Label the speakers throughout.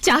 Speaker 1: 家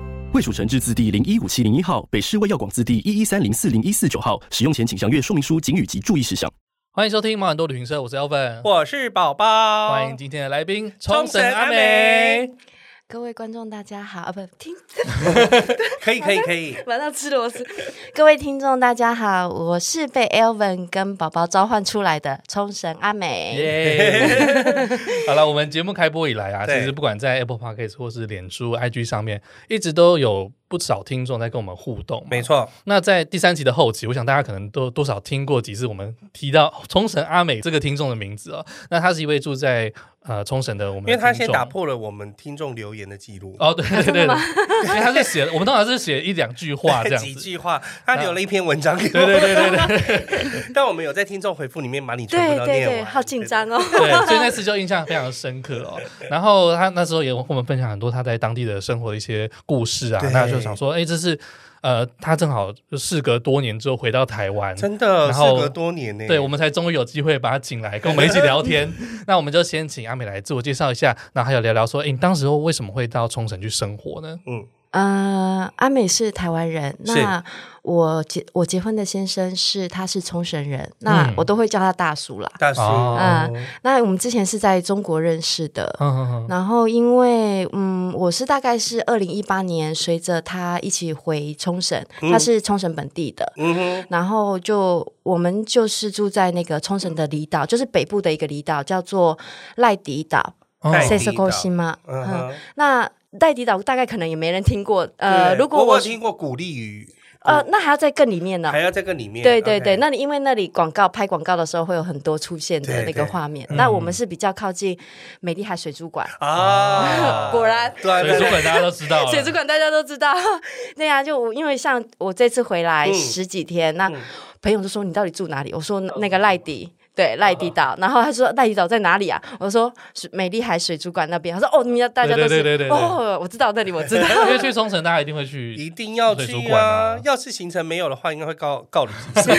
Speaker 2: 卫蜀成字字第零一五七零一号，北市卫药广字第一一三零四零一四九号。使用前请详阅说明书、警语及注意事项。
Speaker 3: 欢迎收听《毛很多旅行社》，我是 Elvin，
Speaker 4: 我是宝宝，
Speaker 3: 欢迎今天的来宾
Speaker 4: 冲绳阿美。
Speaker 5: 各位观众，大家好啊！不听，
Speaker 4: 可以可以可以，
Speaker 5: 马上吃螺丝。各位听众，大家好，我是被 Elvin 跟宝宝召唤出来的冲绳阿美。
Speaker 3: 耶！好了，我们节目开播以来啊，
Speaker 4: 对
Speaker 3: 其实不管在 Apple Podcast 或是脸书、IG 上面，一直都有不少听众在跟我们互动。
Speaker 4: 没。错，
Speaker 3: 那在第三集的后期，我想大家可能都多少听过几次我们提到冲绳阿美这个听众的名字哦。那他是一位住在呃冲绳的我们
Speaker 4: 因
Speaker 3: 的
Speaker 4: 为他
Speaker 3: 听
Speaker 4: 先
Speaker 3: 众
Speaker 4: 打破了我们听众留言的记录。
Speaker 3: 哦，对对 对，对因为他是写，我们通常是写一两句话这样
Speaker 4: 几
Speaker 3: 子。
Speaker 4: 句话，他留了一篇文章给我，
Speaker 3: 对对对对对
Speaker 4: 但我们有在听众回复里面把你全部
Speaker 5: 对
Speaker 4: 都
Speaker 5: 对
Speaker 4: 念
Speaker 5: 对，
Speaker 4: 完，
Speaker 5: 好紧张哦。
Speaker 3: 对，所以那次就印象非常深刻哦。然后他那时候也跟我们分享很多他在当地的生活的一些故事啊
Speaker 4: 对，
Speaker 3: 那就想说，哎，这是呃，他正好就事隔多年之后回到台湾
Speaker 4: 对，。真的，
Speaker 3: 然
Speaker 4: 事
Speaker 3: 后
Speaker 4: 隔多年呢。
Speaker 3: 对，我们才终于有机会把他请来，跟我们一起聊 天。那我们就先请阿美来自我介绍一下，然后还有聊聊说，哎，你当时候为什么会到冲绳去生活呢？
Speaker 4: 嗯，
Speaker 5: 呃，阿美是台湾人，
Speaker 4: 是
Speaker 5: 那我结我结婚的先生是他是冲绳人，那
Speaker 3: 嗯
Speaker 5: 我都会叫他大叔啦。
Speaker 4: 大叔，
Speaker 3: 哦
Speaker 4: 嗯，
Speaker 5: 那我们之前是在中国认识的，
Speaker 4: 哦
Speaker 3: 嗯嗯嗯
Speaker 5: 然后因为嗯，我是大概是二零一八年随着他一起回冲绳，他是冲绳本地的，
Speaker 4: 嗯哼，
Speaker 5: 然后就我们就是住在那个冲绳的离岛，就是北部的一个离岛，叫做赖迪岛，
Speaker 3: 哦
Speaker 4: 赖迪岛
Speaker 5: 谁是高西吗？
Speaker 4: 嗯
Speaker 5: 嗯，
Speaker 4: 哼，
Speaker 5: 那赖迪岛大概可能也没人听过，呃，
Speaker 4: 对
Speaker 5: 如果
Speaker 4: 我
Speaker 5: 我
Speaker 4: 有听过鼓励语，
Speaker 5: 呃，那还要再更里面呢
Speaker 4: 还。要在更里面，
Speaker 5: 对对对
Speaker 4: OK
Speaker 5: 那你因为那里广告拍广告的时候会有很多出现的
Speaker 4: 对
Speaker 5: 那
Speaker 4: 对
Speaker 5: 个画面，
Speaker 3: 嗯
Speaker 5: 那我们是比较靠近美丽海水族馆，
Speaker 4: 啊，
Speaker 5: 果然
Speaker 4: 对
Speaker 3: 水
Speaker 4: 对
Speaker 3: 族
Speaker 4: 对，
Speaker 3: 馆大家都知道了，
Speaker 5: 水族馆大家都知道， 对呀、就我因为像我这次回来
Speaker 4: 嗯
Speaker 5: 十几天，那
Speaker 4: 嗯
Speaker 5: 朋友就说你到底住哪里？我说
Speaker 3: 嗯
Speaker 5: 那个赖迪。对赖迪岛，然后他说赖迪岛在哪里啊？我说是美丽海水族馆那边。他说哦，你们大家都是
Speaker 3: 对对对对对对
Speaker 5: 哦，我知道那里，我 知道。
Speaker 3: 因为去冲绳大家一定会去，
Speaker 4: 一定要
Speaker 3: 水族
Speaker 4: 去
Speaker 3: 馆
Speaker 4: 啊
Speaker 3: 啊！
Speaker 4: 要是行程没有的话，应该会告告你几次。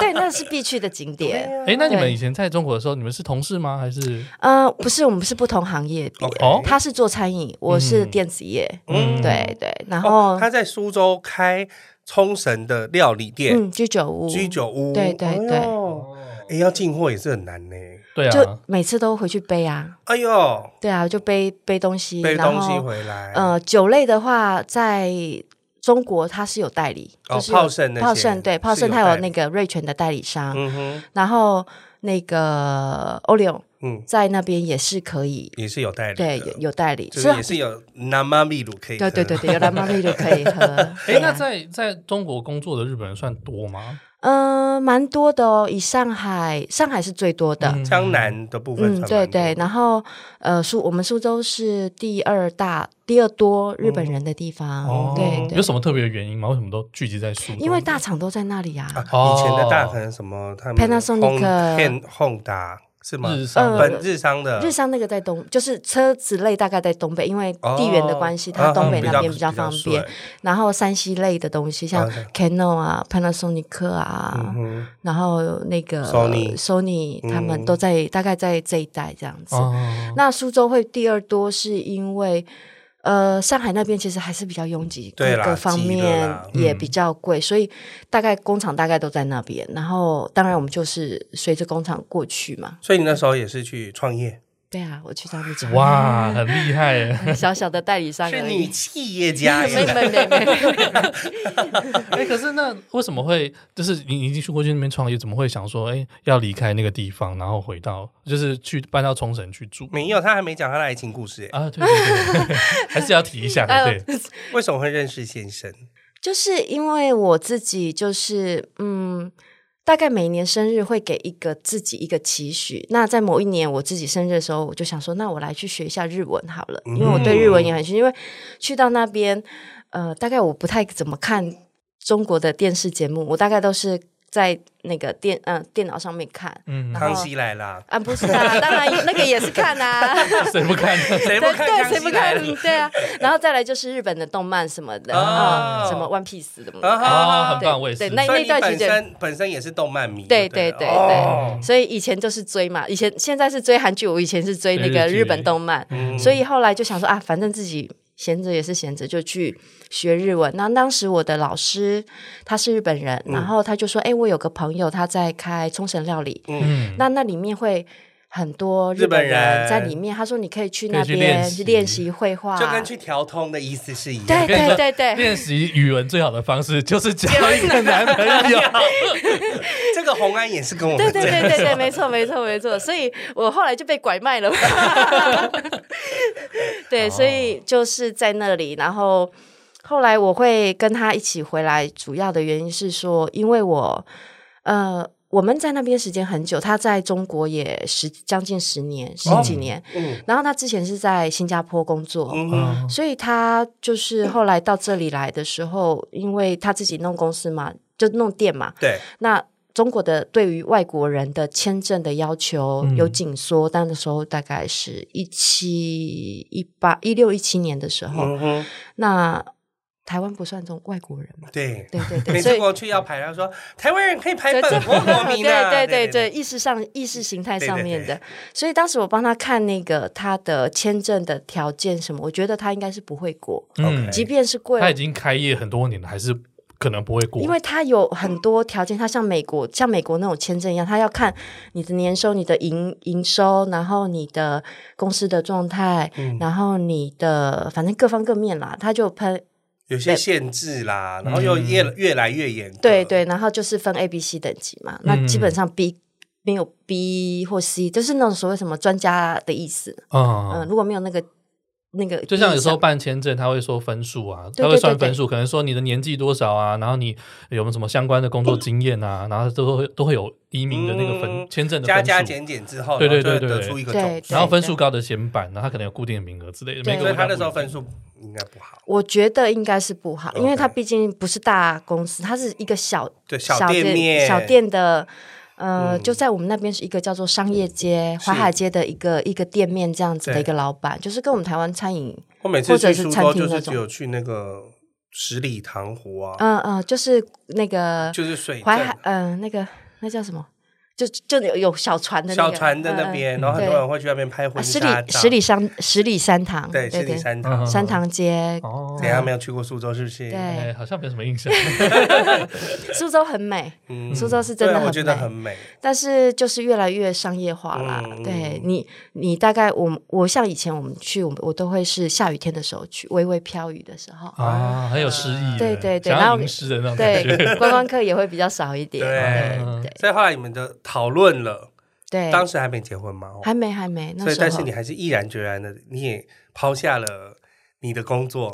Speaker 5: 对，那是必去的景点。
Speaker 3: 哎，那你们
Speaker 5: 对
Speaker 3: 以前在中国的时候，你们是同事吗？还是
Speaker 5: 呃，不是，我们是不同行业别
Speaker 4: OK
Speaker 3: 哦
Speaker 5: 他是做餐饮，我是
Speaker 3: 嗯
Speaker 5: 电子业。
Speaker 3: 嗯
Speaker 5: 对对，然
Speaker 4: 哦
Speaker 5: 后，
Speaker 4: 他在苏州开冲绳的料理店、
Speaker 5: 嗯，居酒屋，
Speaker 4: 居酒屋，
Speaker 5: 对对对
Speaker 4: 哎
Speaker 3: 哦
Speaker 4: 呦哎，要进货也是很难呢。
Speaker 3: 对啊，
Speaker 5: 就每次都回去背啊。
Speaker 4: 哎呦，
Speaker 5: 对啊，就背背东西，
Speaker 4: 背
Speaker 5: 然
Speaker 4: 东西
Speaker 5: 后
Speaker 4: 回来，
Speaker 5: 呃，酒类的话，在中国它是有代理，
Speaker 4: 哦
Speaker 5: 就是有
Speaker 4: 泡盛那些
Speaker 5: 泡盛对泡
Speaker 4: 是有
Speaker 5: 盛，它
Speaker 4: 代
Speaker 5: 有
Speaker 4: 理
Speaker 5: 那个瑞全的代理商，
Speaker 4: 嗯哼，
Speaker 5: 然后那个 Olio
Speaker 4: 嗯，
Speaker 5: 在那边也是可以，
Speaker 4: 也是有代理的，
Speaker 5: 对，有有代理，
Speaker 4: 就是也是有南妈秘鲁可以喝，
Speaker 5: 对对对对，有蓝猫绿就可 以喝。
Speaker 3: 哎、
Speaker 5: 对啊
Speaker 3: 那在在中国工作的日本人算多吗？
Speaker 5: 呃蛮多的哦，以上海上海是最多的。
Speaker 3: 嗯
Speaker 4: 江南的部分
Speaker 5: 嗯，
Speaker 4: 算蛮多
Speaker 5: 对
Speaker 4: 的，
Speaker 5: 对，然后呃，苏我们苏州是第二大、第二多日
Speaker 4: 嗯
Speaker 5: 本人的地方，
Speaker 4: 哦
Speaker 5: 对对
Speaker 3: 有，什么特别的原因吗？为什么都聚集在苏州？
Speaker 5: 因为大厂都在那里啊。
Speaker 4: 啊，
Speaker 3: 哦
Speaker 4: 以前的大可能什么他们
Speaker 5: Panasonic
Speaker 4: Hon- Hon- Honda 是吗？
Speaker 3: 日商的、
Speaker 5: 呃
Speaker 4: 本日商的
Speaker 5: 日商那个在东，就是车子类大概在东北，因为
Speaker 4: 哦
Speaker 5: 地缘的关系，
Speaker 4: 啊
Speaker 5: 它东北
Speaker 4: 嗯
Speaker 5: 那边
Speaker 4: 比
Speaker 5: 比
Speaker 4: 较
Speaker 5: 较方
Speaker 4: 比较
Speaker 5: 便
Speaker 4: 顺。
Speaker 5: 然后山西类的东西，像
Speaker 4: 啊对
Speaker 5: Canon 啊、Panasonic 啊，
Speaker 4: 嗯
Speaker 5: 然后那个
Speaker 4: Sony 嗯
Speaker 5: Sony 他们都在大概在这一带这样子。
Speaker 3: 哦，
Speaker 5: 那苏州会第二多，是因为呃，上海那边其实还是比较拥挤，
Speaker 4: 对啦
Speaker 5: 各方面
Speaker 4: 挤
Speaker 3: 的啦
Speaker 5: 也
Speaker 3: 嗯
Speaker 5: 比较贵，所以大概工厂大概都在那边。然后当然我们就是随着工厂过去嘛。
Speaker 4: 所以你那时候也是去创业，
Speaker 5: 对啊，我去当地厂，
Speaker 3: 哇，很厉害耶！
Speaker 5: 小小的代理商
Speaker 4: 是
Speaker 5: 而
Speaker 4: 你
Speaker 5: 已。
Speaker 4: 企业家
Speaker 5: 没没没没没，
Speaker 3: 哎、可是那为什么会就是你你已经去过去那边创业，怎么会想说哎、要离开那个地方，然后回到就是去搬到冲绳去住？
Speaker 4: 没有，他还没讲他的爱情故事耶，
Speaker 3: 啊，对对 对，还是要提一下的。
Speaker 5: 哎呦
Speaker 3: 对，
Speaker 4: 为什么会认识先生？
Speaker 5: 就是因为我自己就是嗯。大概每年生日会给一个自己一个期许。那在某一年我自己生日的时候，我就想说，那我来去学一下日文好
Speaker 4: 嗯
Speaker 5: 了，因为我对日文也很兴趣。因为去到那边，呃，大概我不太怎么看中国的电视节目，我大概都是在那个电嗯电脑上面看
Speaker 3: 嗯，
Speaker 5: 然后
Speaker 4: 康熙来啦，
Speaker 5: 啊，不是啦，当然那个也是 看啊，
Speaker 3: 谁不 看呢？
Speaker 4: 谁不
Speaker 5: 对
Speaker 4: 看
Speaker 5: 对，
Speaker 4: 康
Speaker 5: 谁
Speaker 4: 熙
Speaker 5: 不
Speaker 4: 来
Speaker 5: 看？
Speaker 4: 了？
Speaker 5: 嗯 对啊，然后再来就是日本的动漫什么的，
Speaker 4: 哦
Speaker 5: 啊，什么 One Piece 什么
Speaker 4: 啊
Speaker 5: 的，
Speaker 3: 啊，很
Speaker 5: 对
Speaker 3: 棒，我也是
Speaker 5: 哦对。那
Speaker 4: 所以
Speaker 5: 那
Speaker 4: 你
Speaker 5: 段
Speaker 4: 本
Speaker 5: 期间，
Speaker 4: 身本身也是动漫迷，
Speaker 5: 对
Speaker 4: 对
Speaker 5: 对对
Speaker 4: 哦
Speaker 5: 对，所以以前就是追嘛，以前现在是追韩剧，我以前是追那个
Speaker 3: 追日剧
Speaker 5: 日本动漫，
Speaker 4: 嗯
Speaker 5: 所以后来就想说啊，反正自己闲着也是闲着，就去学日文。那当时我的老师他是日本人，
Speaker 4: 嗯
Speaker 5: 然后他就说，哎，我有个朋友他在开冲绳料理，
Speaker 3: 嗯，
Speaker 5: 那那里面会。很多日本人在里面，他说你可以去那
Speaker 3: 可以去练
Speaker 5: 边
Speaker 3: 习
Speaker 5: 去练习绘画，
Speaker 4: 就跟去调通的意思是一
Speaker 5: 对
Speaker 4: 样。
Speaker 5: 对对对，
Speaker 3: 练习语文最好的方式就是交 一个男朋 友。
Speaker 4: 这个红安也是跟我
Speaker 5: 对
Speaker 4: 们
Speaker 5: 对对对对，没错没错没错，所以我后来就被拐卖了。 对，所
Speaker 4: 哦
Speaker 5: 以就是在那里，然后后来我会跟他一起回来，主要的原因是说，因为我呃。我们在那边时间很久，他在中国也十将近十年十几年，
Speaker 4: 嗯
Speaker 5: 然后他之前是在新加坡工作，
Speaker 4: 嗯
Speaker 5: 所以他就是后来到这里来的时候，因为他自己弄公司嘛，就弄店嘛，
Speaker 4: 对，
Speaker 5: 那中国的对于外国人的签证的要求
Speaker 4: 嗯
Speaker 5: 有紧缩，但那时候大概是一七一八一六一七年的时候，
Speaker 4: 嗯哼，
Speaker 5: 那台湾不算中外国人嘛？
Speaker 4: 对。
Speaker 5: 对对对，
Speaker 4: 每
Speaker 5: 所
Speaker 4: 次
Speaker 5: 以。
Speaker 4: 过去要排，他说台湾人可以排
Speaker 5: 对
Speaker 4: 本
Speaker 5: 这
Speaker 4: 国国
Speaker 5: 对
Speaker 4: 民啊，
Speaker 5: 对对
Speaker 4: 对
Speaker 5: 对，，意识上意识形态上面
Speaker 4: 对
Speaker 5: 的，所以当时我帮他看那个他的签证的条件什么，我觉得他应该是不会过，
Speaker 3: 嗯
Speaker 4: OK
Speaker 5: 即便是过，
Speaker 3: 他已经开业很多年了，还是可能不会过，
Speaker 5: 因为他有很多条件，他像美国像美国那种签证一样，他要看你的年收、你的营营收，然后你的公司的状态，
Speaker 3: 嗯
Speaker 5: 然后你的反正各方各面啦，他就喷
Speaker 4: 有些限制啦，然后又越越来越严格，
Speaker 5: 嗯对对，然后就是分 A、B、C 等级嘛。那基本
Speaker 3: 嗯
Speaker 5: 上 B 没有 B 或 C，就是那种所谓什么专家的意思。嗯，
Speaker 3: 嗯。
Speaker 5: 如果没有那个那个，啊
Speaker 3: 就像有时候。办签证，他会说分数啊，他
Speaker 5: 对对
Speaker 3: 会算分数，可能说你的年纪多少啊，然后你有没有什么相关的工作经验啊，然后都会都会有第一名的那个分
Speaker 4: 嗯
Speaker 3: 签证的
Speaker 4: 加
Speaker 3: 分
Speaker 4: 加
Speaker 3: 数，
Speaker 4: 减减之后，
Speaker 3: 对对
Speaker 4: 然后
Speaker 3: 对
Speaker 4: 就会
Speaker 3: 对
Speaker 4: 得出一个
Speaker 5: 对
Speaker 4: 总数，
Speaker 3: 然后分数高的先办，然后他可能有固定的名额之类的。
Speaker 5: 对
Speaker 3: 每个
Speaker 4: 所以
Speaker 3: 国
Speaker 4: 他
Speaker 3: 家
Speaker 4: 那时候
Speaker 3: 不一
Speaker 4: 分
Speaker 3: 样
Speaker 4: 数应该不好，
Speaker 5: 我觉得应该是不好，因为
Speaker 4: OK
Speaker 5: 它毕竟不是大公司，它是一个小
Speaker 4: 对
Speaker 5: 小
Speaker 4: 小店
Speaker 5: 的
Speaker 4: 面
Speaker 5: 小店的，呃，
Speaker 4: 嗯
Speaker 5: 就在我们那边是一个叫做商业街、淮海街的一个一个店面这样子的
Speaker 4: 对
Speaker 5: 一个老板，就是跟我们台湾餐饮，
Speaker 4: 我每
Speaker 5: 或
Speaker 4: 次
Speaker 5: 者
Speaker 4: 去
Speaker 5: 是
Speaker 4: 苏
Speaker 5: 餐
Speaker 4: 州
Speaker 5: 厅
Speaker 4: 就
Speaker 5: 那
Speaker 4: 是
Speaker 5: 种
Speaker 4: 只有去那个十里塘湖啊，
Speaker 5: 嗯嗯，就是那个
Speaker 4: 就是水
Speaker 5: 淮海
Speaker 4: 镇，
Speaker 5: 嗯、那个那叫什么，就就有有小船的、那
Speaker 4: 小
Speaker 5: 个、
Speaker 4: 船的那
Speaker 5: 嗯嗯
Speaker 4: 边，然后很多人会去那边拍
Speaker 5: 啊
Speaker 4: 婚
Speaker 5: 十
Speaker 4: 纱
Speaker 5: 里
Speaker 4: 照，
Speaker 5: 十里山十里山塘，
Speaker 4: 对十
Speaker 5: 对
Speaker 4: 里
Speaker 5: 对，
Speaker 4: 山
Speaker 3: 嗯
Speaker 4: 塘，
Speaker 5: 山塘街，
Speaker 3: 哦，
Speaker 4: 等一下没有去过苏州是不是？
Speaker 5: 对
Speaker 3: 哎，好像没有什么印 象。
Speaker 5: 苏州很美，
Speaker 4: 嗯
Speaker 5: 苏州是真
Speaker 4: 对
Speaker 5: 的
Speaker 4: 啊，
Speaker 5: 很美，
Speaker 4: 我觉得很美，
Speaker 5: 但是就是越来越商业化啦。
Speaker 4: 嗯
Speaker 5: 对你，你大概我我像以前我们去，我们我都会是下雨天的时候去，微微飘雨的时候。
Speaker 4: 哦
Speaker 3: 啊，很有诗意耶，
Speaker 5: 对对对
Speaker 3: 想
Speaker 5: 然
Speaker 3: 要
Speaker 5: 后
Speaker 3: 吟诗的那种感
Speaker 5: 对
Speaker 3: 觉。，
Speaker 5: 观光客也会比较少一点。
Speaker 4: 对
Speaker 5: 对
Speaker 4: 所以后来你们的讨论了，
Speaker 5: 对
Speaker 4: 当
Speaker 5: 对，
Speaker 4: 时还没结婚嘛，哦
Speaker 5: 还没还没那
Speaker 4: 所以
Speaker 5: 时
Speaker 4: 但
Speaker 5: 候
Speaker 4: 是你，还是毅然决然的，你也抛下了你的工作，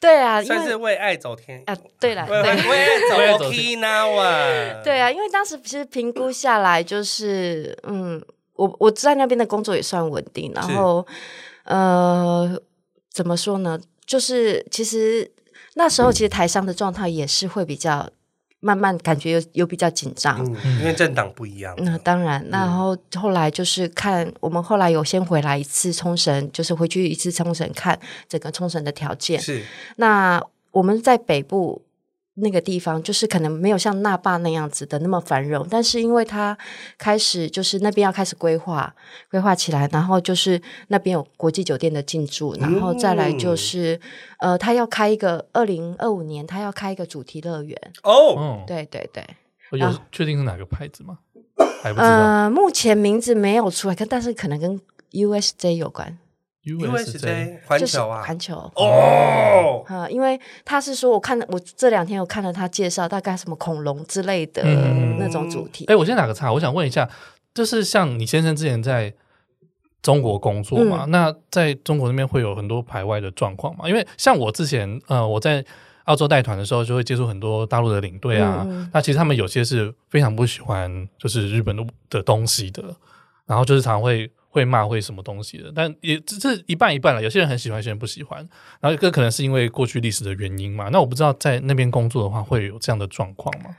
Speaker 5: 对 啊，因
Speaker 4: 算是
Speaker 5: 为
Speaker 4: 为爱走天。
Speaker 5: 啊，对 啦，
Speaker 4: 为为
Speaker 5: 对
Speaker 3: 为
Speaker 4: 爱
Speaker 3: 爱
Speaker 4: 走
Speaker 3: 走
Speaker 4: Okinawa，
Speaker 5: 对啊，因为当时其实评估下来就是，嗯，我我在那边的工作也算稳定，然后呃，怎么说呢？就是其实那时候其实台上的状态也是会比较慢慢感觉有有比较紧张。
Speaker 4: 嗯，因为政党不一样，
Speaker 5: 那当然，然后后来就是看我们后来有先回来一次冲绳，就是回去一次冲绳看整个冲绳的条件。
Speaker 4: 是
Speaker 5: 那我们在北部那个地方，就是可能没有像那霸那样子的那么繁荣，但是因为它开始就是那边要开始规划，规划起来，然后就是那边有国际酒店的进驻，然后再来
Speaker 4: 嗯
Speaker 5: 就是、呃，他要开一个二零二五年，他要开一个主题乐园，
Speaker 4: 哦，
Speaker 3: 哦，
Speaker 5: 对对对，
Speaker 3: 有确定是哪个牌子吗？还不知道。
Speaker 5: 呃，目前名字没有出来，但但是可能跟 USJ 有关，
Speaker 4: 因为是
Speaker 3: USJ，
Speaker 4: 在环
Speaker 5: 就是
Speaker 4: 球啊，
Speaker 5: 环球。
Speaker 4: 哦，
Speaker 5: 啊、因为他是说，我看了我这两天有看了他介绍，大概什么恐龙之类的
Speaker 3: 嗯
Speaker 5: 那种主题。
Speaker 3: 哎，我先打个岔，我想问一下，就是像你先生之前在中国工作嘛，
Speaker 5: 嗯
Speaker 3: 那在中国那边会有很多排外的状况嘛？因为像我之前，呃，我在澳洲带团的时候，就会接触很多大陆的领队啊，
Speaker 5: 嗯嗯
Speaker 3: 那其实他们有些是非常不喜欢就是日本的的东西的，然后就是常会。会骂会什么东西的，但也这这一半一半了。有些人很喜欢，有些人不喜欢。然后这可能是因为过去历史的原因嘛。那我不知道在那边工作的话，会有这样的状况吗？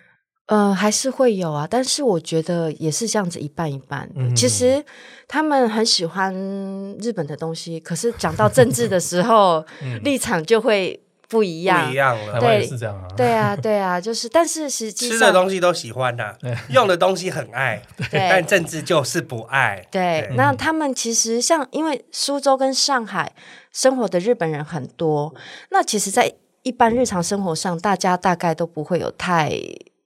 Speaker 5: 呃，还是会有啊，但是我觉得也是这样子一半一半。
Speaker 3: 嗯
Speaker 5: 其实他们很喜欢日本的东西，可是讲到政治的时候，立场就会不一样。
Speaker 4: 不一样
Speaker 3: 台
Speaker 4: 了。
Speaker 3: 湾也是这样啊。
Speaker 5: 对啊，对啊，就是，但是实际
Speaker 4: 吃
Speaker 5: 上
Speaker 4: 的东西都喜欢呐、用的东西很爱，但政治就是不爱。
Speaker 5: 对，
Speaker 4: 对
Speaker 5: 那他们其实像因为苏州跟上海生活的日本人很多，那其实，在一般日常生活上，大家大概都不会有太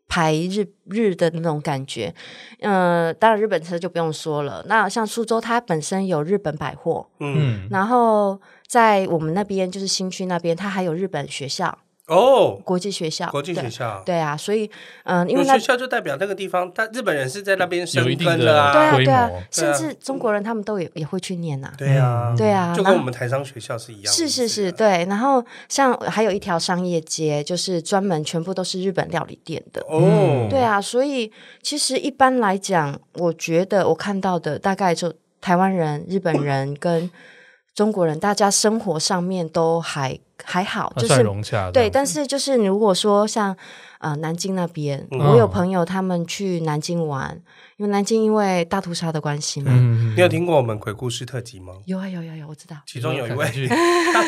Speaker 5: 排日日的那种感觉。嗯、当然日本车就不用说了。那像苏州，它本身有日本百货，
Speaker 4: 嗯，
Speaker 3: 嗯，
Speaker 5: 然后在我们那边就是新区那边，它还有日本学校、
Speaker 4: 哦，
Speaker 5: 国际学校、
Speaker 4: 国际
Speaker 5: 对
Speaker 4: 学。校，
Speaker 5: 对啊，所以嗯、因
Speaker 4: 有
Speaker 5: 为那
Speaker 4: 学校就代表那个地方，但日本人是在那边
Speaker 3: 有一
Speaker 4: 生
Speaker 3: 定
Speaker 4: 根的
Speaker 5: 对
Speaker 4: 啊。
Speaker 5: 啊
Speaker 3: 规
Speaker 5: 对啊
Speaker 3: 模，
Speaker 5: 甚
Speaker 4: 对啊
Speaker 5: 至中国人他们都也也会去念呐、
Speaker 4: 对啊，
Speaker 5: 对啊，
Speaker 4: 就跟
Speaker 5: 然后
Speaker 4: 我们台商学校是一样的意思
Speaker 5: 是
Speaker 4: 啊。
Speaker 5: 是是，对。然后像还有一条商业街，就是专门全部都是日本料理店的。
Speaker 4: 哦，
Speaker 5: 对啊，所以其实一般来讲，我觉得我看到的大概就台湾人、日本人跟中国人，大家生活上面都还还好，
Speaker 3: 那
Speaker 5: 就
Speaker 3: 算
Speaker 5: 是
Speaker 3: 融洽的。
Speaker 5: 对。但是就是如果说像呃南京那边，
Speaker 4: 嗯
Speaker 5: 我有朋友他们去南京玩，因为南京因为大屠杀的关系嘛，
Speaker 3: 嗯，
Speaker 4: 你有听过我们鬼故事特辑吗？
Speaker 5: 有啊有啊有啊，我知道。
Speaker 4: 其中有一
Speaker 3: 看
Speaker 4: 位
Speaker 3: 去
Speaker 4: 他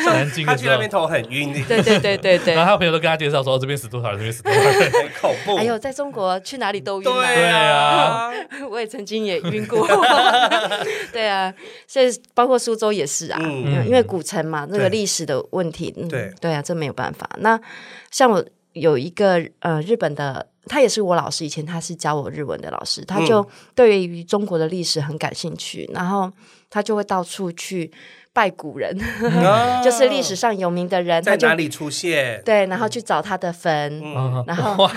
Speaker 4: 上
Speaker 3: 南京的
Speaker 4: 他去
Speaker 3: 时候
Speaker 4: 那边头很晕，
Speaker 5: 对对对对对
Speaker 3: 然后他朋友都跟他介绍说，哦这边死多少人，这边死多少人。
Speaker 4: 很恐怖。
Speaker 5: 还有在中国去哪里都晕、啊，
Speaker 4: 哦对啊，
Speaker 5: 我也曾经也晕过， 对啊，所以包括苏州也是啊，
Speaker 4: 嗯
Speaker 5: 因为因为古城嘛，那
Speaker 4: 对
Speaker 5: 个历史的问题，嗯
Speaker 4: 对
Speaker 5: 对啊，这没有办法。那像我有一个呃日本的，他也是我老师，以前他是教我日文的老师，他
Speaker 4: 嗯
Speaker 5: 就对于中国的历史很感兴趣，然后他就会到处去拜古人，
Speaker 4: 啊
Speaker 5: 就是历史上有名的人，他
Speaker 4: 嗯在
Speaker 5: 就
Speaker 4: 哪里出现？
Speaker 5: 对，然后去找他的坟，
Speaker 4: 嗯，
Speaker 5: 然后
Speaker 3: 哇，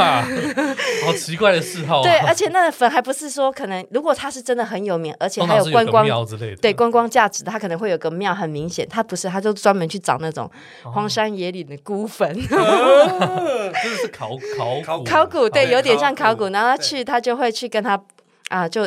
Speaker 3: 好奇怪的嗜好啊。
Speaker 5: 对，而且那个粉还不是说可能，如果它是真的很有名，而且
Speaker 3: 通
Speaker 5: 还
Speaker 3: 常
Speaker 5: 有
Speaker 3: 是有
Speaker 5: 观
Speaker 3: 个
Speaker 5: 光
Speaker 3: 庙之类的。
Speaker 5: 对观光价值的，它可能会有个庙很明显，它不是，它就专门去找那种荒山野岭的孤坟、
Speaker 3: 真的是考考
Speaker 4: 考古
Speaker 5: 考古，对，
Speaker 4: 对
Speaker 5: 有点像
Speaker 4: 考
Speaker 5: 考
Speaker 4: 古
Speaker 5: 古，然后他
Speaker 4: 对
Speaker 5: 去他就会去跟他啊就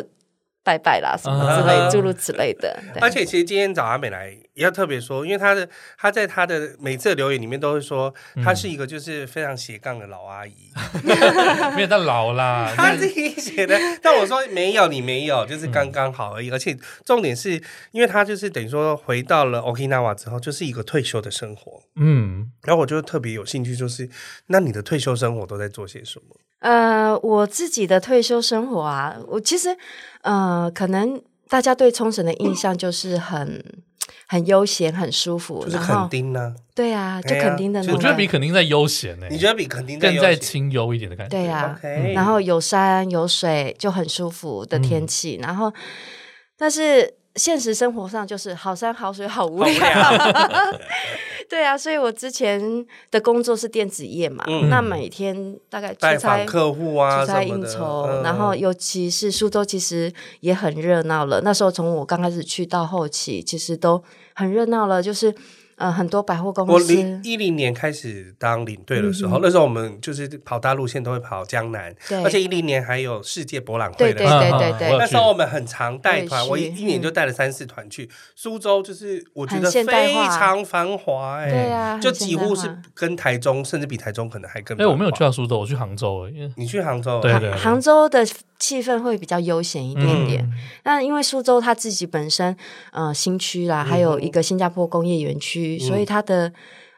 Speaker 5: 拜拜啦什么之
Speaker 4: 啊
Speaker 5: 类诸如此类的，对
Speaker 4: 而且其实今天找阿美来也要特别说，因为她的她在她的每次的留言里面都会说，
Speaker 3: 嗯
Speaker 4: 她是一个就是非常斜杠的老阿姨，
Speaker 3: 没有到老啦。
Speaker 4: 她自己写的。但我说没有，你没有，就是刚刚好
Speaker 3: 嗯
Speaker 4: 而已。而且重点是因为她就是等于说回到了 Okinawa 之后，就是一个退休的生活。
Speaker 3: 嗯，
Speaker 4: 然后我就特别有兴趣，就是那你的退休生活都在做些什么？
Speaker 5: 呃，我自己的退休生活啊，我其实呃，可能大家对冲绳的印象就是很。很悠闲，很舒服，
Speaker 4: 就是
Speaker 5: 然后
Speaker 4: 垦丁呢、
Speaker 5: 对啊，就
Speaker 4: 哎呀
Speaker 5: 垦丁的那
Speaker 4: 就
Speaker 5: 种
Speaker 3: 我
Speaker 5: 感，
Speaker 3: 觉得比肯定在悠闲呢，
Speaker 4: 你觉得比垦丁
Speaker 3: 更
Speaker 4: 在
Speaker 3: 在
Speaker 4: 悠闲
Speaker 3: 清幽一点的感觉。
Speaker 5: 对啊呀、
Speaker 4: OK
Speaker 5: 然后有山有水就很舒服的天气，
Speaker 4: 嗯
Speaker 5: 然后但是现实生活上就是好山好水好无聊，
Speaker 4: 好
Speaker 5: 对啊，所以我之前的工作是电子业嘛，
Speaker 4: 嗯
Speaker 5: 那每天大概
Speaker 4: 拜
Speaker 5: 出
Speaker 4: 访
Speaker 5: 差。
Speaker 4: 客户啊什
Speaker 5: 出差
Speaker 4: 么
Speaker 5: 应
Speaker 4: 的，
Speaker 5: 酬，
Speaker 4: 嗯
Speaker 5: 然后尤其是苏州，其实也很热闹了。那时候从我刚开始去到后期，其实都很热闹了，就是呃很多百货公
Speaker 4: 我
Speaker 5: 司，嗯
Speaker 4: 零一零年开始当领队的时候，那时候我们就是跑大路线都会跑江南，
Speaker 5: 对
Speaker 4: 而且一零年还有世界博览会
Speaker 5: 对
Speaker 4: 的
Speaker 5: 对
Speaker 4: 时候。
Speaker 5: 对对
Speaker 3: 嗯嗯嗯我有
Speaker 5: 对
Speaker 4: 那时候我们很常带团，我
Speaker 5: 我也
Speaker 4: 一
Speaker 5: 是
Speaker 4: 一年就带了三四团去苏州，就是我觉得
Speaker 5: 很现代
Speaker 4: 非
Speaker 5: 化
Speaker 4: 常繁华哎、
Speaker 5: 对啊，
Speaker 4: 就
Speaker 5: 很简
Speaker 4: 几
Speaker 5: 单
Speaker 4: 乎
Speaker 5: 化
Speaker 4: 是跟台中，甚至比台中可能还更。
Speaker 3: 哎，我没有
Speaker 5: 啊
Speaker 3: 去，到苏州，我去杭州了，欸因为
Speaker 4: 你去杭州，啊
Speaker 3: 对
Speaker 5: 杭
Speaker 3: 对对
Speaker 5: 杭州的气氛会比较悠闲一点点。
Speaker 3: 嗯
Speaker 5: 那因为苏州它自己本身呃新区
Speaker 3: 嗯
Speaker 5: 啦，还有一个新加坡工业园区，所以它的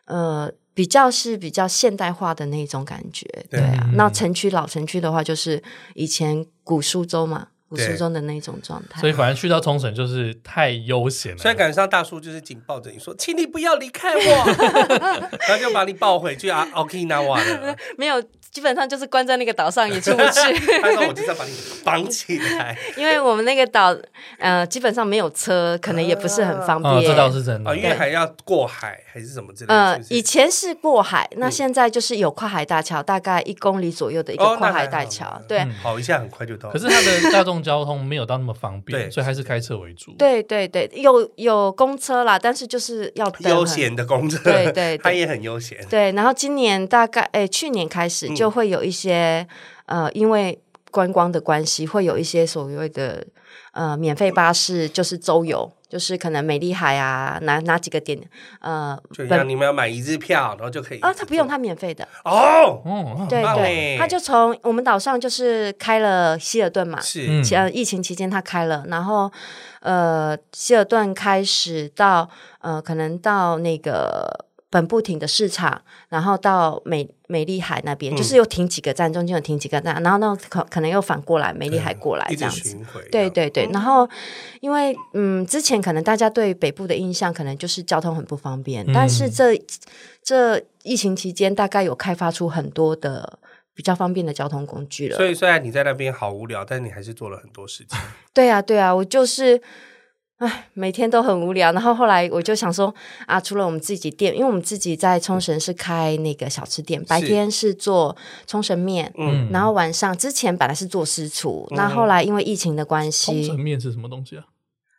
Speaker 5: 呃比较是比较现代化的那种感觉。
Speaker 4: 对
Speaker 5: 对啊，
Speaker 3: 嗯
Speaker 5: 那城区老城区的话，就是以前古苏州嘛，古
Speaker 4: 对
Speaker 5: 苏州的那种状态
Speaker 3: 所。以反正去到冲绳就是太悠闲了。
Speaker 4: 所以感觉上大叔就是紧抱着你说，请你不要离开我， 然后就把你抱回去啊，Okinawa 了。
Speaker 5: 没有，基本上就是关在那个岛上也出不 去，
Speaker 4: 他说我就是要把你绑起来。
Speaker 5: 因为我们那个岛呃基本上没有车，可能也不是很方便。
Speaker 3: 啊，这倒是真
Speaker 4: 啊，
Speaker 3: 的
Speaker 4: 因。为还要过海还是什么之类的。
Speaker 5: 嗯呃
Speaker 4: 是不，是
Speaker 5: 以前是过海，那
Speaker 4: 嗯
Speaker 5: 现在就是有跨海大桥，大概一公里左右的一
Speaker 4: 哦
Speaker 5: 个
Speaker 4: 那
Speaker 5: 跨
Speaker 4: 还
Speaker 5: 海大
Speaker 4: 好
Speaker 5: 桥
Speaker 4: 那。
Speaker 5: 对
Speaker 3: 嗯
Speaker 4: 跑一下很快就到。
Speaker 3: 可是它的大众交通没有到那么方便，
Speaker 4: 对
Speaker 3: 所以还是开车为主。，
Speaker 5: 对对对，有有公车啦，但是就是要等
Speaker 4: 悠
Speaker 5: 很。
Speaker 4: 闲的工作，
Speaker 5: 对对对
Speaker 4: 他也很悠闲。
Speaker 5: 哎
Speaker 4: 嗯
Speaker 5: 对，然后今年大概诶，去年开始就会有一些、呃，因为观光的关系，会有一些所谓的呃免费巴士，就是周
Speaker 4: 哦
Speaker 5: 游，就是可能美丽海啊，哪哪几个点呃
Speaker 4: 就
Speaker 5: 本
Speaker 4: 像你们要买一日票，然后就可以
Speaker 5: 啊，他不用，他免费的，
Speaker 4: 哦，
Speaker 3: 哦，
Speaker 5: 对
Speaker 4: 棒
Speaker 5: 对，
Speaker 4: 欸
Speaker 5: 他就从我们岛上就是开了希尔顿嘛，
Speaker 4: 是
Speaker 3: 嗯
Speaker 5: 前疫情期间他开了，然后呃希尔顿开始到呃可能到那个本部町的市场，然后到美美丽海那边，
Speaker 4: 嗯
Speaker 5: 就是又停几个站，中间有停几个站，然后那可可能又反过来美丽海过来
Speaker 4: 一
Speaker 5: 这
Speaker 4: 直
Speaker 5: 样子。
Speaker 4: 巡回，
Speaker 5: 对，对对，然后因为嗯，之前可能大家对北部的印象可能就是交通很不方便，
Speaker 3: 嗯
Speaker 5: 但是这这疫情期间大概有开发出很多的比较方便的交通工具了。
Speaker 4: 所以虽然你在那边好无聊，但你还是做了很多事情。
Speaker 5: 对啊，对啊，我就是，唉，每天都很无聊。然后后来我就想说，啊，除了我们自己店，因为我们自己在冲绳是开那个小吃店，白天是做冲绳面，
Speaker 4: 嗯，
Speaker 5: 然后晚上之前本来是做私厨，那、后来因为疫情的关
Speaker 3: 冲绳
Speaker 5: 系
Speaker 3: 面是什么东西啊？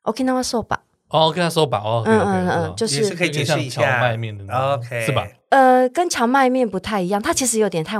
Speaker 5: ，Okinawa soba，
Speaker 3: 哦，跟他说吧，哦，
Speaker 5: 嗯嗯嗯，就是
Speaker 4: 也是可以
Speaker 3: 有点
Speaker 4: 解释
Speaker 3: 像
Speaker 4: 一
Speaker 3: 荞
Speaker 4: 下
Speaker 3: 麦面的那种
Speaker 4: OK，
Speaker 3: 是吧？
Speaker 5: 呃，跟荞麦面不太一样，它其实有点太，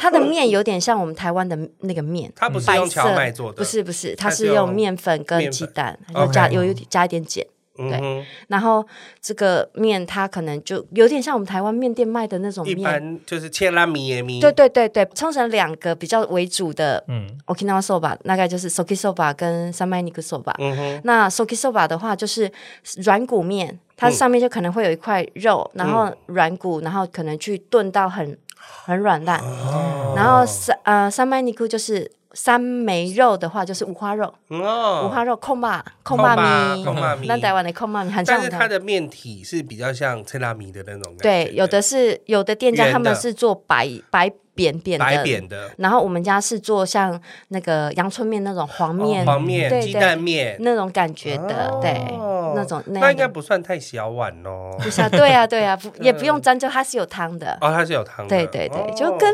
Speaker 5: 它的面有点像我们台湾的那个面，
Speaker 4: 它不是
Speaker 5: 白
Speaker 4: 用荞
Speaker 5: 色
Speaker 4: 麦做的，
Speaker 5: 不是不是，它
Speaker 4: 它是
Speaker 5: 是用
Speaker 4: 用
Speaker 5: 面粉跟
Speaker 4: 面
Speaker 5: 鸡
Speaker 4: 粉
Speaker 5: 蛋，然后加
Speaker 4: OK
Speaker 5: 有有加一点碱。
Speaker 4: 嗯
Speaker 5: 对
Speaker 4: 哼，
Speaker 5: 然后这个面它可能就有点像我们台湾面店卖的那种
Speaker 4: 一
Speaker 5: 面，
Speaker 4: 般就是切拉米耶米，
Speaker 5: 对对对对，冲绳两个比较为主的
Speaker 3: 嗯，
Speaker 5: Okinawa soba，大概就是 soki soba 跟 samaniku soba。
Speaker 4: 嗯哼，
Speaker 5: 那 soki soba 的话就是软骨面，它
Speaker 4: 嗯
Speaker 5: 上面就可能会有一块肉，然后软骨，然后可能去炖到很很软烂。
Speaker 4: 哦
Speaker 5: 然后三呃 samaniku 就是三枚肉的话就是五花肉，
Speaker 4: 嗯
Speaker 5: 五花
Speaker 4: 哦，
Speaker 5: 肉控霸控霸米
Speaker 4: 控霸米，
Speaker 5: 那台湾的控霸米很像
Speaker 4: 但
Speaker 5: 我
Speaker 4: 是
Speaker 5: 们台
Speaker 4: 它
Speaker 5: 湾
Speaker 4: 的面体是比较像切拉米的那种感觉，
Speaker 5: 对，有的是有的店家
Speaker 4: 圆
Speaker 5: 他们
Speaker 4: 的
Speaker 5: 是做白白扁扁的，
Speaker 4: 白扁的
Speaker 5: 然后我们家是做像那个阳春面那种黄面、
Speaker 4: 哦黄面、
Speaker 5: 对
Speaker 4: 鸡
Speaker 5: 对
Speaker 4: 蛋面，
Speaker 5: 那种感觉的，对，
Speaker 4: 哦
Speaker 5: 那种那
Speaker 4: 那
Speaker 5: 样
Speaker 4: 应该
Speaker 5: 的
Speaker 4: 不算太小碗哦。
Speaker 5: 不是啊，对啊，对 啊，不也不用沾，就它是有汤的。
Speaker 4: 嗯哦，它是有汤的，
Speaker 5: 对对对，
Speaker 4: 哦
Speaker 5: 就跟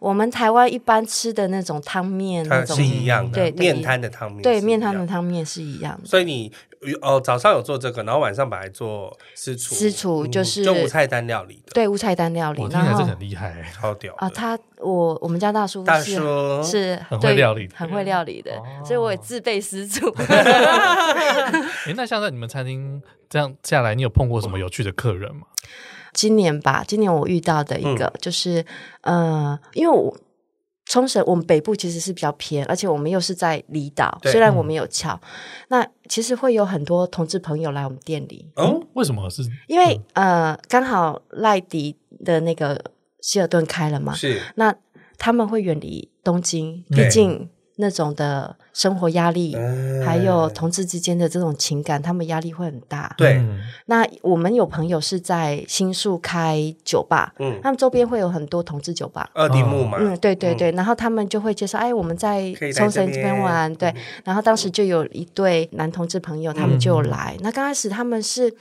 Speaker 5: 我们台湾一般吃的那种汤面那
Speaker 4: 它
Speaker 5: 种
Speaker 4: 是，一样的，
Speaker 5: 对对
Speaker 4: 面摊的汤面，
Speaker 5: 对面摊的。汤面是一样的。
Speaker 4: 所以你哦，早上有做这个，然后晚上把它做私厨，
Speaker 5: 私厨就是
Speaker 4: 就无菜单料理的，
Speaker 5: 对，无菜单料理
Speaker 3: 我，听起
Speaker 5: 嗯然
Speaker 3: 来
Speaker 5: 后
Speaker 3: 真的很厉害欸，
Speaker 4: 超屌
Speaker 5: 啊，
Speaker 4: 的。
Speaker 5: 他我我们家大叔
Speaker 4: 大
Speaker 5: 是
Speaker 4: 叔
Speaker 5: 是
Speaker 3: 很会
Speaker 5: 对
Speaker 3: 料理的
Speaker 5: 很会料理
Speaker 4: 哦
Speaker 5: 的，所以我也自备 私厨。
Speaker 3: 诶，那像在你们餐厅这样下来，你有碰过什么有趣的客人吗？
Speaker 5: 今年吧，今年我遇到的一
Speaker 4: 嗯
Speaker 5: 个、就是，呃，因为我冲绳我们北部其实是比较偏，而且我们又是在离岛，
Speaker 4: 对
Speaker 5: 虽然我们有桥，那其实会有很多同志朋友来我们店里，
Speaker 4: 哦，
Speaker 3: 为什么是？
Speaker 5: 因为、
Speaker 4: 嗯
Speaker 5: 呃，刚好赖迪的那个希尔顿开了嘛，
Speaker 4: 是
Speaker 5: 那他们会远离东京，
Speaker 3: 对
Speaker 5: 毕竟那种的生活压力，
Speaker 4: 嗯
Speaker 3: 哎
Speaker 5: 还有同志之间的这种情感，他们压力会很大。
Speaker 4: 对，
Speaker 3: 嗯
Speaker 5: 那我们有朋友是在新宿开酒吧，
Speaker 4: 嗯，
Speaker 5: 他们周边会有很多同志酒吧。
Speaker 4: 二丁目嘛，
Speaker 5: 嗯，对对对，然后他们就会介绍，哎，我们在
Speaker 4: 可以来
Speaker 5: 冲绳
Speaker 4: 这
Speaker 5: 这边
Speaker 4: 边嗯
Speaker 5: 玩，对。然后当时就有一对男同志朋友，他们就
Speaker 4: 嗯
Speaker 5: 有来。那刚开始他们是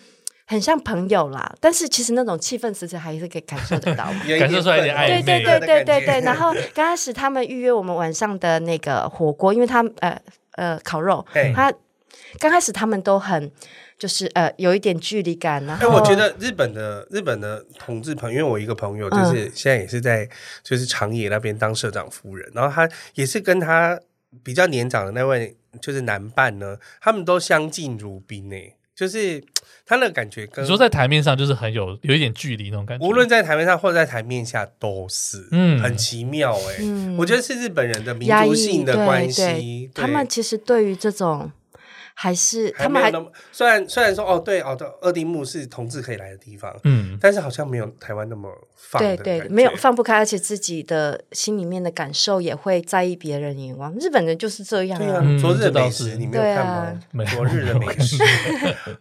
Speaker 5: 很像朋友啦，但是其实那种气氛时时还是可以感受得到嘛。
Speaker 4: 有一
Speaker 3: 感受出来一点
Speaker 4: 氛围
Speaker 5: 对
Speaker 3: 暧
Speaker 5: 对
Speaker 3: 昧
Speaker 4: 的
Speaker 5: 对对
Speaker 4: 感
Speaker 5: 对
Speaker 4: 觉
Speaker 5: 对，然后刚开始他们预约我们晚上的那个火锅，因为他们呃呃烤肉
Speaker 4: 嘿，
Speaker 5: 他刚开始他们都很就是呃有一点距离感，然
Speaker 4: 哎，
Speaker 5: 后
Speaker 4: 我觉得日本的日本的同志朋友，因为我一个朋友
Speaker 5: 嗯
Speaker 4: 就是现在也是在就是长野那边当社长夫人，然后他也是跟他比较年长的那位就是男伴呢，他们都相敬如宾呢、就是嘖他那个感觉跟
Speaker 3: 你说在台面上就是很有有一点距离那种感觉，
Speaker 4: 无论在台面上或者在台面下都是，
Speaker 3: 嗯
Speaker 4: 嗯，很奇妙哎、
Speaker 5: 嗯
Speaker 4: 我觉得是日本人的民
Speaker 5: 压
Speaker 4: 族
Speaker 5: 抑
Speaker 4: 性的
Speaker 5: 对
Speaker 4: 关
Speaker 5: 对
Speaker 4: 系，对
Speaker 5: 他们其实对于这种还是他
Speaker 4: 没
Speaker 5: 们
Speaker 4: 有
Speaker 5: 还
Speaker 4: 那么虽然虽然说哦对哦对，二丁目是同志可以来的地方，
Speaker 3: 嗯，
Speaker 4: 但是好像没有台湾那么放的
Speaker 5: 对
Speaker 4: 感觉，
Speaker 5: 对，没有放不开，而且自己的心里面的感受也会在意别人眼光。日本人就是这样
Speaker 4: 对啊
Speaker 5: 啊，，
Speaker 3: 嗯
Speaker 4: 昨日
Speaker 3: 这
Speaker 4: 的美
Speaker 3: 倒
Speaker 4: 食
Speaker 3: 是
Speaker 4: 你没有看吗？
Speaker 3: 对啊
Speaker 4: 昨日的美食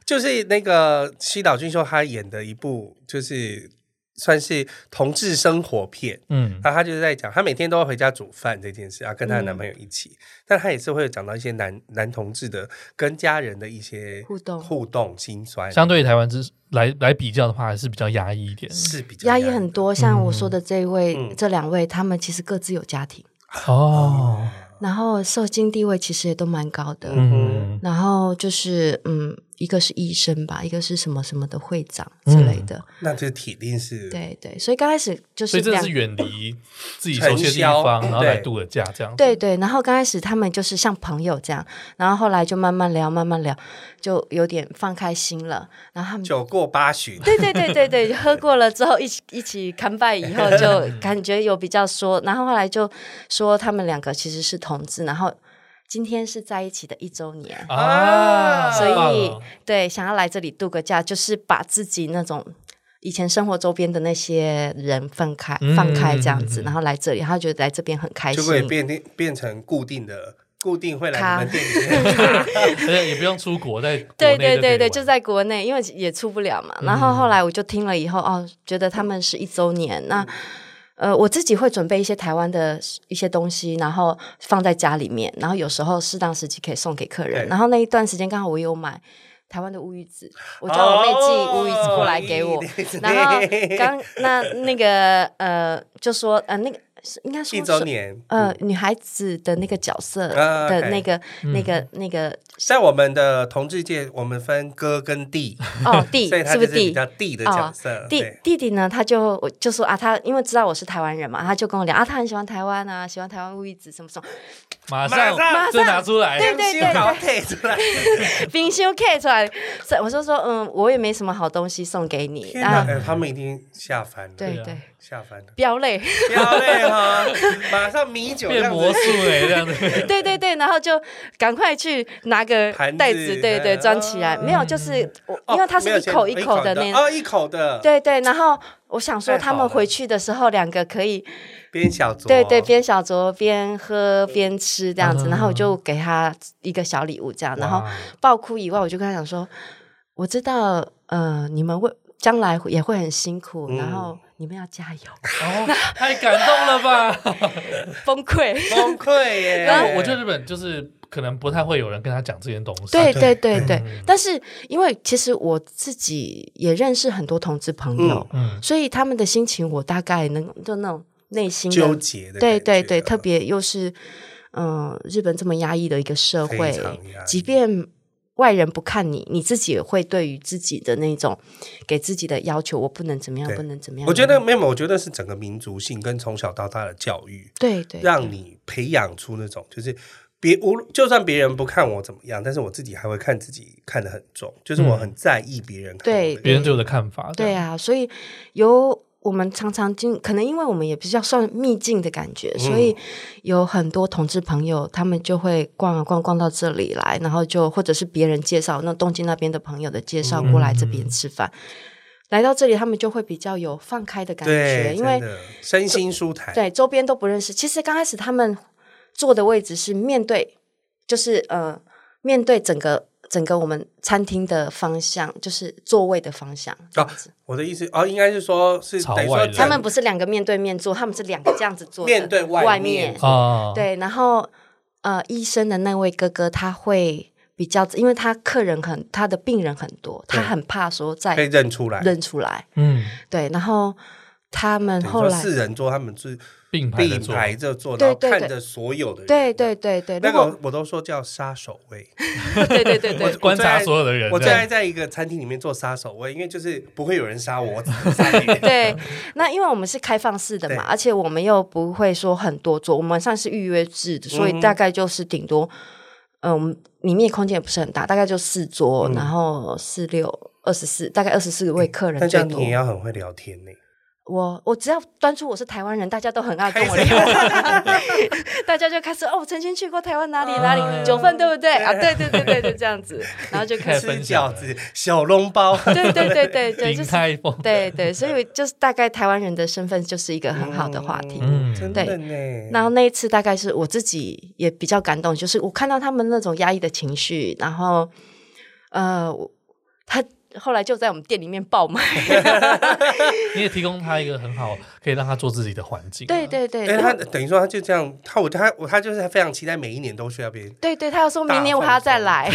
Speaker 4: 就是那个西岛俊秀他演的一部，就是算是同志生活片。
Speaker 3: 嗯
Speaker 4: 那他就是在讲，他每天都要回家煮饭这件事啊，跟她的男朋友一
Speaker 3: 嗯
Speaker 4: 起，但他也是会讲到一些男男同志的跟家人的一些
Speaker 5: 互动
Speaker 4: 互动心酸，
Speaker 3: 相对于台湾之来来比较的话，还是比较压抑一点。
Speaker 4: 是比较
Speaker 5: 压抑很
Speaker 4: 的
Speaker 5: 多。像我说的这一位、
Speaker 4: 嗯
Speaker 5: 这两位，他们其实各自有家庭。
Speaker 3: 哦，
Speaker 5: 然后社经地位其实也都蛮高的。
Speaker 3: 嗯
Speaker 5: 然后就是嗯，一个是医生吧，一个是什么什么的会长之类的。
Speaker 4: 那这铁定是
Speaker 5: 对对，所以刚开始就是
Speaker 3: 所以这
Speaker 5: 两
Speaker 3: 是远离自己熟悉的地方，
Speaker 4: 传销
Speaker 3: 然后来
Speaker 4: 对
Speaker 3: 度个假这样。
Speaker 5: 对，对，然后刚开始他们就是像朋友这样，然后后来就慢慢聊，慢慢聊，就有点放开心了。然后他们
Speaker 4: 酒过八巡，
Speaker 5: 嗯对对对对对，喝过了之后一起一起看拜以后， 就感觉有比较说，然后后来就说他们两个其实是同志，然后今天是在一起的一周年，
Speaker 3: 啊，
Speaker 5: 所
Speaker 3: 太棒
Speaker 5: 以
Speaker 3: 了
Speaker 5: 对想要来这里度个假，就是把自己那种。以前生活周边的那些人放开
Speaker 3: 嗯
Speaker 5: 放开这样
Speaker 3: 嗯嗯
Speaker 5: 子，
Speaker 3: 嗯
Speaker 5: 然后来这里，他觉得来这边很开
Speaker 4: 就
Speaker 5: 心，
Speaker 4: 会变定变成固定的，固定会来你们
Speaker 5: 咖
Speaker 4: 店里面。
Speaker 3: 而且也不用出国，在国
Speaker 5: 对
Speaker 3: 内就可
Speaker 5: 对
Speaker 3: 以
Speaker 5: 对对，
Speaker 3: 玩嗯
Speaker 5: 就在国内，因为也出不了嘛。然后后来我就听了以后，哦，觉得他们是一周年。那
Speaker 3: 嗯
Speaker 5: 呃，我自己会准备一些台湾的一些东西，然后放在家里面，然后有时候适当时机可以送给客人。
Speaker 4: 对
Speaker 5: 然后那一段时间刚好我有买。台湾的乌鱼子， 我叫
Speaker 3: 哦
Speaker 5: 我妹寄乌鱼子过来给我，
Speaker 4: 哦一 直
Speaker 5: 然后刚那那个呃，就说呃那个是应该说
Speaker 4: 一周
Speaker 5: 是
Speaker 4: 年，嗯
Speaker 5: 呃女孩子的那个角色
Speaker 4: 啊
Speaker 5: 的
Speaker 4: ，OK
Speaker 5: 那个、那个那个
Speaker 4: 在我们的同志界，我们分哥跟弟，
Speaker 5: 哦弟
Speaker 4: 所以他
Speaker 5: 是不
Speaker 4: 就是是
Speaker 5: 弟哦
Speaker 4: 比较弟的角色。
Speaker 5: 弟
Speaker 4: 对，
Speaker 5: 弟弟呢，他就我就说啊，他因为知道我是台湾人嘛，他就跟我聊啊，他很喜欢台湾啊，喜欢台湾乌鱼子什么什么，
Speaker 3: 马
Speaker 4: 马上
Speaker 3: 就拿出来，
Speaker 5: 对对对
Speaker 4: 好退出来，
Speaker 5: 冰箱 K 出来，所以我就说嗯，我也没什么好东西送给你
Speaker 4: 天哪
Speaker 5: 啊，，
Speaker 4: 哎他们已经下凡了，
Speaker 5: 对
Speaker 3: 对啊
Speaker 5: 对，
Speaker 4: 下凡了，
Speaker 5: 飙泪，
Speaker 4: 漂亮 哈，马上米酒这
Speaker 3: 变
Speaker 4: 样
Speaker 3: 魔
Speaker 4: 子
Speaker 3: 术哎、这 样子。
Speaker 5: 对对对，然后就赶快去拿个
Speaker 4: 盘子
Speaker 5: 袋子，对对，
Speaker 4: 嗯
Speaker 5: 装起来，没有就是我，因为它是
Speaker 4: 哦没有
Speaker 5: 一口
Speaker 4: 先
Speaker 5: 一口的那
Speaker 4: 哦，一口哦的，，
Speaker 5: 对对，然后我想说
Speaker 4: 太好
Speaker 5: 他们
Speaker 4: 了
Speaker 5: 回去的时候两个可以。
Speaker 4: 边小酌，
Speaker 5: 对对，边小酌边喝边吃这样子，
Speaker 3: 啊
Speaker 5: 然后我就给他一个小礼物这样，然后
Speaker 3: 哇
Speaker 5: 爆哭以外，我就跟他讲说，我知道，呃，你们会将来也会很辛苦，
Speaker 4: 嗯
Speaker 5: 然后你们要加油，
Speaker 3: 哦，太感动了 吧！
Speaker 5: 崩溃。
Speaker 4: 崩溃耶！
Speaker 5: 然后
Speaker 3: 我觉得日本就是可能不太会有人跟他讲这些东西，
Speaker 4: 啊
Speaker 5: 对对对对，
Speaker 4: 嗯
Speaker 5: 但是因为其实我自己也认识很多同志朋友，
Speaker 3: 嗯
Speaker 5: 所以他们的心情我大概能就那种内心的
Speaker 4: 纠结的感觉，啊
Speaker 5: 对对对，特别又是嗯、呃日本这么压抑的一个社
Speaker 4: 非
Speaker 5: 会
Speaker 4: 常压，抑
Speaker 5: 即便外人不看你，你自己也会对于自己的那种给自己的要求，我不能怎么样，
Speaker 4: 对
Speaker 5: 不能怎么样。
Speaker 4: 我觉得没有，我觉得是整个民族性跟从小到大的教育，
Speaker 5: 对对，
Speaker 4: 让你培养出那种就是别无论就算别人不看我怎么样，但是我自己还会看自己看得很重，就是我很在意别人看我的
Speaker 5: 嗯对
Speaker 3: 别人对我的看法。
Speaker 5: 对
Speaker 3: 啊，
Speaker 5: 啊，所以有我们常常进，可能因为我们也比较算秘境的感觉，所
Speaker 4: 嗯
Speaker 5: 以有很多同志朋友，他们就会逛啊逛逛到这里来，然后就或者是别人介绍，那东京那边的朋友的介绍过来这
Speaker 4: 嗯
Speaker 5: 边吃饭。来到这里，他们就会比较有放开的感觉，
Speaker 4: 对，
Speaker 5: 因
Speaker 4: 真
Speaker 5: 为
Speaker 4: 的身心舒坦，哦
Speaker 5: 对周边都不认识。其实刚开始他们坐的位置是面对，就是呃面对整个整个我们餐厅的方向，就是座位的方向这样子。
Speaker 4: 我的意思哦，应该是说是
Speaker 3: 朝
Speaker 4: 等于
Speaker 3: 外
Speaker 4: 说
Speaker 3: 人
Speaker 5: 他们不是两个面对面坐，他们是两个这样子坐的，
Speaker 4: 面对外
Speaker 5: 外
Speaker 4: 面
Speaker 3: 哦，
Speaker 5: 对，然后呃，医生的那位哥哥他会比较，因为他客人很，他的病人很多，
Speaker 4: 对
Speaker 5: 他很怕说
Speaker 4: 可以
Speaker 5: 再
Speaker 4: 认出来。
Speaker 5: 认出来。
Speaker 3: 嗯，
Speaker 5: 对，然后他们
Speaker 4: 等于
Speaker 5: 后
Speaker 4: 说
Speaker 5: 来，
Speaker 4: 四人桌，他们是
Speaker 3: 并排的
Speaker 4: 并
Speaker 3: 做，
Speaker 4: 排着坐，
Speaker 5: 对
Speaker 4: 然后
Speaker 5: 对
Speaker 4: 看
Speaker 5: 对
Speaker 4: 着所有的人。
Speaker 5: 对对对对，
Speaker 4: 那
Speaker 5: 如果
Speaker 4: 个我都说叫杀手位，
Speaker 5: 对对对对，
Speaker 3: 观察所有的人。
Speaker 4: 我
Speaker 3: 这
Speaker 4: 最
Speaker 3: 样
Speaker 4: 爱在一个餐厅里面做杀手位，因为就是不会有人杀我，我只 能杀你。
Speaker 5: 对，那因为我们是开放式的嘛，
Speaker 4: 对
Speaker 5: 而且我们又不会说很多桌，我们上是预约制的，所以大概就是顶多，嗯，我们里面空间也不是很大，大概就四桌，然后四六二十四，大概二十四位客人
Speaker 4: 但这
Speaker 5: 最
Speaker 4: 样你
Speaker 5: 多。
Speaker 4: 也要很啊会聊天呢、
Speaker 5: 我我只要端出我是台湾人，大家都很爱跟
Speaker 4: 开
Speaker 5: 我
Speaker 4: 始
Speaker 5: 聊， 大家就开始哦，我曾经去过台湾哪里哪
Speaker 3: 啊
Speaker 5: 里，九份对不对啊？对对对对对，这样子，然后就
Speaker 3: 太
Speaker 5: 开 始，
Speaker 4: 吃
Speaker 3: 分享
Speaker 4: 饺
Speaker 3: 了
Speaker 4: 子、小笼包，
Speaker 5: 对对对对对，就
Speaker 3: 鼎
Speaker 5: 是
Speaker 3: 泰丰，
Speaker 5: 对对，所以就是大概台湾人的身份就是一个很好的话题。
Speaker 3: 嗯
Speaker 4: 真
Speaker 5: 对
Speaker 4: 的呢。
Speaker 5: 然后那一次大概是我自己也比较感动，就是我看到他们那种压抑的情绪，然后呃，我他后来就在我们店里面 爆买，
Speaker 3: 你也提供他一个很好可以让他做自己的环境。啊
Speaker 5: 对，对对，
Speaker 4: 哎，
Speaker 5: 然后
Speaker 4: 他等于说他就这样，他我他我他就是非常期待每一年都去那边。
Speaker 5: 对对，他要说明年我还要再来，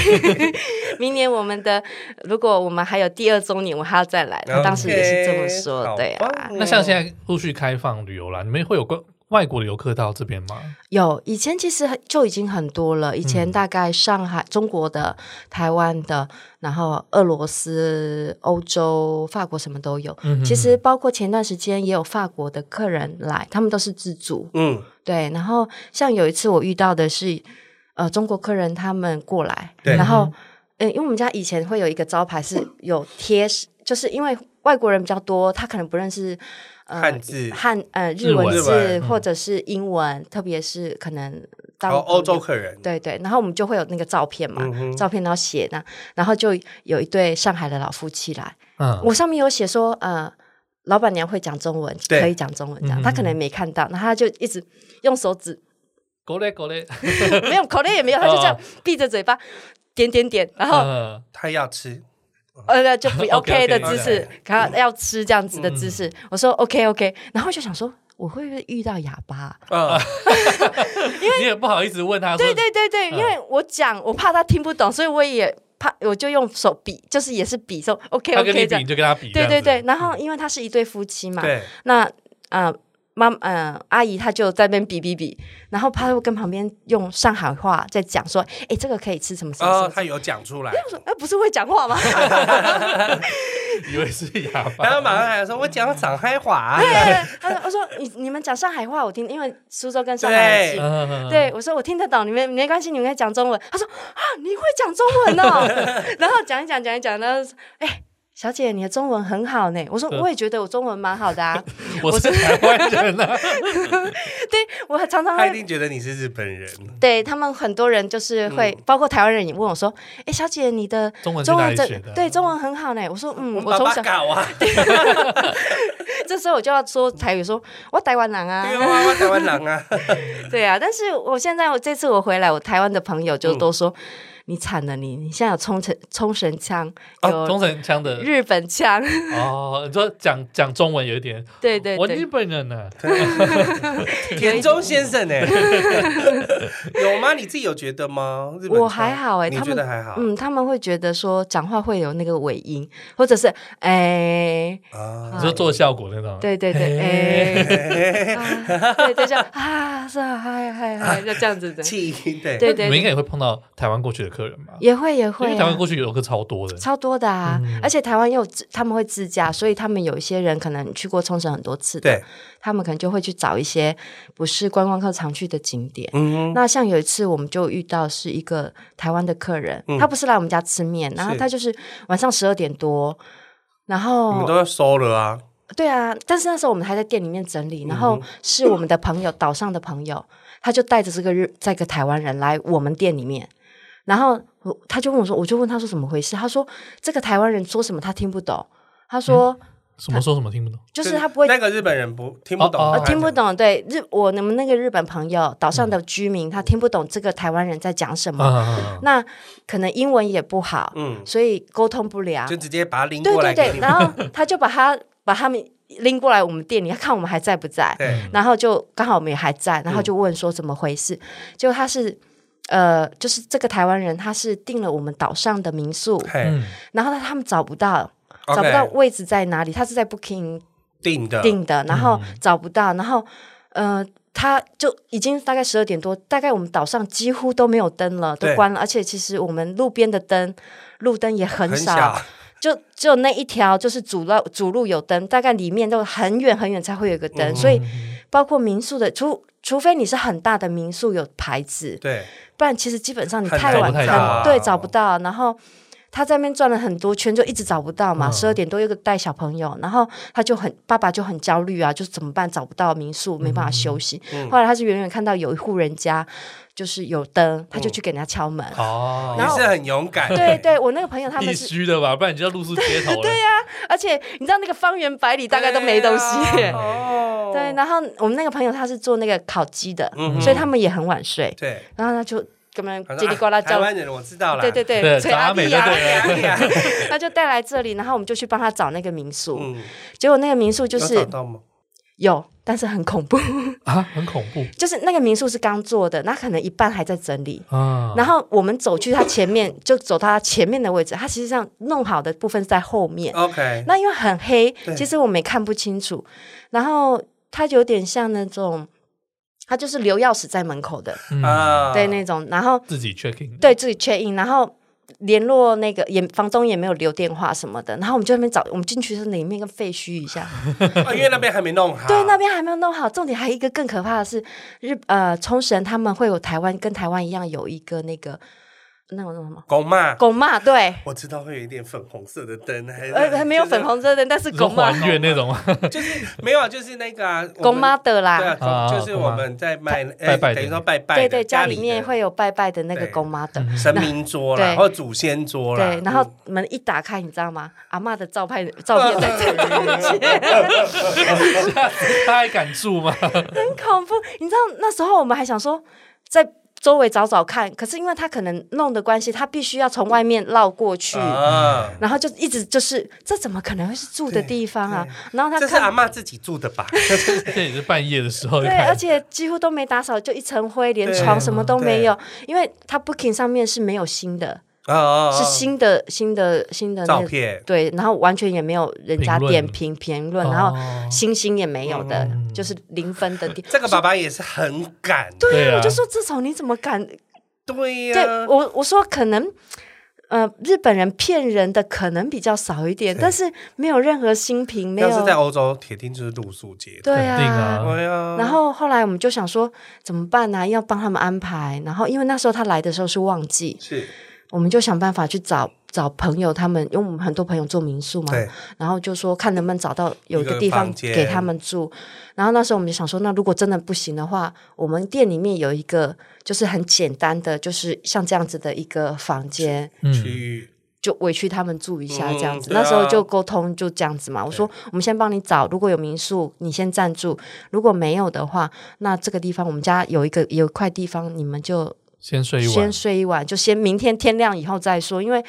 Speaker 5: 明年我们的如果我们还有第二周年，我还要再来。他当时也是这么
Speaker 4: OK，
Speaker 5: 说，
Speaker 4: 好
Speaker 5: 对啊，
Speaker 4: 棒哦
Speaker 3: 那像现在陆续开放旅游啦，你们会有观外国的游客到这边吗？
Speaker 5: 有，以前其实就已经很多了。以
Speaker 3: 嗯
Speaker 5: 前大概上海、中国的、台湾的，然后俄罗斯、欧洲、法国什么都有。
Speaker 3: 嗯哼
Speaker 5: 其实包括前段时间也有法国的客人来，他们都是自助。
Speaker 4: 嗯，
Speaker 5: 对，然后像有一次我遇到的是，呃，中国客人他们过来，
Speaker 4: 对
Speaker 5: 然后，嗯，因为我们家以前会有一个招牌是有贴，就是因为外国人比较多，他可能不认识。呃
Speaker 4: 汉字
Speaker 5: 汉呃
Speaker 3: 日
Speaker 5: 日文
Speaker 3: 文
Speaker 4: 日
Speaker 5: 字
Speaker 3: 文
Speaker 5: 或者是英文，特别是可能
Speaker 4: 然
Speaker 5: 到
Speaker 4: 后哦欧洲客人，
Speaker 5: 对对，然后我们就会有那个照片嘛，
Speaker 4: 嗯哼
Speaker 5: 照片然后写那，然后就有一对上海的老夫妻来，
Speaker 3: 嗯，
Speaker 5: 我上面有写说，呃，老板娘会讲中文，
Speaker 4: 对
Speaker 5: 可以讲中文这
Speaker 3: 嗯
Speaker 5: 样，
Speaker 3: 哼
Speaker 5: 他可能没看到，然后他就一直用手 指，
Speaker 3: 狗嘞狗嘞，
Speaker 5: 没有口令也没有，他就这样闭着嘴巴点点点，然后
Speaker 3: 嗯
Speaker 4: 他 要吃，
Speaker 5: 呃就 不
Speaker 3: OK，OK，
Speaker 5: OK 的姿势
Speaker 4: OK，
Speaker 5: 然后要吃这样子的姿势，我说 OK OK，然后就想说我会不会遇到哑巴啊、
Speaker 4: 嗯，
Speaker 3: 你也不好意思问他说，
Speaker 5: 对对对对，因为我讲我怕他听不懂，所以我也怕，我就用手比，就是也是比说 OK
Speaker 3: 他跟你
Speaker 5: OK
Speaker 3: 比，
Speaker 5: 这
Speaker 3: 你
Speaker 5: 样。
Speaker 3: 就跟他比，
Speaker 5: 对
Speaker 3: 这
Speaker 5: 对
Speaker 3: 样子
Speaker 5: 对，然后因为他是一对夫妻嘛，
Speaker 4: 对，
Speaker 5: 那呃妈呃阿姨她就在那边比比比，然后她就跟旁边用上海话在讲说，哎，这个可以吃什么什么
Speaker 4: 哦，
Speaker 5: 什
Speaker 4: 他
Speaker 5: 么。
Speaker 4: 有讲 出来，
Speaker 5: 那、不是会讲话 吗？
Speaker 3: 以为是哑
Speaker 4: 然
Speaker 3: 巴，
Speaker 4: 后马上还说，我讲上海话，啊
Speaker 5: 他哎说：“我说你你们讲上海话，我听，因为苏州跟上海很
Speaker 4: 对
Speaker 5: 近
Speaker 3: 嗯，
Speaker 5: 对，我说我听得懂，你们没关系，你们可以讲中文。他说啊，你会讲中文哦。 然后讲一讲，讲一讲，然后说哎，小姐，你的中文很好呢。我说我也觉得我中文蛮好的啊，
Speaker 3: 我是台湾人 啊，
Speaker 5: 对我常常
Speaker 4: 他一
Speaker 5: 会。
Speaker 4: 定觉得你是日本人，
Speaker 5: 对他们很多人就是会，包括台湾人也问我说：“哎，小姐，你的
Speaker 3: 嗯中文是
Speaker 5: 中
Speaker 3: 哪
Speaker 5: 文
Speaker 3: 里
Speaker 5: 这
Speaker 3: 学的
Speaker 5: 对中文很好呢。”我说：“嗯， 我
Speaker 4: 爸
Speaker 5: 从
Speaker 4: 爸
Speaker 5: 小
Speaker 4: 搞啊，对
Speaker 5: 这时候我就要说台语，说我台湾人
Speaker 4: 啊，
Speaker 5: 啊，
Speaker 4: 我台湾人 啊，
Speaker 5: 对啊。但是我现在我这次我回来，我台湾的朋友就都
Speaker 3: 嗯
Speaker 5: 说、你惨了你，你现在有冲绳冲绳腔，有
Speaker 3: 中神腔的
Speaker 5: 日本腔，
Speaker 3: 哦，你说讲讲中文有一点，
Speaker 5: 对对
Speaker 3: 哦我日
Speaker 5: 对，
Speaker 3: 本人啊呢，
Speaker 4: 田中先生呢？欸 有吗？你自己有觉得吗？日本
Speaker 5: 我还好哎、
Speaker 4: 你
Speaker 5: 他
Speaker 4: 觉
Speaker 5: 们
Speaker 4: 得还好？
Speaker 5: 嗯，他们会觉得说讲话会有那个尾音，或者是哎，
Speaker 3: 你
Speaker 4: 啊，
Speaker 3: 说做效果那种，
Speaker 5: 对对对，哎、啊对，就这样啊，是啊，嗨嗨嗨，就这样子的，
Speaker 4: 气对
Speaker 5: 对
Speaker 3: 你
Speaker 5: 对
Speaker 3: 们应该
Speaker 5: 对，
Speaker 3: 也会碰到台湾过去的客人吧？
Speaker 5: 也会也
Speaker 3: 因
Speaker 5: 会、
Speaker 3: 为台
Speaker 5: 啊
Speaker 3: 湾。过去游客超多的，
Speaker 5: 超多的啊，
Speaker 4: 嗯
Speaker 5: 而且台湾又自他们会自驾，所以他们有一些人可能去过冲绳很多次的，
Speaker 4: 对，
Speaker 5: 他们可能就会去找一些不是观光客常去的景点。
Speaker 4: 嗯
Speaker 5: 那像有一次，我们就遇到是一个台湾的客人，
Speaker 4: 嗯
Speaker 5: 他不是来我们家吃面，然后他就是晚上十二点多，然
Speaker 4: 哼，你们
Speaker 5: 后
Speaker 4: 都要收了啊，
Speaker 5: 对啊，但是那时候我们还在店里面整理，然
Speaker 4: 嗯
Speaker 5: 后是我们的朋友，岛上的朋友，他就带着这个日这个台湾人来我们店里面。然后我他就问我说，我就问他说怎么回事？他说这个台湾人说什么他听不懂。他说、
Speaker 3: 什么说什么听不懂，
Speaker 5: 就是他不会
Speaker 4: 嗯那个日本人不听不
Speaker 3: 哦
Speaker 4: 懂啊
Speaker 3: 哦
Speaker 5: 我
Speaker 3: 哦，
Speaker 5: 听不懂，对日我们那个日本朋友岛上
Speaker 4: 嗯
Speaker 5: 的居民，他听不懂这个台湾人在讲什么，
Speaker 3: 啊，
Speaker 5: 那可能英文也不好，
Speaker 4: 嗯，
Speaker 5: 所以沟通不了
Speaker 4: 就。直接把它拎
Speaker 5: 对
Speaker 4: 过
Speaker 5: 啊
Speaker 4: 来
Speaker 5: 对
Speaker 4: 给
Speaker 5: 对，
Speaker 4: 你
Speaker 5: 然
Speaker 4: 们。
Speaker 5: 后他就把他把他们拎过来我们店里，看我们还在 不在。
Speaker 4: 对，
Speaker 5: 然后就刚好我们也还在，
Speaker 4: 嗯
Speaker 5: 然后就问说怎么回事，就他是。呃，就是这个台湾人，他是订了我们岛上的民宿，
Speaker 4: 嘿，
Speaker 3: 嗯，
Speaker 5: 然后呢，他们找不到
Speaker 4: OK
Speaker 5: 找不到位置在哪里，他是在 Booking
Speaker 4: 定的，
Speaker 5: 订的，然后
Speaker 4: 嗯
Speaker 5: 找不到，然后呃，他就已经大概十二点多，大概我们岛上几乎都没有灯了，都
Speaker 4: 对
Speaker 5: 关了，而且其实我们路边的灯，路灯也很
Speaker 4: 很
Speaker 5: 少，
Speaker 4: 小，
Speaker 5: 就只有那一条，就是主路主路有灯，大概里面都很远很远才会有一个
Speaker 3: 嗯
Speaker 5: 灯，所以包括民宿的，除除非你是很大的民宿有牌子，
Speaker 4: 对，
Speaker 5: 不然其实基本上你
Speaker 4: 很
Speaker 5: 太
Speaker 3: 难
Speaker 5: 晚
Speaker 3: 找
Speaker 5: 很
Speaker 3: 到
Speaker 5: 对找不到，然后。他在那边转了很多圈，就一直找不到嘛。
Speaker 3: 嗯
Speaker 5: 十二点多又带小朋友，然后他就很爸爸就很焦虑啊，就是怎么办？找不到民宿，没办法休息。
Speaker 3: 嗯
Speaker 4: 嗯
Speaker 5: 后来他是远远看到有一户人家就是有灯，他
Speaker 3: 嗯
Speaker 5: 就去给人家 敲门。
Speaker 3: 哦，
Speaker 4: 你
Speaker 5: 然后
Speaker 4: 是很勇敢，
Speaker 5: 对，对，我那个朋友他
Speaker 3: 必
Speaker 5: 们是啊
Speaker 3: 须的吧，不然你就要露宿街 头了。对呀，
Speaker 5: 而且你知道那个方圆百里大概都没东西。
Speaker 4: 对啊哦，
Speaker 5: 对，然后我们那个朋友他是做那个烤鸡的，所以他们也很晚睡，
Speaker 4: 对，
Speaker 5: 然后他就跟他们
Speaker 4: 嗯他说
Speaker 5: 叽里呱啦
Speaker 4: 啊台
Speaker 5: 叫。
Speaker 4: 湾人我知道了，
Speaker 5: 对对
Speaker 3: 对
Speaker 5: 对，
Speaker 3: 找阿
Speaker 5: 阿
Speaker 3: 美
Speaker 5: 丽
Speaker 3: 就
Speaker 5: 呀
Speaker 3: 对了，
Speaker 4: 哎呀，
Speaker 5: 他就带来这里，然后我们就去帮他找那个民宿，
Speaker 4: 嗯，
Speaker 5: 结果那个民宿就
Speaker 4: 有找
Speaker 5: 是
Speaker 4: 到吗？
Speaker 5: 有，但是很恐怖，
Speaker 3: 啊，很恐怖
Speaker 5: 就是那个民宿是刚做的，那可能一半还在整理，
Speaker 3: 啊。
Speaker 5: 然后我们走去他前面，就走到他前面的位置，他其实上弄好的部分是在后面，
Speaker 4: OK，
Speaker 5: 那因为很黑
Speaker 4: 对，
Speaker 5: 其实我们也看不清楚。然后它有点像那种他就是留钥匙在门口的，
Speaker 3: 嗯
Speaker 4: 啊，
Speaker 5: 对那种，然后
Speaker 3: 自己 check in，，
Speaker 5: 对自己 check in，然后联络那个也房东也没有留电话什么的，然后我们就在那边找，我们进去是里面跟废墟一 下，
Speaker 4: 啊因为那边还没弄好，
Speaker 5: 对，那边还没有弄好。重点还有一个更可怕的是，日呃冲绳他们会有台湾跟台湾一样有一个那个那种那种什么
Speaker 4: 狗骂，
Speaker 5: 狗骂，对，
Speaker 4: 我知道会有一点粉红色的灯，还
Speaker 5: 呃还没有粉，红色的，但是
Speaker 3: 是
Speaker 5: 狗 骂
Speaker 3: 还原那种吗，
Speaker 4: 就是没有啊，就是那个啊，我
Speaker 5: 狗
Speaker 4: 们
Speaker 5: 妈的
Speaker 4: 对
Speaker 5: 啦，
Speaker 4: 啊，
Speaker 3: 啊
Speaker 4: 就是我们在卖，哎
Speaker 3: 拜拜的
Speaker 4: 等于说拜拜的，
Speaker 5: 对对，家
Speaker 4: 家
Speaker 5: 里
Speaker 4: 的
Speaker 5: 面会有拜拜的那个
Speaker 4: 对
Speaker 5: 狗妈的。
Speaker 4: 神明桌啦，
Speaker 5: 对
Speaker 4: 或祖先桌啦，嗯
Speaker 5: 对，然后门一打开，你知道吗？阿嬷的照片照片在这个空间，
Speaker 3: 他还敢住吗？
Speaker 5: 很恐怖。 你知道那时候我们还想说在周围找找看，可是因为他可能弄的关系，他必须要从外面绕过去，
Speaker 4: 啊，
Speaker 5: 然后就一直就是这怎么可能会是住的地方啊？然后他
Speaker 4: 这是阿
Speaker 5: 看。
Speaker 4: 嬷自己住的吧？
Speaker 3: 这也是半夜的时候就
Speaker 5: 对，
Speaker 3: 开
Speaker 5: 而
Speaker 3: 始，
Speaker 5: 且几乎都没打扫，就一层灰，连
Speaker 4: 对
Speaker 5: 床什么都没有。因为他 Booking 上面是没有新的，
Speaker 4: 啊啊，啊
Speaker 5: 是新的、新的、新的那
Speaker 4: 照
Speaker 5: 个
Speaker 4: 片，
Speaker 5: 对，然后完全也没有人家
Speaker 3: 评论
Speaker 5: 点评评论，
Speaker 3: 哦嗯
Speaker 5: 然后星星也没有的，就是零分 的点。
Speaker 4: 这个爸爸也是很敢，
Speaker 3: 对
Speaker 5: 对
Speaker 3: 啊
Speaker 5: 啊，我就说这种你怎么敢？
Speaker 4: 对啊
Speaker 5: 对
Speaker 4: 呀，
Speaker 5: 我我说可能。呃，日本人骗人的可能比较少一点，但是没有任何新评，没有
Speaker 4: 要是在欧洲，铁定就是露宿街头。
Speaker 5: 对
Speaker 3: 肯定啊
Speaker 4: 对呀，
Speaker 5: 然后后来我们就想说怎么办呢、要帮他们安排。然后因为那时候他来的时候是旺季，
Speaker 4: 是
Speaker 5: 我们就想办法去找找朋友，他们因为我们很多朋友做民宿嘛，
Speaker 4: 对，
Speaker 5: 然后就说看能不能找到有一
Speaker 4: 一
Speaker 5: 个
Speaker 4: 个
Speaker 5: 地方
Speaker 4: 房间
Speaker 5: 给他们住。然后那时候我们就想说，那如果真的不行的话，我们店里面有一个就是很简单的，就是像这样子的一个房间，
Speaker 4: 区
Speaker 3: 嗯，
Speaker 4: 域
Speaker 5: 就委屈他们住一下
Speaker 4: 嗯
Speaker 5: 这样子。
Speaker 4: 对啊
Speaker 5: 那时候就沟通就这样子嘛。我说我们先帮你找，如果有民宿你先暂住，如果没有的话，那这个地方我们家有一个有一块地方，你们就
Speaker 3: 先睡一晚
Speaker 5: 先，睡一晚，就先明天天亮以后再说，因为。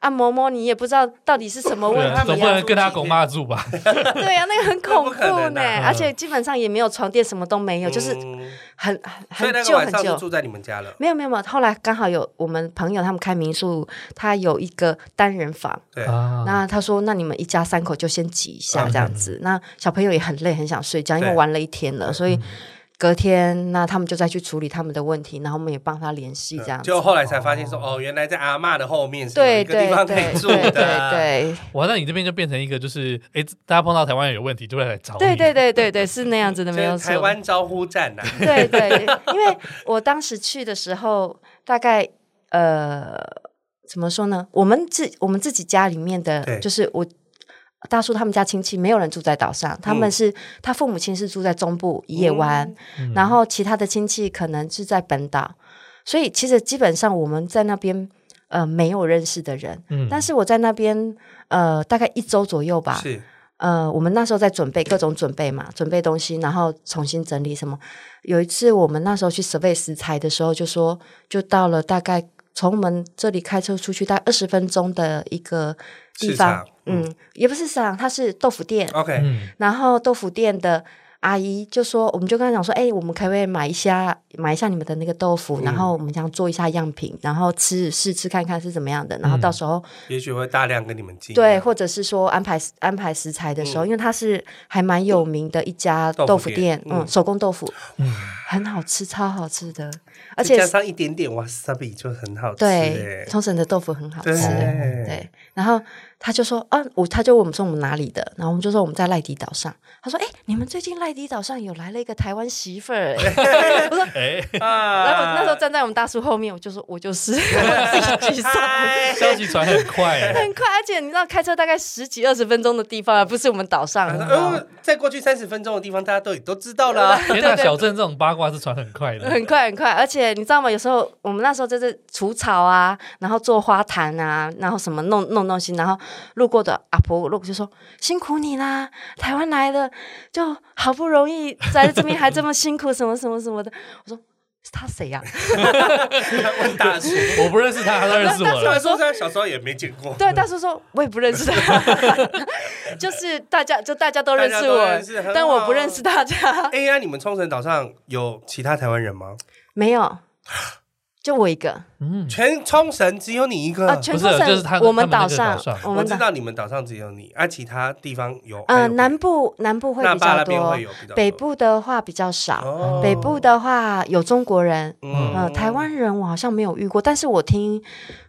Speaker 5: 按摩摸你也不知道到底是什么问
Speaker 3: 对
Speaker 5: 题、啊
Speaker 3: 啊，，总不能跟他狗骂住吧？
Speaker 5: 对呀、啊，那个很恐
Speaker 4: 不可能
Speaker 5: 怖
Speaker 4: 啊
Speaker 5: 呢、
Speaker 4: 嗯
Speaker 5: 而且基本上也没有床垫，什么都没有，就是
Speaker 4: 嗯
Speaker 5: 很
Speaker 4: 所以那
Speaker 5: 很很
Speaker 4: 个
Speaker 5: 旧
Speaker 4: 晚
Speaker 5: 很
Speaker 4: 上就
Speaker 5: 旧。
Speaker 4: 住在你们家了，
Speaker 5: 没有没有没有，后来刚好有我们朋友他们开民宿，他有一个单人房，
Speaker 4: 对，
Speaker 3: 啊，
Speaker 5: 那他说那你们一家三口就先挤一下这样子，那小朋友也很累，很想睡觉，因为
Speaker 4: 对
Speaker 5: 玩了一天了，所以隔天那他们就再去处理他们的问题，然后我们也帮他联系这样子。
Speaker 4: 就后来才发现说，哦，原来在阿嬷的后面是有
Speaker 5: 对
Speaker 4: 一个
Speaker 5: 对
Speaker 4: 地方
Speaker 5: 对
Speaker 4: 可以
Speaker 5: 对
Speaker 4: 住
Speaker 5: 对
Speaker 4: 的，
Speaker 5: 对
Speaker 3: 哇，那你这边就变成一个就是，哎，大家碰到台湾人有问题就会来找你，
Speaker 5: 对对对对对，是那样子的，没有
Speaker 4: 就是
Speaker 5: 错。
Speaker 4: 台湾招呼站啊 呐，
Speaker 5: 对对，因为我当时去的时候，大概呃，怎么说呢？我们自我们自己家里面
Speaker 4: 对
Speaker 5: 的，就是我大叔他们家亲戚，没有人住在岛上，他们
Speaker 4: 嗯
Speaker 5: 是、他父母亲是住在中部一夜湾，
Speaker 3: 嗯，
Speaker 5: 然后其他的亲戚可能是在本岛，所以其实基本上我们在那边呃没有认识的人，
Speaker 3: 嗯
Speaker 5: 但是我在那边呃大概一周左右吧，
Speaker 4: 是
Speaker 5: 呃，我们那时候在准备各种准备嘛，准备东西，然后重新整理什么。有一次我们那时候去 survey 食材的时候，就说就到了大概从我们这里开车出去大概二十分钟的一个地
Speaker 4: 市
Speaker 5: 方
Speaker 4: 场，啊
Speaker 5: 嗯也不是市场，它是豆腐店。
Speaker 4: OK，
Speaker 3: 嗯，
Speaker 5: 然后豆腐店的阿姨就说，我们就跟她讲说，哎、我们可不可以买一下买一下你们的那个豆腐，
Speaker 4: 嗯
Speaker 5: 然后我们这样做一下样品，然后吃试吃看看是怎么样的，然后
Speaker 4: 嗯
Speaker 5: 到时候
Speaker 4: 也许会大量跟你们进，
Speaker 5: 对，或者是说安排安排食材的时候，因为它是还蛮有名的一家
Speaker 4: 嗯豆腐
Speaker 5: 豆腐
Speaker 4: 店
Speaker 5: 店，
Speaker 4: 嗯
Speaker 5: 嗯，手工豆腐，很好吃，超好吃的，而
Speaker 4: 再
Speaker 5: 且
Speaker 4: 加上一点点 wasabi 就很好吃，
Speaker 5: 对
Speaker 4: 哎
Speaker 5: 冲绳的豆腐很好吃，
Speaker 4: 对
Speaker 5: 对。然后他就说啊，我他就问我们说我们哪里的，然后我们就说我们在赖迪岛上。他说哎，你们最近赖迪岛上有来了一个台湾媳妇 儿、欸，我说。
Speaker 3: 哎，
Speaker 4: 啊
Speaker 5: 然后我那时候站在我们大叔后面，我就说，我就是， 我自己举手，
Speaker 4: 嗨
Speaker 3: 消息传很快，哎
Speaker 5: 很快，而且你知道开车大概十几二十分钟的地方，而不是我们岛上，你知道吗
Speaker 4: 呃，再过去三十分钟的地方，大家都也都知道 了。
Speaker 3: 天呐，小镇这种八卦是传很快的，
Speaker 5: 很快很快，而且你知道吗？有时候我们那时候在这除草啊，然后做花坛啊，然后什么弄弄东西，然后路过的阿婆路过就说：“辛苦你啦，台湾来的就好不容易在这边还这么辛苦，什么什么什么的。”我说：“是他谁呀、
Speaker 4: 问大叔，
Speaker 3: 我不认识他，他认识我
Speaker 4: 虽然
Speaker 3: 了，
Speaker 4: 说他小时候也没见过，
Speaker 5: 对，大叔说：“我也不认识他， 就是大家就大家都认
Speaker 4: 大家
Speaker 5: 识
Speaker 4: 都
Speaker 5: 我，
Speaker 4: 认识很
Speaker 5: 但我
Speaker 4: 好啊
Speaker 5: 不认识大家。
Speaker 4: 哎呀，你们冲绳岛上有其他台湾人吗？
Speaker 5: 没有，就我一个
Speaker 3: 嗯，
Speaker 4: 全冲绳只有你一个。
Speaker 5: 啊，全
Speaker 3: 不是
Speaker 5: 冲绳
Speaker 3: 就是他
Speaker 5: 我们
Speaker 3: 他们那个
Speaker 5: 上
Speaker 3: 岛上，
Speaker 5: 我
Speaker 4: 我
Speaker 5: 们
Speaker 4: 知
Speaker 5: 岛
Speaker 4: 道你们岛上只有你，啊，其他地方有。还
Speaker 5: 呃
Speaker 4: 有别
Speaker 5: 南部南部会
Speaker 4: 那
Speaker 5: 比
Speaker 4: 霸那
Speaker 5: 较
Speaker 4: 边
Speaker 5: 多
Speaker 4: 会有比较多，
Speaker 5: 北部的话比较少，
Speaker 4: 哦
Speaker 5: 北部的话有中国人，
Speaker 4: 嗯
Speaker 5: 呃，台湾人我好像没有遇过，但是我听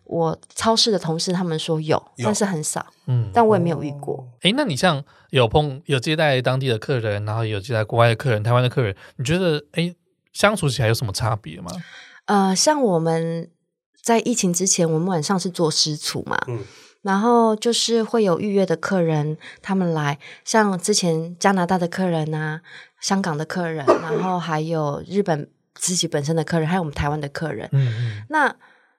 Speaker 5: 我超市的同事他们说有，
Speaker 4: 有哦
Speaker 5: 但是很少，
Speaker 3: 嗯，
Speaker 5: 但我也没有遇过。
Speaker 3: 哎，那你像有碰有接待当地的客人，然后有接待国外的客人、台湾的客人，你觉得哎相处起来有什么差别吗？
Speaker 5: 呃，像我们在疫情之前，我们晚上是做私厨嘛，
Speaker 4: 嗯
Speaker 5: 然后就是会有预约的客人他们来，像之前加拿大的客人啊，香港的客人，然后还有日本自己本身的客人，还有我们台湾的客人。
Speaker 3: 嗯
Speaker 5: 那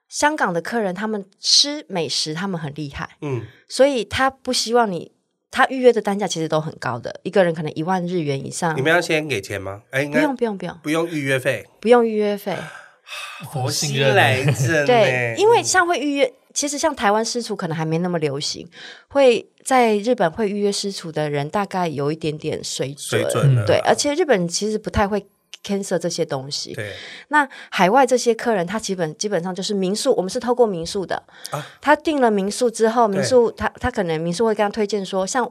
Speaker 5: 香港的客人他们吃美食，他们很厉害，
Speaker 4: 嗯
Speaker 5: 所以他不希望你。他预约的单价其实都很高的，一个人可能一万日元以上。
Speaker 4: 你们要先给钱吗？哎，应
Speaker 5: 不
Speaker 4: 该
Speaker 5: 用不用不用
Speaker 4: 不用预约费，
Speaker 5: 不用预约费，
Speaker 3: 嗯，
Speaker 4: 佛
Speaker 3: 信
Speaker 4: 系
Speaker 3: 任
Speaker 4: 来
Speaker 3: 欸
Speaker 4: 着。
Speaker 5: 对，因
Speaker 4: 嗯
Speaker 5: 为像会预约，其实像台湾私厨可能还没那么流行，会在日本会预约私厨的人大概有一点点水准，
Speaker 4: 水准啊了
Speaker 5: 嗯对，而且日本人其实不太会 cancel 这些东西。
Speaker 4: 对
Speaker 5: 那海外这些客人，他基本基本上就是民宿，我们是透过民宿的。
Speaker 4: 啊
Speaker 5: 他订了民宿之后，
Speaker 4: 对
Speaker 5: 民宿他他可能民宿会跟他推荐说，像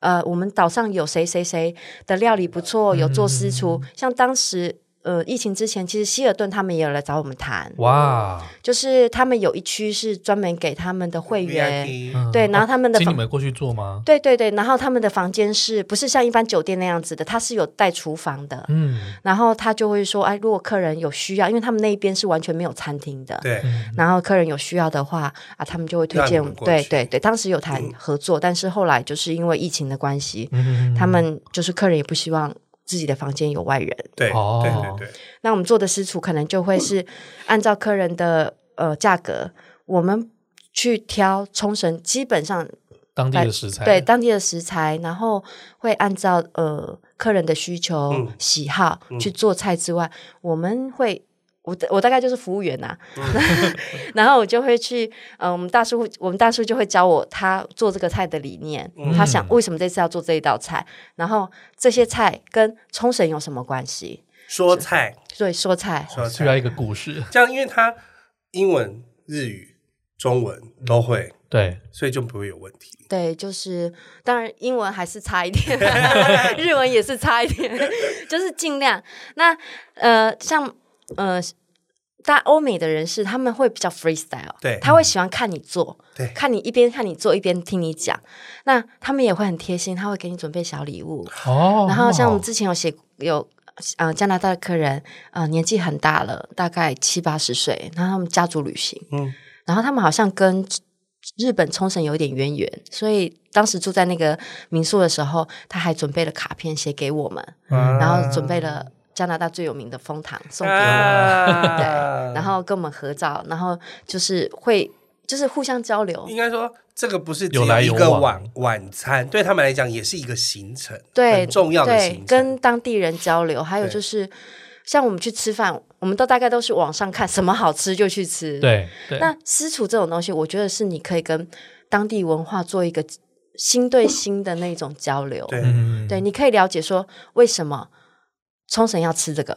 Speaker 5: 呃，我们岛上有谁谁谁的料理不错，有做私厨。像当时呃疫情之前，其实希尔顿他们也有来找我们谈，
Speaker 3: 哇，
Speaker 5: 就是他们有一区是专门给他们的会员，
Speaker 4: VIP
Speaker 3: 嗯
Speaker 5: 对，然后他们的
Speaker 3: 请你
Speaker 5: 房。
Speaker 3: 们过去做吗？
Speaker 5: 对对对，然后他们的房间是不是像一般酒店那样子的？它是有带厨房的，
Speaker 3: 嗯，
Speaker 5: 然后他就会说，哎，如果客人有需要，因为他们那一边是完全没有餐厅的，
Speaker 4: 对，
Speaker 5: 然后客人有需要的话啊，他们就会推
Speaker 4: 让你
Speaker 5: 荐
Speaker 4: 们。过
Speaker 5: 对
Speaker 4: 去嗯
Speaker 5: 对对，当时有谈合作，但是后来就是因为疫情的关系，
Speaker 3: 嗯
Speaker 5: 他们就是客人也不希望自己的房间有外人。
Speaker 4: 对
Speaker 3: 哦
Speaker 4: 对对对，
Speaker 5: 那我们做的私厨可能就 会是按照客人的呃价格，我们去挑冲绳基本上
Speaker 3: 当地的食材，
Speaker 5: 呃对当地的食材，然后会按照呃客人的需求、
Speaker 4: 嗯
Speaker 5: 喜好去做菜之外，我们会。我的我大概就是服务员呐、 然后我就会去，呃，我们大叔会，我们大叔就会教我他做这个菜的理念，他想为什么这次要做这一道菜，然后这些菜跟冲绳有什么关系，
Speaker 4: 说菜
Speaker 5: 所以说菜，
Speaker 4: 说
Speaker 3: 需要
Speaker 4: 菜，
Speaker 3: 一个故事，
Speaker 4: 这样因为他英文、日语、中文都会，
Speaker 3: 对，
Speaker 4: 所以就不会有问题。
Speaker 5: 对，就是当然英文还是差一点， 日文也是差一点，就是尽量。那呃，像呃，大欧美的人士他们会比较 freestyle，
Speaker 4: 对
Speaker 5: 他会喜欢看你做，
Speaker 4: 对
Speaker 5: 看你一边看你做一边听你讲。那他们也会很贴心，他会给你准备小礼物。
Speaker 3: 哦，
Speaker 5: 然后像我们
Speaker 3: 哦
Speaker 5: 之前有写有。呃，加拿大的客人，呃，年纪很大了，大概七八十岁，然后他们家族旅行，
Speaker 4: 嗯，
Speaker 5: 然后他们好像跟日本冲绳有一点渊源，所以当时住在那个民宿的时候，他还准备了卡片写给我们，然后准备了加拿大最有名的枫糖送给我们，
Speaker 4: 啊
Speaker 5: 对，然后跟我们合照，然后就是会就是互相交流
Speaker 4: 应，该说，这个不是只
Speaker 3: 有来
Speaker 4: 一
Speaker 3: 有
Speaker 4: 个
Speaker 3: 往
Speaker 4: 晚晚餐，对他们来讲也是一个行程，
Speaker 5: 对，
Speaker 4: 很重要的行
Speaker 5: 对
Speaker 4: 程，，
Speaker 5: 跟当地人交流，还有
Speaker 4: 对
Speaker 5: 就是像我们去吃饭，我们都大概都是网上看什么好吃就去吃，
Speaker 3: 对对，
Speaker 5: 那私厨这种东西，我觉得是你可以跟当地文化做一个心对心的那种交流。
Speaker 4: 对，
Speaker 3: 嗯
Speaker 5: 对，你可以了解说为什么冲绳要吃这个，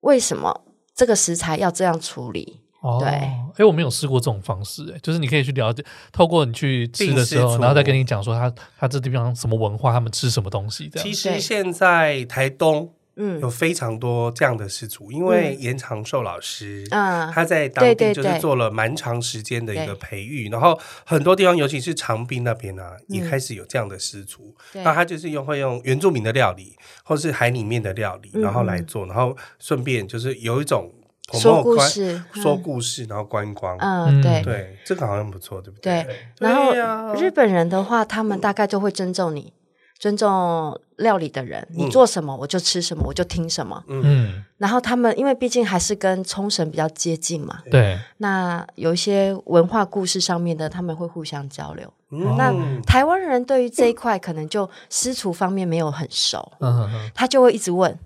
Speaker 5: 为什么这个食材要这样处理。
Speaker 3: 哦，
Speaker 5: 对
Speaker 3: 哎，我没有试过这种方式，哎，就是你可以去了解，透过你去吃的时
Speaker 4: 定
Speaker 3: 候，
Speaker 4: 时
Speaker 3: 然后再
Speaker 4: 做
Speaker 3: 跟你讲说他他这地方什么文化，他们吃什么东西这样
Speaker 4: 其。实
Speaker 5: 对
Speaker 4: 现在台东
Speaker 5: 嗯
Speaker 4: 有非常多这样的事主，因为严长寿老师，
Speaker 5: 嗯
Speaker 4: 他在当
Speaker 5: 对
Speaker 4: 地
Speaker 5: 对
Speaker 4: 就是
Speaker 5: 对
Speaker 4: 做了蛮长时间的一个
Speaker 5: 对
Speaker 4: 培育，然后很多地方，尤其是长滨那边啊，也开始有这样的师厨。
Speaker 5: 嗯对
Speaker 4: 那他就是用会用原住民的料理，或是海里面的料理，
Speaker 5: 嗯
Speaker 4: 然后来做，然后顺便就是有一种
Speaker 5: 说故事
Speaker 4: 观说
Speaker 5: 嗯
Speaker 4: 故事，然后观光。
Speaker 5: 嗯，对。
Speaker 4: 对，这个好像不错，对不
Speaker 5: 对
Speaker 4: 对？
Speaker 5: 然后
Speaker 4: 对呀
Speaker 5: 日本人的话，他们大概就会尊重你，尊重料理的人，你
Speaker 4: 嗯
Speaker 5: 做什么我就吃什么，我就听什么。
Speaker 3: 嗯，
Speaker 5: 然后他们因为毕竟还是跟冲绳比较接近嘛，
Speaker 3: 对，
Speaker 5: 那有一些文化故事上面的，他们会互相交流。
Speaker 4: 嗯
Speaker 5: 那台湾人对于这一块可能就私厨方面没有很熟，
Speaker 3: 嗯嗯嗯
Speaker 5: 他就会一直问：“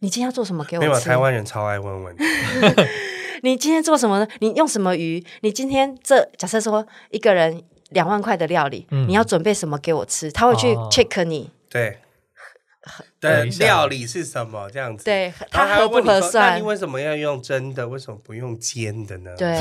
Speaker 5: 你今天要做什么给
Speaker 4: 没有啊
Speaker 5: 我吃
Speaker 4: 台？湾人超爱问 问题，
Speaker 5: 你今天做什么呢？你用什么鱼？你今天这假设说一个人两
Speaker 4: 嗯
Speaker 5: 万块的料理，你要准备什么给我吃？”他会去
Speaker 3: 哦
Speaker 5: check 你。
Speaker 4: 对，的
Speaker 3: 等一下
Speaker 4: 料理是什么这样子。
Speaker 5: 对
Speaker 4: 然后
Speaker 5: 它
Speaker 4: 会
Speaker 5: 合不
Speaker 4: 问你
Speaker 5: 合
Speaker 4: 说那
Speaker 5: 算
Speaker 4: 你？为什么要用蒸的？为什么不用煎的呢？
Speaker 5: 对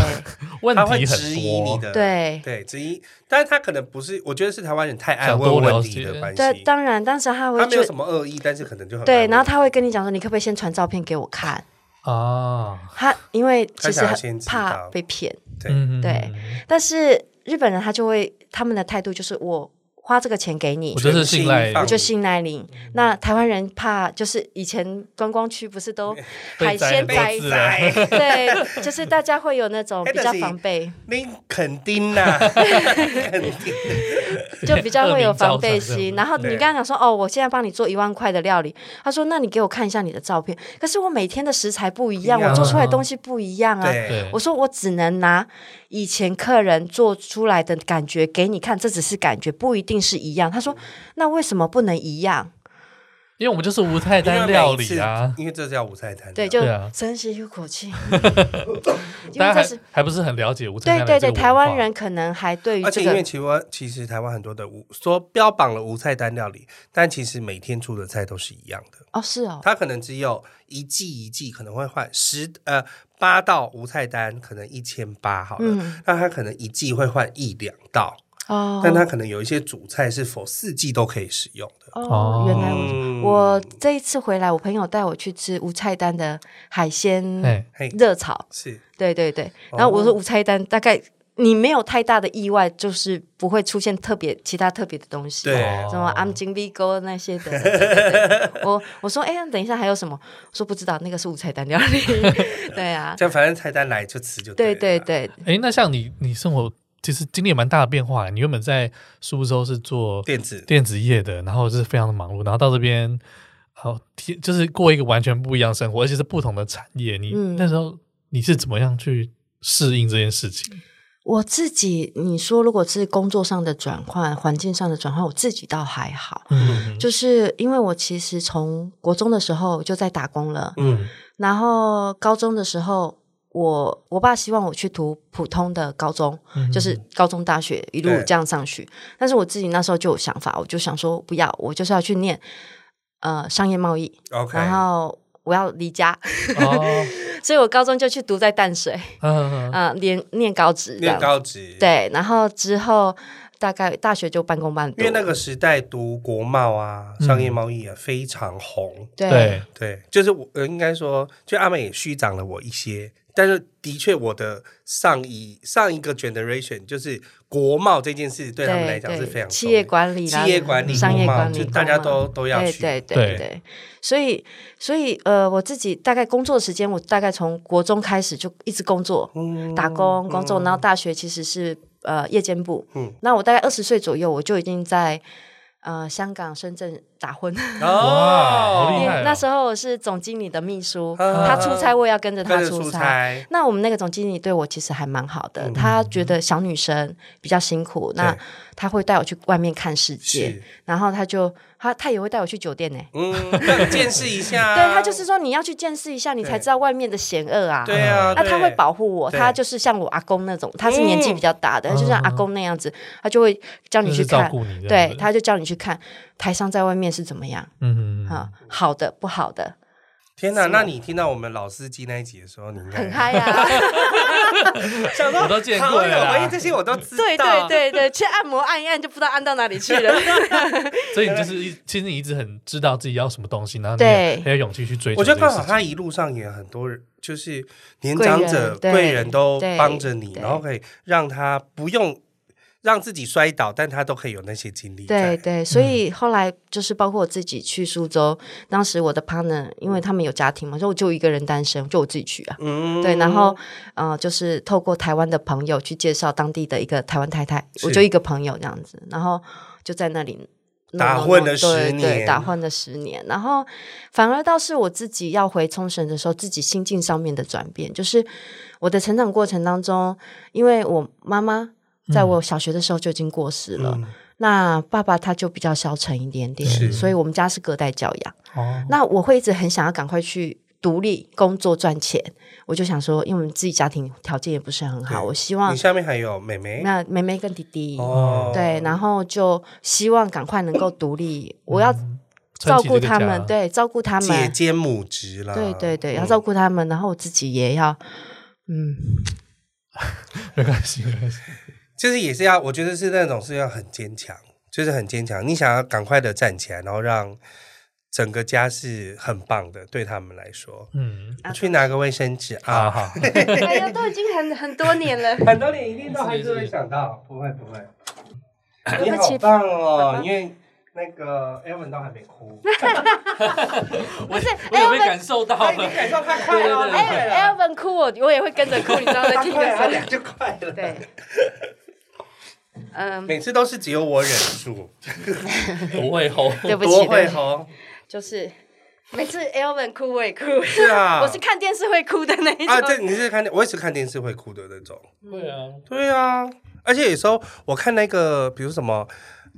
Speaker 3: 问
Speaker 4: 他会
Speaker 3: 题
Speaker 4: 质
Speaker 3: 很
Speaker 4: 疑你
Speaker 3: 多。
Speaker 4: 的，
Speaker 5: 对
Speaker 4: 对质疑，但是他可能不是，我觉得是台湾人太爱
Speaker 3: 想
Speaker 4: 问
Speaker 3: 多
Speaker 4: 问
Speaker 3: 了
Speaker 4: 题
Speaker 3: 解
Speaker 4: 的关
Speaker 5: 对，
Speaker 4: 系，
Speaker 5: 当然，当时他会
Speaker 4: 他没
Speaker 5: 就
Speaker 4: 有什么恶意，但是可能就很爱
Speaker 5: 对，
Speaker 4: 问
Speaker 5: 然后他会跟你讲说，你可不可以先传照片给我看？
Speaker 3: 啊，
Speaker 5: 他因为
Speaker 4: 他
Speaker 5: 其实
Speaker 4: 想要
Speaker 5: 很
Speaker 4: 先知
Speaker 5: 怕
Speaker 4: 道
Speaker 5: 被骗，
Speaker 4: 对
Speaker 3: 嗯
Speaker 5: 对，但是日本人他就会他们的态度就是我花这个钱给你
Speaker 3: 我，就是信赖
Speaker 4: 全心放
Speaker 5: 我就信赖你。那台湾人怕就是以前观光区不是都海 鲜
Speaker 3: 被
Speaker 5: 宅
Speaker 3: 宰很多次
Speaker 4: 被
Speaker 5: 宅，
Speaker 4: 宰，
Speaker 5: 对，就是大家会有那种
Speaker 4: 哎
Speaker 5: 比较
Speaker 4: 但是
Speaker 5: 防备，
Speaker 4: 你肯定啊 呐，肯定
Speaker 5: 就比较会有防备
Speaker 3: 恶名昭彰这样
Speaker 5: 心。
Speaker 3: 子
Speaker 5: 然后你
Speaker 4: 对
Speaker 5: 跟他讲说哦，我现在帮你做一万块的料理，他说那你给我看一下你的照片，可是我每天的食材不一样，
Speaker 4: 一样
Speaker 5: 我做出来
Speaker 3: 啊
Speaker 5: 的东西不一样啊。
Speaker 4: 对，
Speaker 3: 对
Speaker 5: 我说我只能拿以前客人做出来的感觉给你看，这只是感觉，不一定是一样。他
Speaker 3: 嗯
Speaker 5: 说那为什么不能一样？
Speaker 3: 因为我们就是无菜单料理啊，
Speaker 4: 因为每一次因为这叫午菜摊，
Speaker 5: 对，就
Speaker 3: 对啊
Speaker 5: 深吸一 口气，因
Speaker 3: 大家
Speaker 5: 为这
Speaker 3: 还
Speaker 5: 是
Speaker 3: 还不是很了解无菜
Speaker 5: 对
Speaker 3: 单
Speaker 5: 对
Speaker 3: 的
Speaker 5: 对，
Speaker 3: 这个文化
Speaker 5: 台湾人可能还对于
Speaker 4: 而
Speaker 5: 这
Speaker 4: 且因为
Speaker 5: 个
Speaker 4: 其实其实台湾很多的无说标榜了无菜单料理，但其实每天出的菜都是一样的，
Speaker 5: 哦是哦，
Speaker 4: 它可能只有一季一季可能会换十呃八道无菜单，可能一千八好了，
Speaker 5: 嗯
Speaker 4: 那它可能一季会换一两道，
Speaker 5: 哦，
Speaker 4: 但它可能有一些主菜是否四季都可以使用的。
Speaker 5: 哦原来我
Speaker 4: 嗯
Speaker 5: 我这一次回来，我朋友带我去吃无菜单的海鲜
Speaker 3: 哎
Speaker 4: 嘿
Speaker 5: 热炒，
Speaker 4: 是
Speaker 5: 对对对，然后我
Speaker 4: 哦
Speaker 5: 说无菜单大概。你没有太大的意外，就是不会出现特别其他特别的东西。
Speaker 4: 对
Speaker 3: 哦
Speaker 5: 什么 I'm j i m b Go 那些的。对对 对我我说哎、那等一下还有什么？我说不知道，那个是无菜单料 理。对啊，
Speaker 4: 这样，反正菜单来就吃就
Speaker 5: 对
Speaker 4: 对啊
Speaker 5: 对
Speaker 4: 了
Speaker 5: 对，
Speaker 3: 哎，那像你，你生活其实经历也蛮大的变化。你原本在苏州是做
Speaker 4: 电子
Speaker 3: 电子业的，然后就是非常的忙碌，然后到这边，好，天就是过一个完全不一样的生活，而且是不同的产业。你、
Speaker 5: 嗯
Speaker 3: 那时候你是怎么样去适应这件事 情？
Speaker 5: 我自己你说如果是工作上的转换、环境上的转换，我自己倒还好。
Speaker 3: 嗯，
Speaker 5: 就是因为我其实从国中的时候就在打工了，
Speaker 4: 嗯
Speaker 5: 然后高中的时候，我我爸希望我去读普通的高中，
Speaker 4: 嗯
Speaker 5: 就是高中、大学一路
Speaker 4: 对
Speaker 5: 这样上去。但是我自己那时候就有想法，我就想说不要，我就是要去念呃商业贸易，
Speaker 4: ，OK，
Speaker 5: 然后我要离家，
Speaker 3: 哦，
Speaker 5: 所以我高中就去读在淡水，
Speaker 3: 嗯，
Speaker 5: 啊、连念高职这
Speaker 4: 念
Speaker 5: 样子，
Speaker 4: 高职，，
Speaker 5: 对，然后之后大概大学就半工半读，
Speaker 4: 因为那个时代读国贸啊、商业贸易啊非常红，
Speaker 5: 对。
Speaker 3: 对，
Speaker 4: 对，就是我呃应该说，就阿美也虚长了我一些，但是的确我的上一上一个 generation 就是国贸这件事对他们来讲是非常
Speaker 5: 企
Speaker 4: 重
Speaker 5: 业
Speaker 4: 要
Speaker 5: 管理啦、
Speaker 4: 企业管理、
Speaker 5: 商业
Speaker 4: 国贸
Speaker 5: 管理，
Speaker 4: 就大家
Speaker 5: 懂吗
Speaker 4: 都都要
Speaker 5: 对
Speaker 4: 去，
Speaker 5: 对对
Speaker 3: 对
Speaker 5: 对所以所以呃，我自己大概工作时间，我大概从国中开始就一直工作，
Speaker 4: 嗯
Speaker 5: 打工工作，然后大学其实是呃夜间部，
Speaker 4: 嗯
Speaker 5: 那我大概二十岁左右，我就已经在。呃，香港、深圳打混，
Speaker 4: 哦
Speaker 3: 哇好厉
Speaker 5: 因
Speaker 3: 害
Speaker 5: 为
Speaker 3: 哦
Speaker 5: 那时候我是总经理的秘书，
Speaker 4: 啊
Speaker 5: 他出差我也要跟着他
Speaker 4: 跟着
Speaker 5: 出
Speaker 4: 出
Speaker 5: 差。
Speaker 4: 差，嗯
Speaker 5: 那我们那个总经理对我其实还蛮好的，他觉得小女生比较辛苦，那他会带我去外面看世界
Speaker 4: 是，
Speaker 5: 然后他就他他也会带我去酒店呢、
Speaker 4: 嗯，让你见识一下，
Speaker 5: 对他就是说你要去见识一下，你
Speaker 4: 对
Speaker 5: 才知道外面的险恶啊。
Speaker 4: 对啊，
Speaker 5: 那他
Speaker 4: 对
Speaker 5: 会保护我，
Speaker 4: 对
Speaker 5: 他就是像我阿公那种，他是年纪比较大的，他就像阿公那样子，他就会叫你
Speaker 3: 就
Speaker 5: 去
Speaker 3: 是照
Speaker 5: 看，
Speaker 3: 顾你这样子，
Speaker 5: 对，他就叫你去看台上在外面是怎么样
Speaker 3: 嗯，
Speaker 5: 啊，好的不好的，
Speaker 4: 天哪！那你听到我们老司机那一集的时候，你应该
Speaker 5: 很嗨啊，
Speaker 4: 想说
Speaker 3: 我都见过了啦
Speaker 4: 好友回忆这些我都知道，
Speaker 5: 对对对对，去按摩按一按就不知道按到哪里去了。
Speaker 3: 所以你就是一，其实你一直很知道自己要什么东西，然后你
Speaker 5: 对
Speaker 3: 也很有勇气去追求。
Speaker 4: 我觉得刚好他一路上也很多人，就是年长者
Speaker 5: 贵人对
Speaker 4: 贵人都
Speaker 5: 对
Speaker 4: 帮着你，
Speaker 5: 对
Speaker 4: 然后可以让他不用让自己摔倒，但他都可以有那些经历在。
Speaker 5: 对对，所以后来就是包括我自己去苏州，当时我的 partner 因为他们有家庭嘛，所以我就一个人单身，就我自己去啊。
Speaker 4: 嗯
Speaker 5: 对，然后呃，就是透过台湾的朋友去介绍当地的一个台湾太太，
Speaker 4: 是
Speaker 5: 我就一个朋友这样子，然后就在那里弄
Speaker 4: 打
Speaker 5: 弄
Speaker 4: 混
Speaker 5: 弄
Speaker 4: 了十
Speaker 5: 对对
Speaker 4: 年
Speaker 5: 打混了十年，然后反而倒是我自己要回冲绳的时候，自己心境上面的转变，就是我的成长过程当中，因为我妈妈在我小学的时候就已经过世了。
Speaker 4: 嗯
Speaker 5: 那爸爸他就比较消沉一点点，
Speaker 4: 是
Speaker 5: 所以我们家是隔代教养。
Speaker 3: 哦，
Speaker 5: 那我会一直很想要赶快去独立工作赚钱，我就想说，因为我们自己家庭条件也不是很好，
Speaker 4: 对
Speaker 5: 我希望
Speaker 4: 你下面还有妹妹
Speaker 5: 那妹妹跟弟弟、
Speaker 4: 哦，
Speaker 5: 对，然后就希望赶快能够独立。我要
Speaker 3: 嗯撑
Speaker 5: 照
Speaker 3: 起这
Speaker 5: 顾
Speaker 3: 个
Speaker 5: 他们
Speaker 3: 家，
Speaker 5: 对，照顾他
Speaker 4: 姐
Speaker 5: 们，
Speaker 4: 姐母职啦，
Speaker 5: 对对对，
Speaker 4: 嗯
Speaker 5: 要照顾他们，然后我自己也 要，嗯，
Speaker 3: 没关系，没关系。
Speaker 4: 就是也是要，我觉得是那种是要很坚强，就是很坚强。你想要赶快的站起来，然后让整个家是很棒的，对他们来说。
Speaker 3: 嗯，
Speaker 4: 我去拿个卫生纸
Speaker 3: 好
Speaker 4: 啊！
Speaker 3: 好，
Speaker 6: 哎呀，都已经很很多年 了。
Speaker 4: 很多年一定都还是会想到， 不会不会。你
Speaker 5: 对不起
Speaker 4: 好棒哦，因为那个 Evan 都还没哭，
Speaker 7: 我
Speaker 5: 哎
Speaker 7: 我有被感受到
Speaker 4: 他已经
Speaker 7: 了。
Speaker 4: 感受他快
Speaker 7: 对对对
Speaker 4: 了，
Speaker 7: 对
Speaker 4: 他快了
Speaker 5: Elvin 哭我我也会跟着哭，你知道
Speaker 4: 他
Speaker 5: 在
Speaker 4: 快了，他俩就快了。
Speaker 5: 对，嗯，
Speaker 4: 每次都是只有我忍住，
Speaker 7: 不会吼，
Speaker 5: 对不
Speaker 4: 多
Speaker 5: 起，
Speaker 4: 会哦
Speaker 5: 对不起
Speaker 4: 红。
Speaker 5: 就是每次 Elvin 哭我也哭，
Speaker 4: 是啊，
Speaker 5: 我是看电视会哭的那一
Speaker 4: 啊，对，
Speaker 5: 种。
Speaker 4: 你是看电，我也是看电视会哭的那种。
Speaker 7: 对啊，
Speaker 4: 对啊，而且有时候我看那个，比如什么，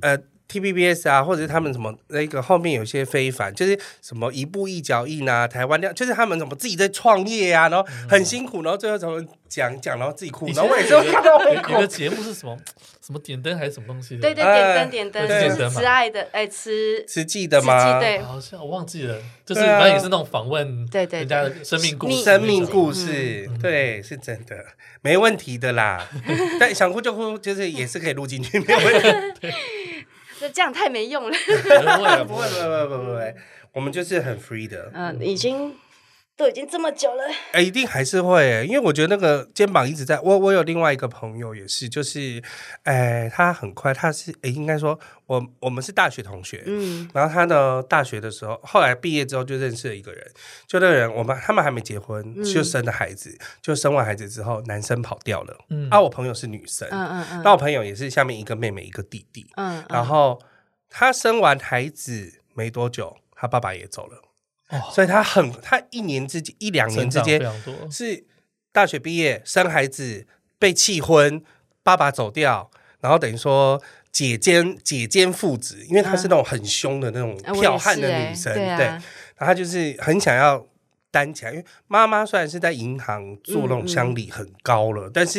Speaker 4: 呃。TBBS 啊，或者是他们什么那个后面有一些非凡，就是什么一步一脚印啊，台湾料，就是他们怎么自己在创业啊，然后很辛苦，然后最后怎么讲讲，然后自己哭，
Speaker 3: 嗯以
Speaker 4: 然
Speaker 3: 前
Speaker 4: 后我也是会看到会
Speaker 3: 你的
Speaker 4: 哭。
Speaker 3: 节目是什么什么点灯还是什么东西的？
Speaker 5: 对对，点
Speaker 4: 哎
Speaker 5: 灯点灯，
Speaker 4: 对
Speaker 5: 就是慈爱的，哎，慈
Speaker 4: 实际的吗？
Speaker 5: 对
Speaker 3: 好像我忘记了，就是
Speaker 4: 对啊
Speaker 3: 反正也是那种访问
Speaker 5: 对对对
Speaker 3: 人家的生命故事，
Speaker 4: 生命故事，
Speaker 3: 嗯
Speaker 4: 对，是真的，没问题 的啦。但想哭就哭，就是也是可以录进去，没有问题。
Speaker 5: 那这样太没用了。
Speaker 3: 不会啊
Speaker 4: 不会，不会，不会，不会，我们就是很 free 的。
Speaker 5: 嗯，已经都已经这么久了，
Speaker 4: 哎、一定还是会、欸因为我觉得那个肩膀一直在。我我有另外一个朋友也是，就是，哎、他很快，他是，哎、应该说，我我们是大学同学，
Speaker 5: 嗯，
Speaker 4: 然后他呢，大学的时候，后来毕业之后就认识了一个人，就那个人，我们他们还没结婚，
Speaker 5: 嗯
Speaker 4: 就生了孩子，就生完孩子之后，男生跑掉了，
Speaker 3: 嗯
Speaker 4: 啊，我朋友是女生，
Speaker 5: 嗯嗯嗯
Speaker 4: 那我朋友也是下面一个妹妹一个弟弟，
Speaker 5: 嗯嗯，
Speaker 4: 然后他生完孩子没多久，他爸爸也走了。
Speaker 3: 哦
Speaker 4: 所以他很，他一年之间一两年
Speaker 3: 成
Speaker 4: 之
Speaker 3: 长非
Speaker 4: 间
Speaker 3: 常多，
Speaker 4: 是大学毕业生孩子被气婚，爸爸走掉，然后等于说姐肩姐肩父子，因为她是那种很凶的那种
Speaker 5: 嗯啊我也
Speaker 4: 剽悍的
Speaker 5: 是欸
Speaker 4: 女生，
Speaker 5: 对啊
Speaker 4: 然后她就是很想要担起来，因为妈妈虽然是在银行做那
Speaker 5: 嗯
Speaker 4: 种乡里很高了，但是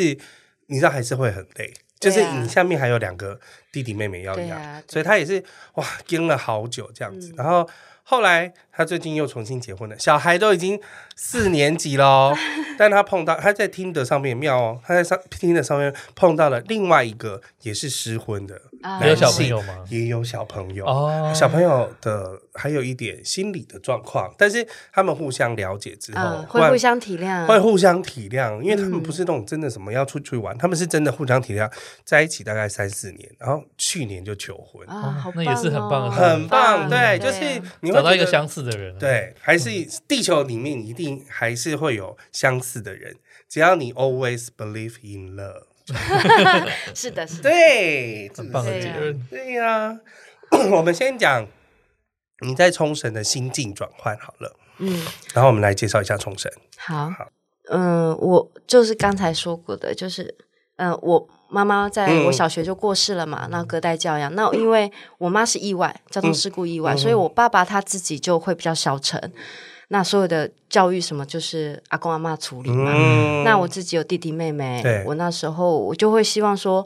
Speaker 4: 你知道还是会很累。就
Speaker 5: 对啊
Speaker 4: 是你下面还有两个弟弟妹妹要
Speaker 5: 对
Speaker 4: 养，
Speaker 5: 啊对
Speaker 4: 所以她也是哇跟了好久这
Speaker 5: 嗯
Speaker 4: 样子。然后后来她最近又重新结婚了，小孩都已经四年级 喽，但她碰到她在听的上面妙哦，她在上听的上面碰到了另外一个也是失婚的
Speaker 5: 啊
Speaker 3: 没有
Speaker 4: 男
Speaker 3: 小朋
Speaker 4: 性，
Speaker 3: 友吗？
Speaker 4: 也有小朋友
Speaker 3: 哦
Speaker 4: 小朋友的还有一点心理的状况，但是他们互相了解之后
Speaker 5: 嗯，，
Speaker 4: 忽
Speaker 5: 会
Speaker 4: 然
Speaker 5: 互相体谅，
Speaker 4: 会互相体谅，因为他们不是那种真的什么要出去玩，他们是真的互相体谅，在一起大概三四年，然后去年就求婚，
Speaker 5: 啊，好
Speaker 3: 那也是很棒
Speaker 5: 棒哦，
Speaker 3: 的
Speaker 4: 很棒，
Speaker 5: 很
Speaker 4: 对，就
Speaker 5: 啊
Speaker 4: 是你会
Speaker 3: 找到一个
Speaker 4: 觉得
Speaker 3: 相似的人，，
Speaker 4: 对，还是地球里面一定还是会有相似的人，只要你 always believe in love，
Speaker 5: 是的，是的，
Speaker 4: 对，
Speaker 3: 很棒的
Speaker 5: 对
Speaker 3: 结
Speaker 5: 啊
Speaker 3: 论。
Speaker 4: 对呀、 我们先讲你在冲绳的心境转换好了，
Speaker 5: 嗯，
Speaker 4: 然后我们来介绍一下冲绳。
Speaker 5: 好
Speaker 4: 好，
Speaker 5: 嗯，我就是刚才说过的，就是，嗯，我妈妈在
Speaker 4: 嗯
Speaker 5: 我小学就过世了嘛，那隔代教养，那因为我妈是意外，交通事故意外，所以我爸爸他自己就会比较消沉，那所有的教育什么就是阿公阿妈处理嘛，
Speaker 4: 嗯
Speaker 5: 那我自己有弟弟妹
Speaker 4: 对
Speaker 5: 妹，我那时候我就会希望说，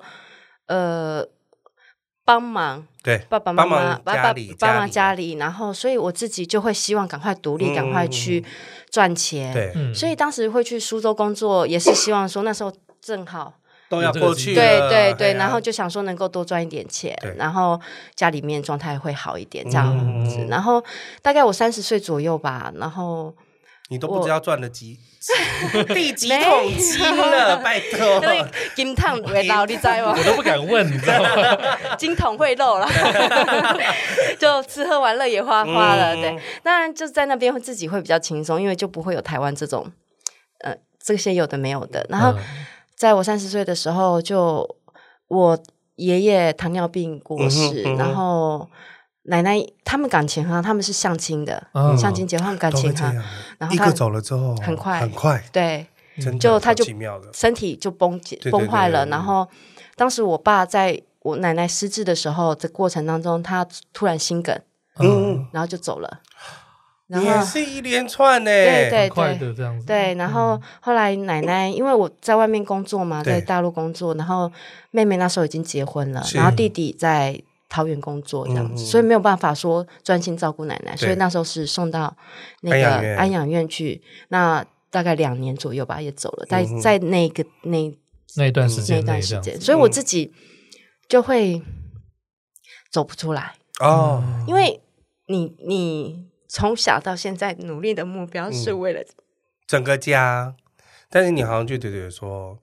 Speaker 5: 呃，帮忙
Speaker 4: 对
Speaker 5: 爸爸妈
Speaker 4: 帮
Speaker 5: 妈
Speaker 4: 忙、
Speaker 5: 爸
Speaker 4: 家
Speaker 5: 爸
Speaker 4: 里嗯
Speaker 5: 帮忙
Speaker 4: 家
Speaker 5: 家里，然后所以我自己就会希望赶快独立，赶快去赚钱。，
Speaker 4: 对、
Speaker 3: 嗯
Speaker 5: 所以当时会去苏州工作，也是希望说那时候正好，
Speaker 4: 都要过去
Speaker 3: 对
Speaker 5: 对
Speaker 4: 了
Speaker 5: 对对，
Speaker 4: 哎呀
Speaker 5: 然后就想说能够多赚一点钱
Speaker 4: 对，
Speaker 5: 然后家里面状态会好一点这样子
Speaker 4: 嗯。
Speaker 5: 然后大概我三十岁左右吧，然后
Speaker 4: 你都不知道赚了几 第几桶 金了，拜托
Speaker 5: 因。为金汤会老，你 知道吗
Speaker 3: 我？都不敢问，你知道吗？
Speaker 5: 金桶会漏了，就吃喝玩乐也花花了。
Speaker 4: 嗯
Speaker 5: 对，当然就在那边会自己会比较轻松，因为就不会有台湾这种呃这些有的没有的。 然后
Speaker 4: 嗯
Speaker 5: 在我三十岁的时候就，我爷爷糖尿病过世，
Speaker 4: 嗯哼嗯哼
Speaker 5: 然后奶奶他们感情很啊好，他们是相亲的，
Speaker 3: 嗯
Speaker 5: 相亲结婚感
Speaker 4: 都会
Speaker 5: 情啊
Speaker 4: 这
Speaker 5: 很好
Speaker 4: 样，
Speaker 5: 然后
Speaker 4: 一
Speaker 5: 他
Speaker 4: 个走了之后，
Speaker 5: 很快
Speaker 4: 很快，
Speaker 5: 对。
Speaker 4: 真的
Speaker 5: 就他
Speaker 4: 好
Speaker 5: 就
Speaker 4: 奇妙的，
Speaker 5: 身体就崩解
Speaker 4: 对对对
Speaker 5: 崩坏
Speaker 4: 对
Speaker 5: 了。
Speaker 4: 对
Speaker 5: 然后当时我爸在我奶奶失智的时候，这过程当中，他突然心梗，
Speaker 4: 嗯，
Speaker 5: 然后就走 了。然
Speaker 4: 也
Speaker 5: 后
Speaker 4: 是哎一连串呢、
Speaker 5: 对对
Speaker 3: 很快
Speaker 5: 对
Speaker 3: 的这样子，嗯
Speaker 5: 对，然后后来奶奶因为我在外面工作嘛，
Speaker 4: 嗯对
Speaker 5: 在大陆工作，然后妹妹那时候已经结婚了，
Speaker 4: 是
Speaker 5: 然后弟弟在桃园工作这样子，
Speaker 4: 嗯
Speaker 5: 所以没有办法说专心照顾奶奶，
Speaker 4: 对
Speaker 5: 所以那时候是送到那
Speaker 4: 安
Speaker 5: 个
Speaker 4: 养院
Speaker 5: 安养院去，那大概两年左右吧，也走了，在
Speaker 4: 嗯哼
Speaker 5: 在那个那
Speaker 3: 那一段时
Speaker 5: 那
Speaker 3: 间
Speaker 5: 一
Speaker 3: 内
Speaker 5: 段
Speaker 3: 这
Speaker 5: 时
Speaker 3: 样子，
Speaker 5: 间，所以我
Speaker 4: 嗯
Speaker 5: 自己就会走不出来，
Speaker 4: 哦，
Speaker 5: 因为你你从小到现在努力的目标是为了
Speaker 4: 整个家，但是你好像就觉得说，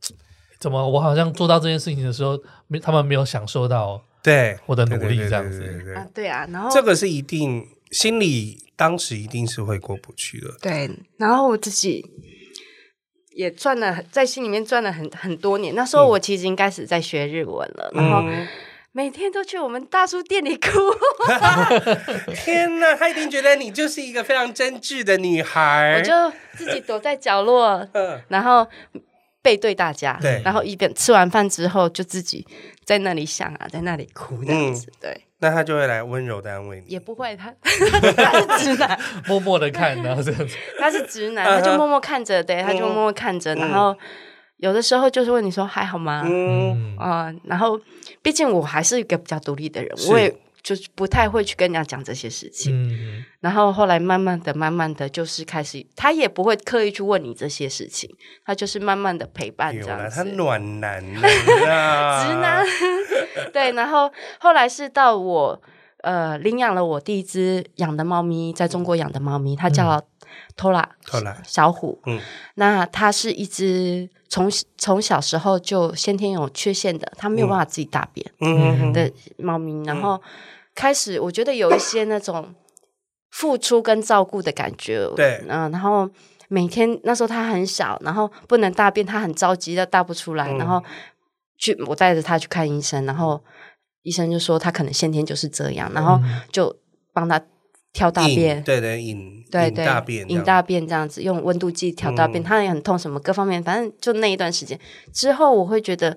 Speaker 3: 怎么我好像做到这件事情的时候，没他们没有享受到
Speaker 4: 对
Speaker 3: 我的努
Speaker 4: 对对
Speaker 3: 力
Speaker 4: 对
Speaker 3: 这样子
Speaker 4: 对对对
Speaker 5: 啊，对啊，然后
Speaker 4: 这个是一定心里当时一定是会过不去的。
Speaker 5: 对，
Speaker 6: 然后我自己
Speaker 5: 也赚了，在心里面赚了很很多年。那时候我其实已经开始在学日文了，然后
Speaker 4: 嗯，
Speaker 5: 每天都去我们大叔店里哭。
Speaker 4: 天哪，他一定觉得你就是一个非常真挚的女孩。
Speaker 5: 我就自己躲在角落，
Speaker 4: 嗯
Speaker 5: 然后背对大家，
Speaker 4: 对
Speaker 5: 然后一边吃完饭之后就自己在那里想啊，在那里哭这
Speaker 4: 嗯
Speaker 5: 样子，对，
Speaker 4: 那他就会来温柔的安慰你
Speaker 5: 也。不会他他是直男，
Speaker 3: 默默的 看，然后这样子，
Speaker 5: 他是直男，
Speaker 4: 嗯
Speaker 5: 他就默默看着，对，他就
Speaker 4: 嗯
Speaker 5: 默默看着，然后有的时候就是问你说还好吗？
Speaker 4: 嗯，
Speaker 3: 嗯，
Speaker 5: 啊、然后毕竟我还是一个比较独立的人，
Speaker 4: 是
Speaker 5: 我也就是不太会去跟人家讲这些事情。
Speaker 3: 嗯
Speaker 5: 然后后来慢慢的、慢慢的，就是开始，他也不会刻意去问你这些事情，他就是慢慢的陪伴这
Speaker 4: 有
Speaker 5: 样
Speaker 4: 了，
Speaker 5: 子
Speaker 4: 他。暖啊男 嗯了啦，
Speaker 5: 直男， 对。然后后来是到我呃领养了我第一只养的猫咪，在中国养的猫咪，它叫 Tola、
Speaker 4: 嗯 Tola
Speaker 5: 小虎。
Speaker 4: 嗯
Speaker 5: 那它是一只从从小时候就先天有缺陷的，它没有办法自己大便。
Speaker 4: 嗯，嗯，嗯
Speaker 5: 的猫咪，然后开始我觉得有一些那种付出跟照顾的感觉，
Speaker 4: 对
Speaker 5: 嗯、然后每天那时候它很小，然后不能大便，它很着急的大不出来，
Speaker 4: 嗯
Speaker 5: 然后去我带着它去看医生，然后医生就说它可能先天就是这样，然后
Speaker 4: 嗯
Speaker 5: 就帮它挑大便
Speaker 4: 引，对对，引
Speaker 5: 对
Speaker 4: 引
Speaker 5: 对，
Speaker 4: 大便，
Speaker 5: 引大，便这样子，用温度计调大便，
Speaker 4: 嗯
Speaker 5: 它也很痛，什么各方面，反正就那一段时间之后，我会觉得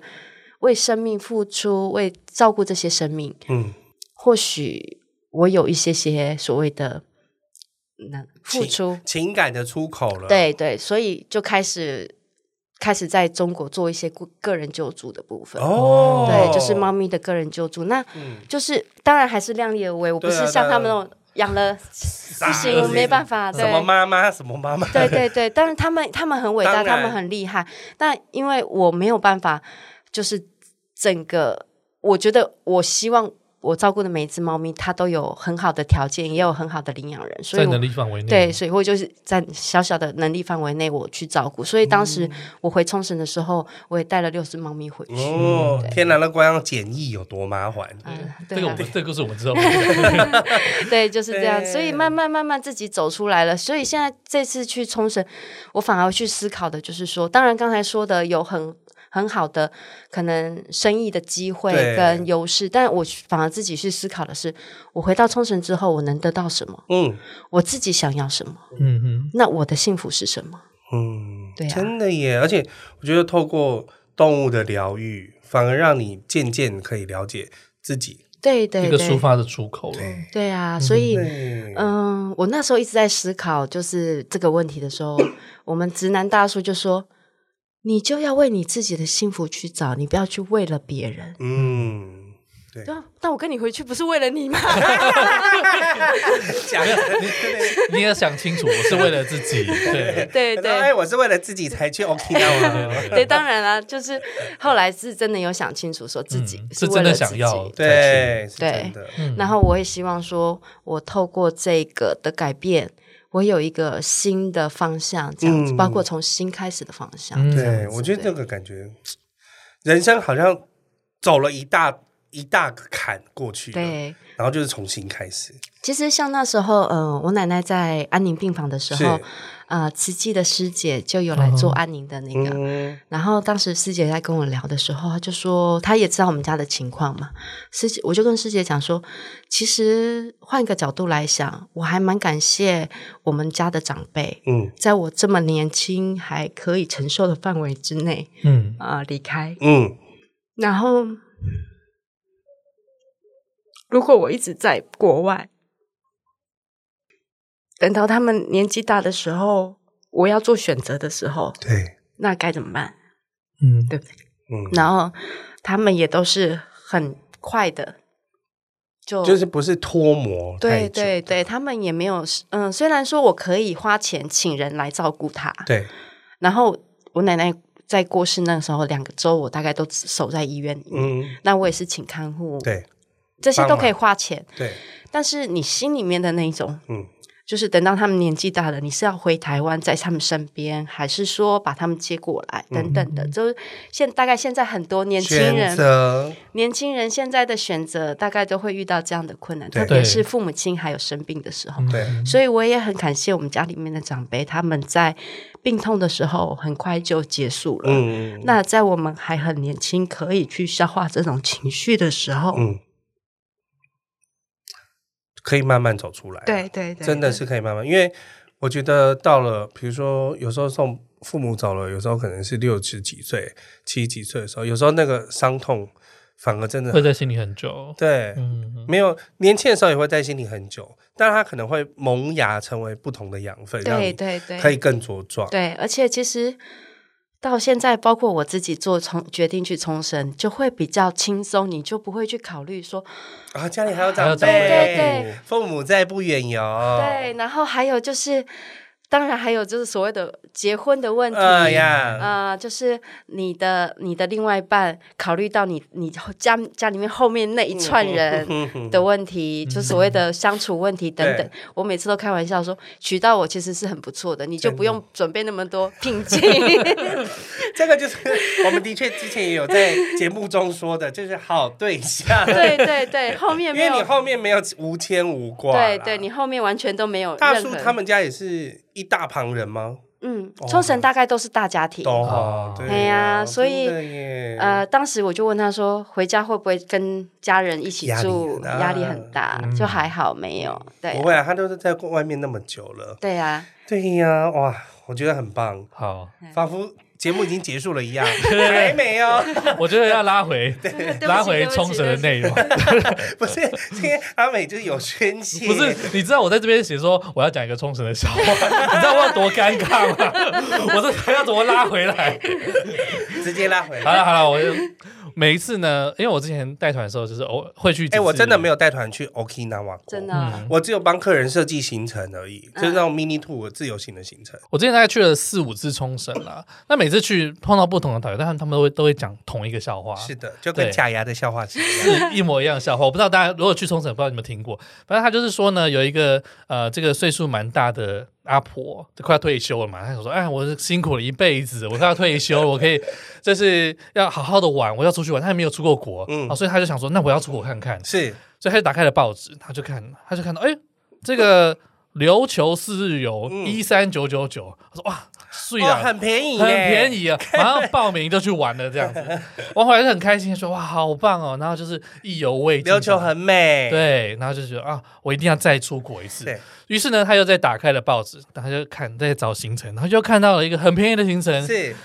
Speaker 5: 为生命付出，为照顾这些生命，
Speaker 4: 嗯，
Speaker 5: 或许我有一些些所谓的那付出，
Speaker 4: 情感的出口了。，
Speaker 5: 对对，所以就开始开始在中国做一些个个人救助的部分。
Speaker 4: 哦，
Speaker 5: 对，就是猫咪的个人救助，那
Speaker 4: 嗯，
Speaker 5: 就是当然还是量力而为，我不
Speaker 4: 对啊
Speaker 5: 是像
Speaker 4: 对啊
Speaker 5: 他们那种养了不行，
Speaker 4: 傻
Speaker 5: 我没办法，对
Speaker 4: 什么妈妈，什么 妈哦妈，
Speaker 5: 对对对，但是他们他们很伟大，
Speaker 4: 当然
Speaker 5: 他们很厉害。但因为我没有办法，就是整个，我觉得我希望我照顾的每一只猫咪，它都有很好的条件，也有很好的领养人，所
Speaker 3: 在
Speaker 5: 以我
Speaker 3: 能力范围内，
Speaker 5: 对，所以我就是在小小的能力范围内我去照顾。所以当时
Speaker 3: 嗯
Speaker 5: 我回冲绳的时候，我也带了六只猫咪回去。
Speaker 4: 哦，天然的光要简易有多麻烦，
Speaker 5: 嗯，
Speaker 3: 这
Speaker 5: 对
Speaker 3: 个
Speaker 5: 啊
Speaker 3: 我们，这个故事我们知 道，嗯
Speaker 5: 对，就是这样。
Speaker 4: 对
Speaker 5: 所以慢慢慢慢自己走出来了。所以现在这次去冲绳，我反而去思考的就是说，当然刚才说的有很很好的可能生意的机会
Speaker 4: 对
Speaker 5: 跟优势，但我反而自己去思考的是，我回到冲绳之后，我能得到什么？
Speaker 4: 嗯
Speaker 5: 我自己想要什么？
Speaker 3: 嗯
Speaker 5: 那我的幸福是什么？
Speaker 4: 嗯，
Speaker 5: 对啊
Speaker 4: 真的耶，而且我觉得透过动物的疗愈，反而让你渐渐可以了解自己，
Speaker 5: 对
Speaker 3: 哼，
Speaker 5: 对
Speaker 3: 一
Speaker 5: 对，
Speaker 3: 个抒发的出口了，
Speaker 5: 对啊，所以。
Speaker 4: 对，
Speaker 5: 嗯，我那时候一直在思考，就是这个问题的时候，我们直男大叔就说：“你就要为你自己的幸福去找，你不要去为了别人。
Speaker 4: 嗯，对，
Speaker 5: 对啊”那我跟你回去不是为了 你吗？
Speaker 4: 讲 的真的。
Speaker 3: 你也想清楚，我是为了自己，对，
Speaker 5: 对
Speaker 4: 然后
Speaker 5: 对
Speaker 4: 哎，我是为了自己才去 Okinawa。
Speaker 5: 对，当然啦、就是后来是真的有想清楚，说自己
Speaker 3: 嗯是
Speaker 5: 为
Speaker 3: 真
Speaker 5: 了
Speaker 3: 的
Speaker 5: 自己
Speaker 3: 想要，
Speaker 4: 对，是
Speaker 5: 对
Speaker 4: 真的。
Speaker 3: 嗯
Speaker 5: 然后我也希望说，我透过这个的改变，我有一个新的方向，这样子，
Speaker 4: 嗯
Speaker 5: 包括从新开始的方向。
Speaker 3: 嗯
Speaker 5: 这样
Speaker 4: 对，
Speaker 5: 子
Speaker 4: 我觉得
Speaker 5: 对
Speaker 4: 这个感觉，人生好像走了一大一大个坎过去，，
Speaker 5: 对。
Speaker 4: 然后就是重新开始。
Speaker 5: 其实像那时候，嗯、我奶奶在安宁病房的时候
Speaker 4: 是，
Speaker 5: 呃，慈济的师姐就有来做安宁的那个。
Speaker 4: 嗯，
Speaker 5: 然后当时师姐在跟我聊的时候，她就说，她也知道我们家的情况嘛。师姐，我就跟师姐讲说，其实换个角度来想，我还蛮感谢我们家的长辈，
Speaker 4: 嗯
Speaker 5: 在我这么年轻还可以承受的范围之内
Speaker 3: 嗯，
Speaker 5: 啊、呃离开。
Speaker 4: 嗯，
Speaker 5: 然后，如果我一直在国外，等到他们年纪大的时候，我要做选择的时候，
Speaker 4: 对，
Speaker 5: 那该怎么办？
Speaker 3: 嗯
Speaker 5: 对不对？
Speaker 4: 嗯，
Speaker 5: 然后他们也都是很快的就
Speaker 4: 就是不是脱模太
Speaker 5: 对
Speaker 4: 久
Speaker 5: 对对，他们也没有嗯，虽然说我可以花钱请人来照顾他，
Speaker 4: 对
Speaker 5: 然后我奶奶在过世那个时候两个周，我大概都只守在医院里面。
Speaker 4: 嗯
Speaker 5: 那我也是请看护，
Speaker 4: 对
Speaker 5: 这些
Speaker 4: 帮
Speaker 5: 都
Speaker 4: 忙
Speaker 5: 可以花钱，
Speaker 4: 对
Speaker 5: 但是你心里面的那一种，
Speaker 4: 嗯
Speaker 5: 就是等到他们年纪大了，你是要回台湾在他们身边，还是说把他们接过来
Speaker 4: 嗯
Speaker 5: 等等的？就是现大概现在很多年轻
Speaker 4: 选
Speaker 5: 人，
Speaker 4: 择
Speaker 5: 年轻人现在的选择大概都会遇到这样的困难，
Speaker 4: 对
Speaker 5: 特别是父母亲还有生病的时候。
Speaker 4: 对
Speaker 5: 所以我也很感谢我们家里面的长辈，他们在病痛的时候很快就结束了。
Speaker 4: 嗯
Speaker 5: 那在我们还很年轻，可以去消化这种情绪的时候，
Speaker 4: 嗯可以慢慢走出来，
Speaker 5: 对对对，
Speaker 4: 真的
Speaker 5: 对
Speaker 4: 是可以慢慢，因为我觉得到了，比如说有时候送父母走了，有时候可能是六十几岁、七十几岁的时候，有时候那个伤痛反而真的
Speaker 3: 会在心里很久。
Speaker 4: 对。
Speaker 3: 嗯，
Speaker 4: 没有年轻的时候也会在心里很久，但它可能会萌芽成为不同的养分，让
Speaker 5: 对
Speaker 4: 你
Speaker 5: 对对，
Speaker 4: 可以更茁壮。
Speaker 5: 对，而且其实到现在，包括我自己做冲决定去冲绳，就会比较轻松，你就不会去考虑说、
Speaker 4: 啊，家里还有
Speaker 3: 还
Speaker 4: 长
Speaker 3: 有
Speaker 4: 辈，
Speaker 3: 长
Speaker 5: 辈对对
Speaker 4: 父母在不远游。
Speaker 5: 对，，然后还有就是，当然还有就是所谓的结婚的问题。
Speaker 4: 哎呀，
Speaker 5: 啊、就是你的你的另外一半考虑到你你家家里面后面那一串
Speaker 4: 嗯
Speaker 5: 人的问题，就所谓的相处问题等等
Speaker 4: 对。
Speaker 5: 我每次都开玩笑说，娶到我其实是很不错的，你就
Speaker 4: 真
Speaker 5: 不
Speaker 4: 的
Speaker 5: 用准备那么多聘金。
Speaker 4: 这个就是我们的确之前也有在节目中说的，就是好对象，
Speaker 5: 对对对，后面
Speaker 4: 因
Speaker 5: 没
Speaker 4: 为
Speaker 5: 有
Speaker 4: 你后面啊没有无牵无挂啦。
Speaker 5: 对对，你后面完全都没有
Speaker 4: 大
Speaker 5: 任
Speaker 4: 叔
Speaker 5: 何
Speaker 4: 他们家也是一大旁人吗？
Speaker 5: 嗯
Speaker 4: 哦，
Speaker 5: 冲绳大概都是大家庭。
Speaker 4: 懂哦，对
Speaker 5: 哎呀所以
Speaker 4: 真的耶
Speaker 5: 呃，当时我就问他说，回家会不会跟家人一起
Speaker 4: 压力
Speaker 5: 住
Speaker 4: 很？大嗯
Speaker 5: 压力很大，就还好没有。对
Speaker 4: 不会啊，他都是在外面那么久了。
Speaker 5: 对啊，
Speaker 4: 对呀，哇，我觉得很棒，
Speaker 3: 好，
Speaker 5: 嗯
Speaker 4: 仿佛节目已经结束了一 样，还没哦。
Speaker 3: 我觉得要拉回
Speaker 5: 对
Speaker 3: 拉回冲绳的内容，
Speaker 4: 不是，今天阿美就是有宣泄，
Speaker 3: 不 是？你知道我在这边写说我要讲一个冲绳的笑话， 你知道我有多尴尬吗？ 我这要怎么拉回来？
Speaker 4: 直接拉回
Speaker 3: 好
Speaker 4: 来。
Speaker 3: 了好了，我就每一次呢，因为我之前带团的时候，就是偶尔会去。
Speaker 4: 哎、我真的没
Speaker 3: 有。
Speaker 4: 有带团去 Okinawa，过
Speaker 5: 真的，嗯啊，
Speaker 4: 我只有帮客人设计行程而已，就是那种 mini tour 自由行的行程。
Speaker 3: 我之前大概去了四五次冲绳啦，那每次去碰到不同的导游，但他们都会都会讲同一个笑话，
Speaker 4: 是的，就跟
Speaker 3: 对
Speaker 4: 假牙的笑话是一 样。
Speaker 3: 是一模一样的笑话。我不知道大家如果去冲绳，不知道你们听过。反正他就是说呢，有一个呃，这个岁数蛮大的阿婆，就快要退休了嘛。她想说，哎，我辛苦了一辈子，我快要退休了，我可以就是要好好的玩，我要出去玩。她也没有出过国，
Speaker 4: 嗯
Speaker 3: 啊，所以她就想说，那我要出国看看。
Speaker 4: 是
Speaker 3: 所以他就打开了报纸，他就看，他就看到，哎，这个琉球四日游
Speaker 4: 嗯
Speaker 3: 一三九九九，他说哇，碎
Speaker 4: 哇，
Speaker 3: 啊，
Speaker 4: 哦很便宜，
Speaker 3: 很便。宜啊，马上报名就去玩了，这样子，玩回来就很开心，说哇，好棒哦，然后就是意犹未尽，
Speaker 4: 琉球很美，
Speaker 3: 对，然后就觉得啊，我一定要再出国一次
Speaker 4: 对。
Speaker 3: 于是呢，他又再打开了报纸，他就看在找行程，然后就看到了一个很便宜的行程，
Speaker 4: 是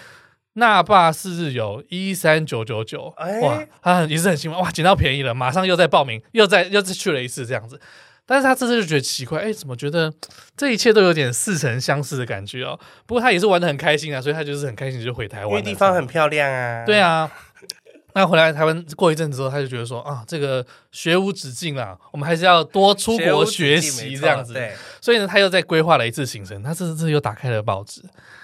Speaker 3: 那霸四日游一三九九九
Speaker 4: 哎，
Speaker 3: 哇，他很也是很兴奋，哇，捡到便宜了，马上又再报名，又再又再去了一次这样子。但是他这次就觉得奇怪，哎，怎么觉得嘖这一切都有点似曾相识的感觉哦？不过他也是玩的很开心啊，所以他就是很开心地就回台
Speaker 4: 因
Speaker 3: 湾
Speaker 4: 为
Speaker 3: 了，
Speaker 4: 地方很漂亮啊。
Speaker 3: 对，啊。那回来台湾过一阵子之后，他就觉得说啊，这个学无止境啦，我们还是要多出
Speaker 4: 学无
Speaker 3: 国
Speaker 4: 止
Speaker 3: 学
Speaker 4: 境没
Speaker 3: 习
Speaker 4: 错
Speaker 3: 这样子。
Speaker 4: 对，
Speaker 3: 所以呢，他又再规划了一次行程，他这次又打开了报纸，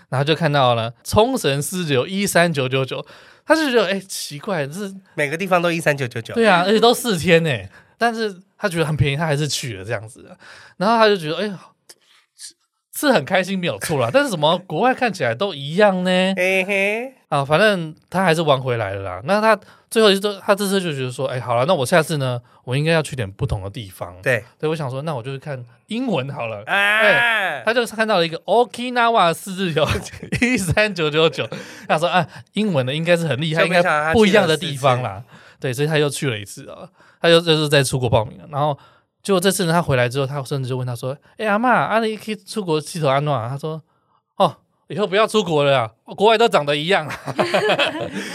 Speaker 3: 然后就看到了冲绳四九一三九九九，他就觉得哎、奇怪，这是
Speaker 4: 每个地方都一三九九九。
Speaker 3: 对啊，而且都四天呢、但是他觉得很便宜，他还是去了这样子，然后他就觉得哎呀、是是很开心没有错啦，但是怎么国外看起来都一样呢？
Speaker 4: 嘿嘿，
Speaker 3: 啊，反正他还是玩回来了啦。那他最后就他这次就觉得说，哎、好了，那我下次呢，我应该要去点不同的地方。
Speaker 4: 对
Speaker 3: 对，我想说，那我就去看英文好了。
Speaker 4: 啊，
Speaker 3: 他就是看到了一个 Okinawa 四日 游一三九九九，他说啊，英文的应该是很厉害，
Speaker 4: 就
Speaker 3: 应
Speaker 4: 没想到
Speaker 3: 该
Speaker 4: 他
Speaker 3: 不一
Speaker 4: 去了
Speaker 3: 样的
Speaker 4: 四
Speaker 3: 地方啦。对，所以他又去了一次啊，他又就是在出国报名了。啊然后结果这次呢，他回来之后，他甚至就问他说：“哎、阿妈，阿你可以出国系统安诺啊？”他说：“哦，以后不要出国了啊，国外都长得一样啊。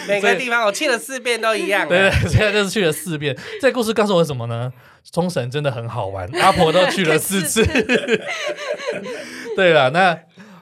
Speaker 4: 每个地方我去了四遍都一样啊。
Speaker 3: 对” 对，所以他就是去了四遍。这故事告诉我什么呢？冲绳 真的很好玩，阿婆都去了四次。对了，那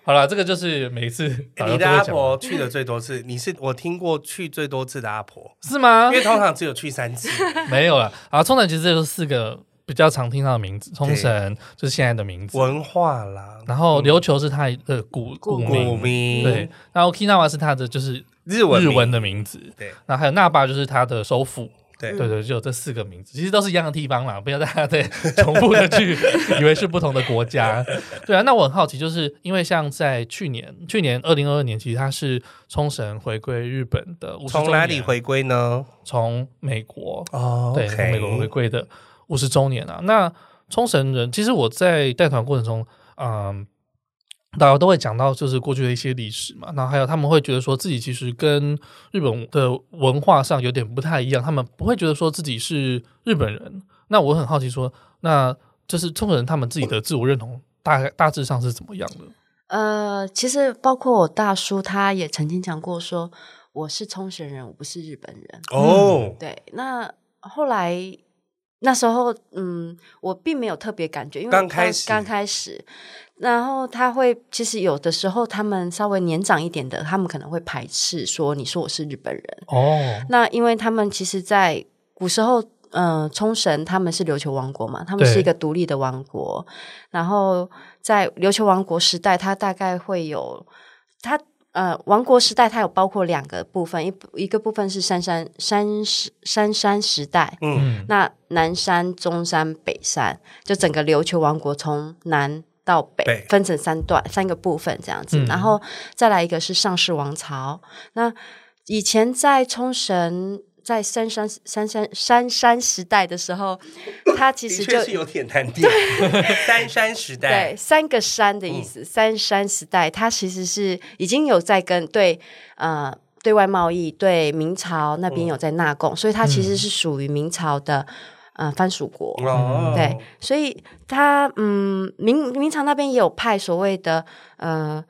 Speaker 3: 好了，这个就是每一次导游
Speaker 4: 哎你
Speaker 3: 都
Speaker 4: 的
Speaker 3: 会
Speaker 4: 阿
Speaker 3: 讲
Speaker 4: 婆去的最 多次，你是我听过去最多次的阿婆，
Speaker 3: 是吗
Speaker 4: 因？为通常只有去 三次。
Speaker 3: 没有了啊，冲绳其实就是四个比较常听到的名字，冲绳就是现在的名字，
Speaker 4: 文化啦，
Speaker 3: 然后琉球是它的古古
Speaker 4: 嗯古
Speaker 3: 名，
Speaker 4: 名
Speaker 3: 对，然后 Okinawa 是它的就是
Speaker 4: 日文
Speaker 3: 日
Speaker 4: 名
Speaker 3: 文的名字，
Speaker 4: 对
Speaker 3: 然后还有那霸就是它的首府。
Speaker 4: 对
Speaker 3: 对对，就有这四个名字，其实都是一样的地方啦，不要大家对 重复的 去以为是不同的国家。对啊，那我很好奇，就是因为像在去年，去年二零二二年，其实它是冲绳回归日本的50
Speaker 4: 从哪里
Speaker 3: 周年
Speaker 4: 回归呢？
Speaker 3: 从美国，
Speaker 4: 哦
Speaker 3: 啊对，从美国回归的五十周年啊。那冲绳人，其实我在带团过程中，嗯，大家都会讲到就是过去的一些历史嘛，然后还有他们会觉得说自己其实跟日本的文化上有点不太一样，他们不会觉得说自己是日本人。那我很好奇说，那就是冲绳人他们自己的自我认同大概大致上是怎么样的？
Speaker 8: 呃，其实包括我大叔，他也曾经讲过说，我是冲绳人，我不是日本人。
Speaker 4: 哦，
Speaker 8: 对，那后来那时候，嗯，我并没有特别感觉，因为我
Speaker 4: 刚开始
Speaker 8: 刚开始，然后他会其实有的时候，他们稍微年长一点的，他们可能会排斥说你说我是日本人，
Speaker 3: 哦，
Speaker 8: 那因为他们其实，在古时候，呃，冲绳他们是琉球王国嘛，他们
Speaker 3: 对
Speaker 8: 是一个独立的王国。然后在琉球王国时代，它大概会有它呃，王国时代它有包括两个部分，一一个部分是山山山时山山时代，
Speaker 4: 嗯，
Speaker 3: 嗯，
Speaker 8: 那南山、中山、北山，就整个琉球王国从南到北
Speaker 4: 北
Speaker 8: 分成三段三个部分这样子，
Speaker 3: 嗯
Speaker 8: 然后再来一个是上世王朝。那以前在冲绳。在三山三山三山时代的时候，它其
Speaker 4: 的
Speaker 8: 实
Speaker 4: 确
Speaker 8: 就是
Speaker 4: 有点难听。三山时代
Speaker 8: 对，三个山的意
Speaker 4: 嗯
Speaker 8: 思，三山时代，它其实是已经有在跟对呃对外贸易，对明朝那
Speaker 4: 嗯
Speaker 8: 边有在纳贡，所以它其实是属于明朝的呃藩属国。
Speaker 4: 哦，
Speaker 8: 对，所以它嗯，明明朝那边也有派所谓的呃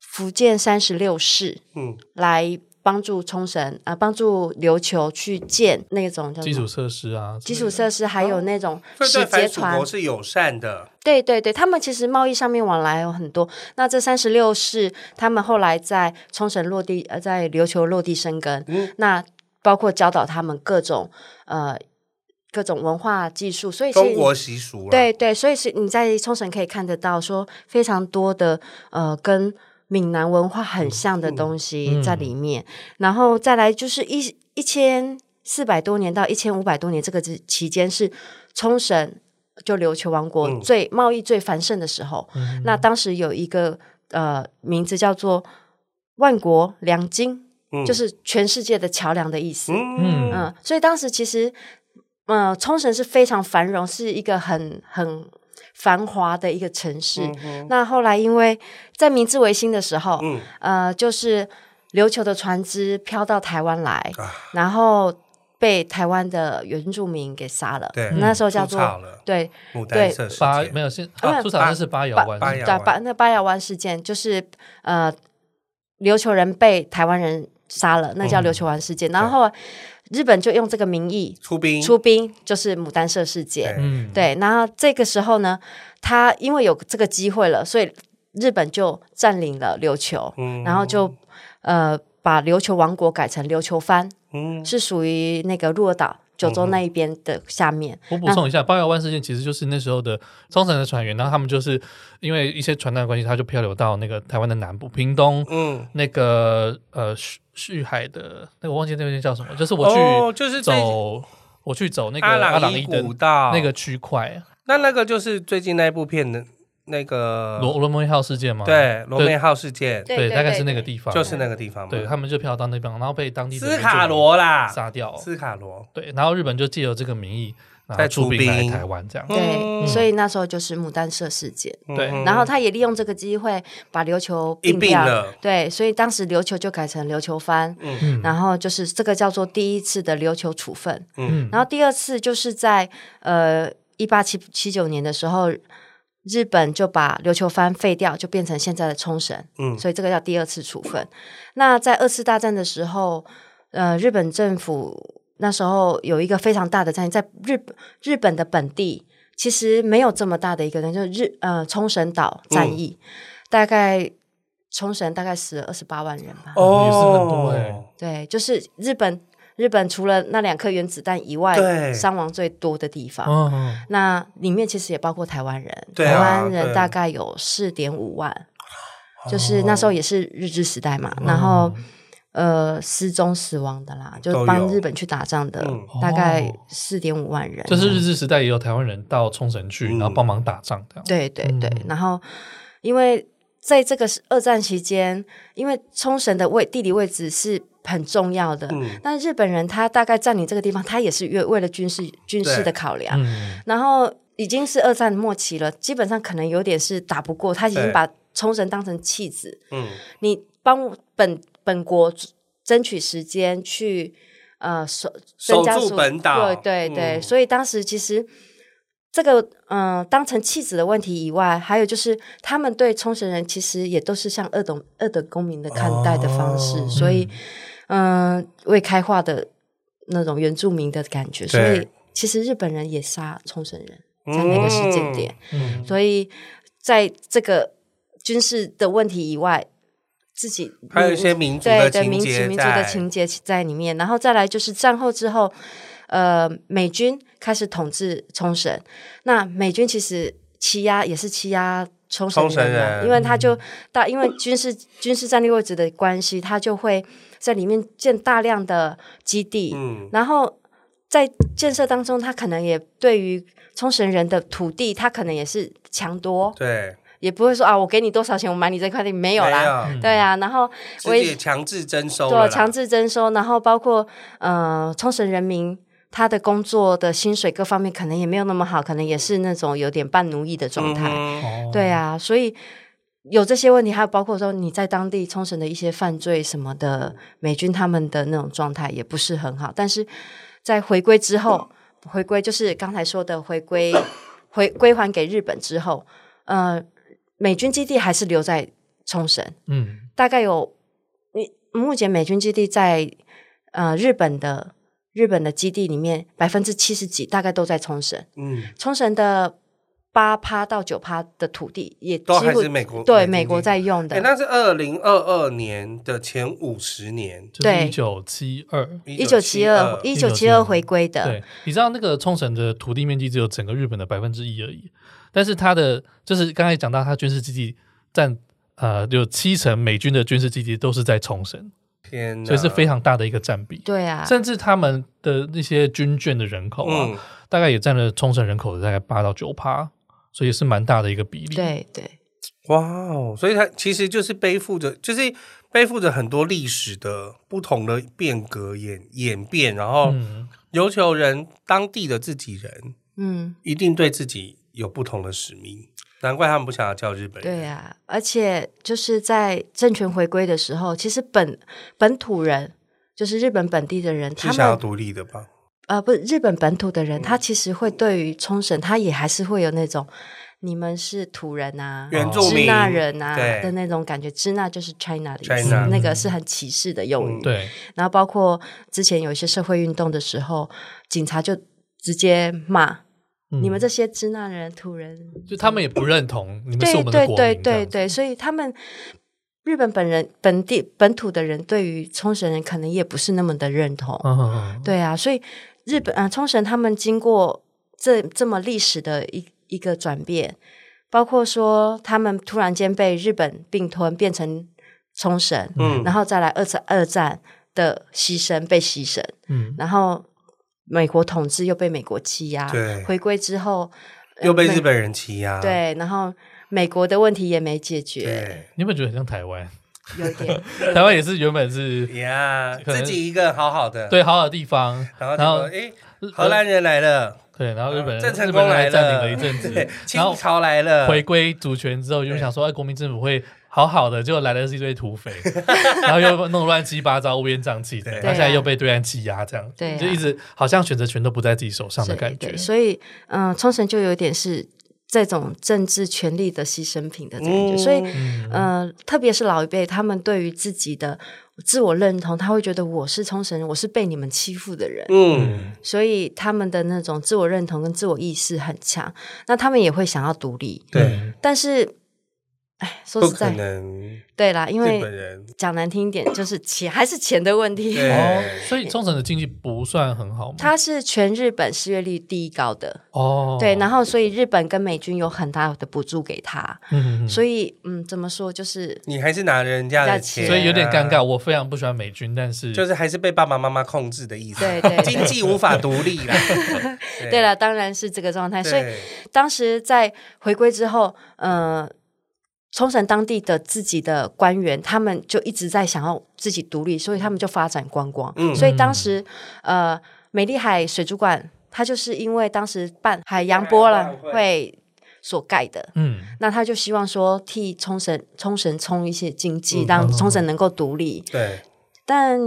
Speaker 8: 福建三十六士
Speaker 4: 嗯，
Speaker 8: 来帮助冲绳啊、呃帮助琉球去建那种叫
Speaker 3: 基
Speaker 8: 什
Speaker 3: 础
Speaker 8: 么
Speaker 3: 设施啊，
Speaker 8: 基础设施，还有那种
Speaker 4: 所以哦对
Speaker 8: 使节
Speaker 4: 藩属
Speaker 8: 团
Speaker 4: 国，是友善的，
Speaker 8: 对对对，他们其实贸易上面往来有很多。那这三十六世，他们后来在冲绳落地，呃，在琉球落地生根。
Speaker 4: 嗯
Speaker 8: 那包括教导他们各种呃各种文化技术，所以其实
Speaker 4: 中国习俗啦啊
Speaker 8: 对对，所以是你在冲绳可以看得到，说非常多的呃跟闽南文化
Speaker 4: 嗯
Speaker 8: 很像的东西在里面，然后再来就是一一千四百多年到一千五百多年这个之期间是冲绳就琉球王国
Speaker 4: 嗯
Speaker 8: 最、贸易最繁盛的时候，
Speaker 3: 嗯
Speaker 8: 那当时有一个呃名字叫做万国良金，
Speaker 4: 嗯
Speaker 8: 就是全世界的桥梁的意思。
Speaker 4: 嗯
Speaker 3: 嗯
Speaker 8: 嗯，所以当时其实，嗯、冲绳是非常繁荣，是一个很很繁华的一个城市。那后来因为在明治维新的时候，
Speaker 4: 嗯
Speaker 8: 呃，就是琉球的船只飘到台湾来，
Speaker 4: 啊
Speaker 8: 然后被台湾的原住民给杀了。
Speaker 4: 对
Speaker 8: 那时候叫
Speaker 4: 出
Speaker 8: 做
Speaker 4: 草了
Speaker 8: 对
Speaker 4: 牡丹
Speaker 8: 对
Speaker 4: 社事
Speaker 3: 八
Speaker 4: 件
Speaker 3: 没有现
Speaker 8: 啊
Speaker 3: 出场就是八窑湾，
Speaker 4: 八
Speaker 8: 对啊
Speaker 4: 窑
Speaker 8: 八那八窑湾事件，就是呃，琉球人被台湾人杀了，那叫
Speaker 4: 嗯
Speaker 8: 琉球湾事件。然后后来日本就用这个名义
Speaker 4: 出兵
Speaker 8: 出兵就是牡丹社事件，
Speaker 4: 对
Speaker 3: 嗯，
Speaker 8: 对。然后这个时候呢，他因为有这个机会了，所以日本就占领了琉球，
Speaker 4: 嗯
Speaker 8: 然后就呃把琉球王国改成琉球藩，
Speaker 4: 嗯
Speaker 8: 是属于那个鹿儿岛九州那一边的下面。
Speaker 3: 我补充一下，八幺湾事件其实就是那时候的冲绳的船员，然后他们就是因为一些船难的关系，他就漂流到那个台湾的南部屏东，
Speaker 4: 嗯，
Speaker 3: 那个呃旭旭海的那个我忘记那边叫什么，就是我去、
Speaker 4: 哦，就是最
Speaker 3: 走，我去走那个
Speaker 4: 阿
Speaker 3: 阿
Speaker 4: 朗
Speaker 3: 朗
Speaker 4: 伊
Speaker 3: 伊的
Speaker 4: 古道
Speaker 3: 那个区块
Speaker 4: 那那个就是最近那部片的那个
Speaker 3: 罗罗摩号事件吗？
Speaker 4: 嗯对罗梅
Speaker 3: 对
Speaker 4: 号事件，
Speaker 3: 对大概是那个地方，
Speaker 4: 就是那个地方嘛，
Speaker 3: 对他们就漂到那边，然后被当地的
Speaker 4: 斯卡罗啊啦，
Speaker 3: 杀掉，
Speaker 4: 斯卡罗，
Speaker 3: 对，然后日本就借由这个名义，然后
Speaker 4: 再
Speaker 3: 出
Speaker 4: 出
Speaker 3: 兵来
Speaker 4: 兵
Speaker 3: 台湾这样，
Speaker 8: 对，
Speaker 4: 嗯
Speaker 8: 所以那时候就是牡丹社事件。
Speaker 3: 对
Speaker 4: 嗯
Speaker 8: 然后他也利用这个机会把琉球
Speaker 4: 一
Speaker 8: 并
Speaker 4: 并
Speaker 8: 掉，
Speaker 4: 了
Speaker 8: 对，所以当时琉球就改成琉球藩，
Speaker 3: 嗯
Speaker 8: 然后就是这个叫做第一次的琉球处分，
Speaker 3: 嗯
Speaker 8: 然后第二次就是在呃一八七七九年的时候，日本就把琉球藩废掉，就变成现在的冲绳，
Speaker 4: 嗯
Speaker 8: 所以这个叫第二次处分。那在二次大战的时候，呃，日本政府那时候有一个非常大的战役，在日本日本的本地其实没有这么大的一个，就是日呃冲绳岛战役，大概冲绳大概死了二十八万人吧。
Speaker 3: 哦也是很多欸
Speaker 8: 对，就是日本，日本除了那两颗原子弹以外，
Speaker 4: 对哦
Speaker 8: 伤亡最多的地方。
Speaker 3: 嗯嗯，
Speaker 8: 那里面其实也包括台湾人，
Speaker 4: 对
Speaker 8: 台
Speaker 4: 啊
Speaker 8: 湾人
Speaker 4: 对哦
Speaker 8: 大概有四点五万，就是那时候也是日治时代
Speaker 4: 嗯
Speaker 8: 嘛，然后呃失踪死亡的啦，就
Speaker 4: 都
Speaker 8: 是帮
Speaker 4: 有
Speaker 8: 日本去打仗的，
Speaker 4: 嗯
Speaker 8: 大概
Speaker 3: 哦
Speaker 8: 四点五万人，
Speaker 3: 就是日治时代也有台湾人到冲绳去，
Speaker 4: 嗯
Speaker 3: 然后帮忙打仗这样。
Speaker 8: 对啊对对，
Speaker 3: 嗯
Speaker 8: 然后因为在这个是二战期间，因为冲绳的位地理位置是很重要的，
Speaker 4: 嗯
Speaker 8: 那日本人他大概占领这个地方，他也是为为了军事军事
Speaker 4: 对
Speaker 8: 的考量，
Speaker 3: 嗯，
Speaker 8: 然后已经是二战末期了，基本上可能有点是打不过，他已经
Speaker 4: 对
Speaker 8: 把冲绳当成弃子，
Speaker 4: 嗯，
Speaker 8: 你帮本本国争取时间去呃守
Speaker 4: 守
Speaker 8: 增加
Speaker 4: 住
Speaker 8: 属
Speaker 4: 本岛
Speaker 8: 对对对，
Speaker 4: 嗯
Speaker 8: 所以当时其实这个嗯、呃当成弃子的问题以外，还有就是他们对冲绳人其实也都是像二等二等公民的看待的方式，
Speaker 4: 哦
Speaker 8: 所以嗯、呃未开化的那种原住民的感觉，所以
Speaker 4: 对
Speaker 8: 其实日本人也杀冲绳人
Speaker 4: 嗯
Speaker 8: 在那个时间点，
Speaker 3: 嗯
Speaker 8: 所以在这个军事的问题以外，自己
Speaker 4: 还有一些民族
Speaker 8: 嗯对
Speaker 4: 的
Speaker 8: 对
Speaker 4: 情
Speaker 8: 民族
Speaker 4: 节
Speaker 8: 民族的
Speaker 4: 在，
Speaker 8: 情节在里面，然后再来就是战后之后，呃，美军开始统治冲绳，那美军其实欺压也是欺压。冲绳
Speaker 4: 冲绳
Speaker 8: 人嘛，
Speaker 4: 人
Speaker 8: 因为他就大，因为军事军事战略位置的关系，他就会在里面建大量的基地，
Speaker 4: 嗯，
Speaker 8: 然后在建设当中，他可能也对于冲绳人的土地，他可能也是强夺，
Speaker 4: 对，
Speaker 8: 也不会说啊，我给你多少钱，我买你这块地，没有啦，
Speaker 4: 没有，
Speaker 8: 对啊，然后我
Speaker 4: 自
Speaker 8: 也
Speaker 4: 己强制征收了啦，
Speaker 8: 对强制征收，然后包括呃冲绳人民。他的工作的薪水各方面可能也没有那么好，可能也是那种有点半奴役的状态。
Speaker 4: 嗯
Speaker 3: 哦
Speaker 8: 对啊，所以有这些问题，还有包括说你在当地冲绳的一些犯罪什么的，美军他们的那种状态也不是很好。但是在回归之后，回归就是刚才说的回归回归还给日本之后，呃，美军基地还是留在冲绳，
Speaker 3: 嗯，
Speaker 8: 大概有你目前美军基地在呃日本的。日本的基地里面，百分之七十几大概都在冲绳。
Speaker 4: 嗯，
Speaker 8: 冲绳的八趴到九趴的土地也几
Speaker 4: 都
Speaker 8: 乎
Speaker 4: 还是美国
Speaker 8: 对
Speaker 4: 美
Speaker 8: 美
Speaker 4: 国
Speaker 8: 国在用
Speaker 4: 哎，
Speaker 8: 的，
Speaker 4: 那是二零二二年的前五十年，
Speaker 3: 就是
Speaker 8: 对
Speaker 3: 一九七二。
Speaker 8: 一九七二一九七二
Speaker 3: 1972
Speaker 8: 回归的，
Speaker 3: 对，你知道那个冲绳的土地面积只有整个日本的百分之一而已，但是它的就是刚才讲到，它军事基地占呃有七成美军的军事基地都是在冲绳，
Speaker 4: 天哪，
Speaker 3: 所以是非常大的一个占比。
Speaker 8: 对啊，
Speaker 3: 甚至他们的那些军眷的人口啊，
Speaker 4: 嗯，
Speaker 3: 大概也占了冲绳人口的大概八到九趴，所以也是蛮大的一个比例。，
Speaker 8: 对对
Speaker 4: 哇哦，所以它其实就是背负着，就是背负着很多历史的不同的变革演演变，然后
Speaker 3: 嗯，
Speaker 4: 琉球人当地的自己人
Speaker 8: 嗯，
Speaker 4: 一定对自己有不同的使命，难怪他们不想要叫日本人，
Speaker 8: 对啊，而且就是在政权回归的时候，其实本本土人就是日本本地的人，
Speaker 4: 是
Speaker 8: 他
Speaker 4: 想要
Speaker 8: 们
Speaker 4: 独立的吧？
Speaker 8: 呃不日本本土的人，
Speaker 4: 嗯
Speaker 8: 他其实会对于冲绳，他也还是会有那种你们是土人啊，
Speaker 4: 原住
Speaker 8: 支
Speaker 4: 民
Speaker 8: 那人啊
Speaker 4: 对
Speaker 8: 的那种感觉，支那就是 China 的意思
Speaker 4: China，
Speaker 8: 那个是很歧视的用语。
Speaker 4: 嗯
Speaker 3: 对，
Speaker 8: 然后包括之前有一些社会运动的时候，警察就直接骂、
Speaker 3: 嗯
Speaker 8: 你们这些支那人、土人，
Speaker 3: 就他们也不认同你们是我
Speaker 8: 对
Speaker 3: 们的
Speaker 8: 嗯对
Speaker 3: 国
Speaker 8: 对
Speaker 3: 民，
Speaker 8: 对对，所以他们日本本人本地本土的人对于冲绳人可能也不是那么的认同，
Speaker 3: 嗯嗯嗯，
Speaker 8: 对啊，所以日本嗯、呃冲绳他们经过这这么历史的一一个转变，包括说他们突然间被日本并吞变成冲绳，
Speaker 4: 嗯，
Speaker 8: 然后再来二战二战的牺牲被牺牲，
Speaker 3: 嗯
Speaker 8: 然后美国统治又被美国欺压，
Speaker 4: 对
Speaker 8: 回归之后呃
Speaker 4: 又被
Speaker 8: 美
Speaker 4: 日本人欺
Speaker 3: 啊
Speaker 4: 压，
Speaker 8: 对，然后美国的问题也没解决，
Speaker 4: 对。
Speaker 3: 你有没有觉得很像台湾？
Speaker 8: 有一点
Speaker 3: 台湾也是原本 是
Speaker 4: 呀
Speaker 3: 可能
Speaker 4: 自己一个好好的，
Speaker 3: 对好好的地方，
Speaker 4: 然后
Speaker 3: 然后呃
Speaker 4: 结果哎，荷兰人来了，
Speaker 3: 对，然后日本人
Speaker 4: 郑成
Speaker 3: 日本
Speaker 4: 功
Speaker 3: 人
Speaker 4: 来了，
Speaker 3: 占领了一阵
Speaker 4: 对
Speaker 3: 子，然
Speaker 4: 清
Speaker 3: 后
Speaker 4: 朝来了，
Speaker 3: 回归主权之后，就想说，哎，国民政府会好好的，结果来的是一堆土 匪，然后又弄乱七八糟、乌烟瘴气的，
Speaker 4: 对
Speaker 3: 然后现在又被对岸欺压，这样，
Speaker 8: 啊对啊
Speaker 3: 就一直好像选择权都不在自己手上的
Speaker 8: 对
Speaker 3: 感觉
Speaker 8: 对，。所以嗯、呃冲绳就有点是这种政治权力的牺牲品的感觉，所以
Speaker 3: 嗯
Speaker 8: 呃，特别是老一辈，他们对于自己的自我认同，他会觉得我是冲绳人，我是被你们欺负的人，
Speaker 4: 嗯，
Speaker 8: 所以他们的那种自我
Speaker 3: 嗯
Speaker 8: 认同跟自我意识很强。那他们也会想要独立，
Speaker 4: 对，
Speaker 8: 嗯但是哎，说
Speaker 4: 嗯不
Speaker 8: 实
Speaker 4: 可
Speaker 8: 在，
Speaker 4: 能
Speaker 8: 对啦，因
Speaker 4: 日本
Speaker 8: 为
Speaker 4: 人
Speaker 8: 讲难听一点，就是钱还是钱的问题。
Speaker 4: 对
Speaker 3: 哦，所以冲绳的经济不算很好嘛。
Speaker 8: 它是全日本失业率第一高的，
Speaker 3: 哦，
Speaker 8: 对，然后所以日本跟美军有很大的补助给他，
Speaker 3: 嗯，嗯嗯
Speaker 8: 所以嗯，怎么说就是
Speaker 4: 你还是拿人家
Speaker 8: 人
Speaker 4: 的
Speaker 8: 家
Speaker 4: 钱、
Speaker 8: 钱
Speaker 3: 所以有点尴尬。，我非常不喜欢美军，但是
Speaker 4: 就是还是被爸爸妈妈控制的意思，
Speaker 8: 对对对
Speaker 4: 经济无法独立 啦。
Speaker 8: 对了，当然是这个状态。
Speaker 4: 对，
Speaker 8: 所以当时在回归之后，呃，冲绳当地的自己的官员，他们就一直在想要自己独立，所以他们就发展观光。
Speaker 4: 嗯
Speaker 8: 所以当时呃，美丽海水族馆，它就是因为当时办海洋博览会所盖的。
Speaker 3: 嗯，
Speaker 8: 那他就希望说替冲绳冲绳冲一些经济，
Speaker 4: 嗯
Speaker 8: 让冲绳能够独立。
Speaker 4: 对，
Speaker 8: 但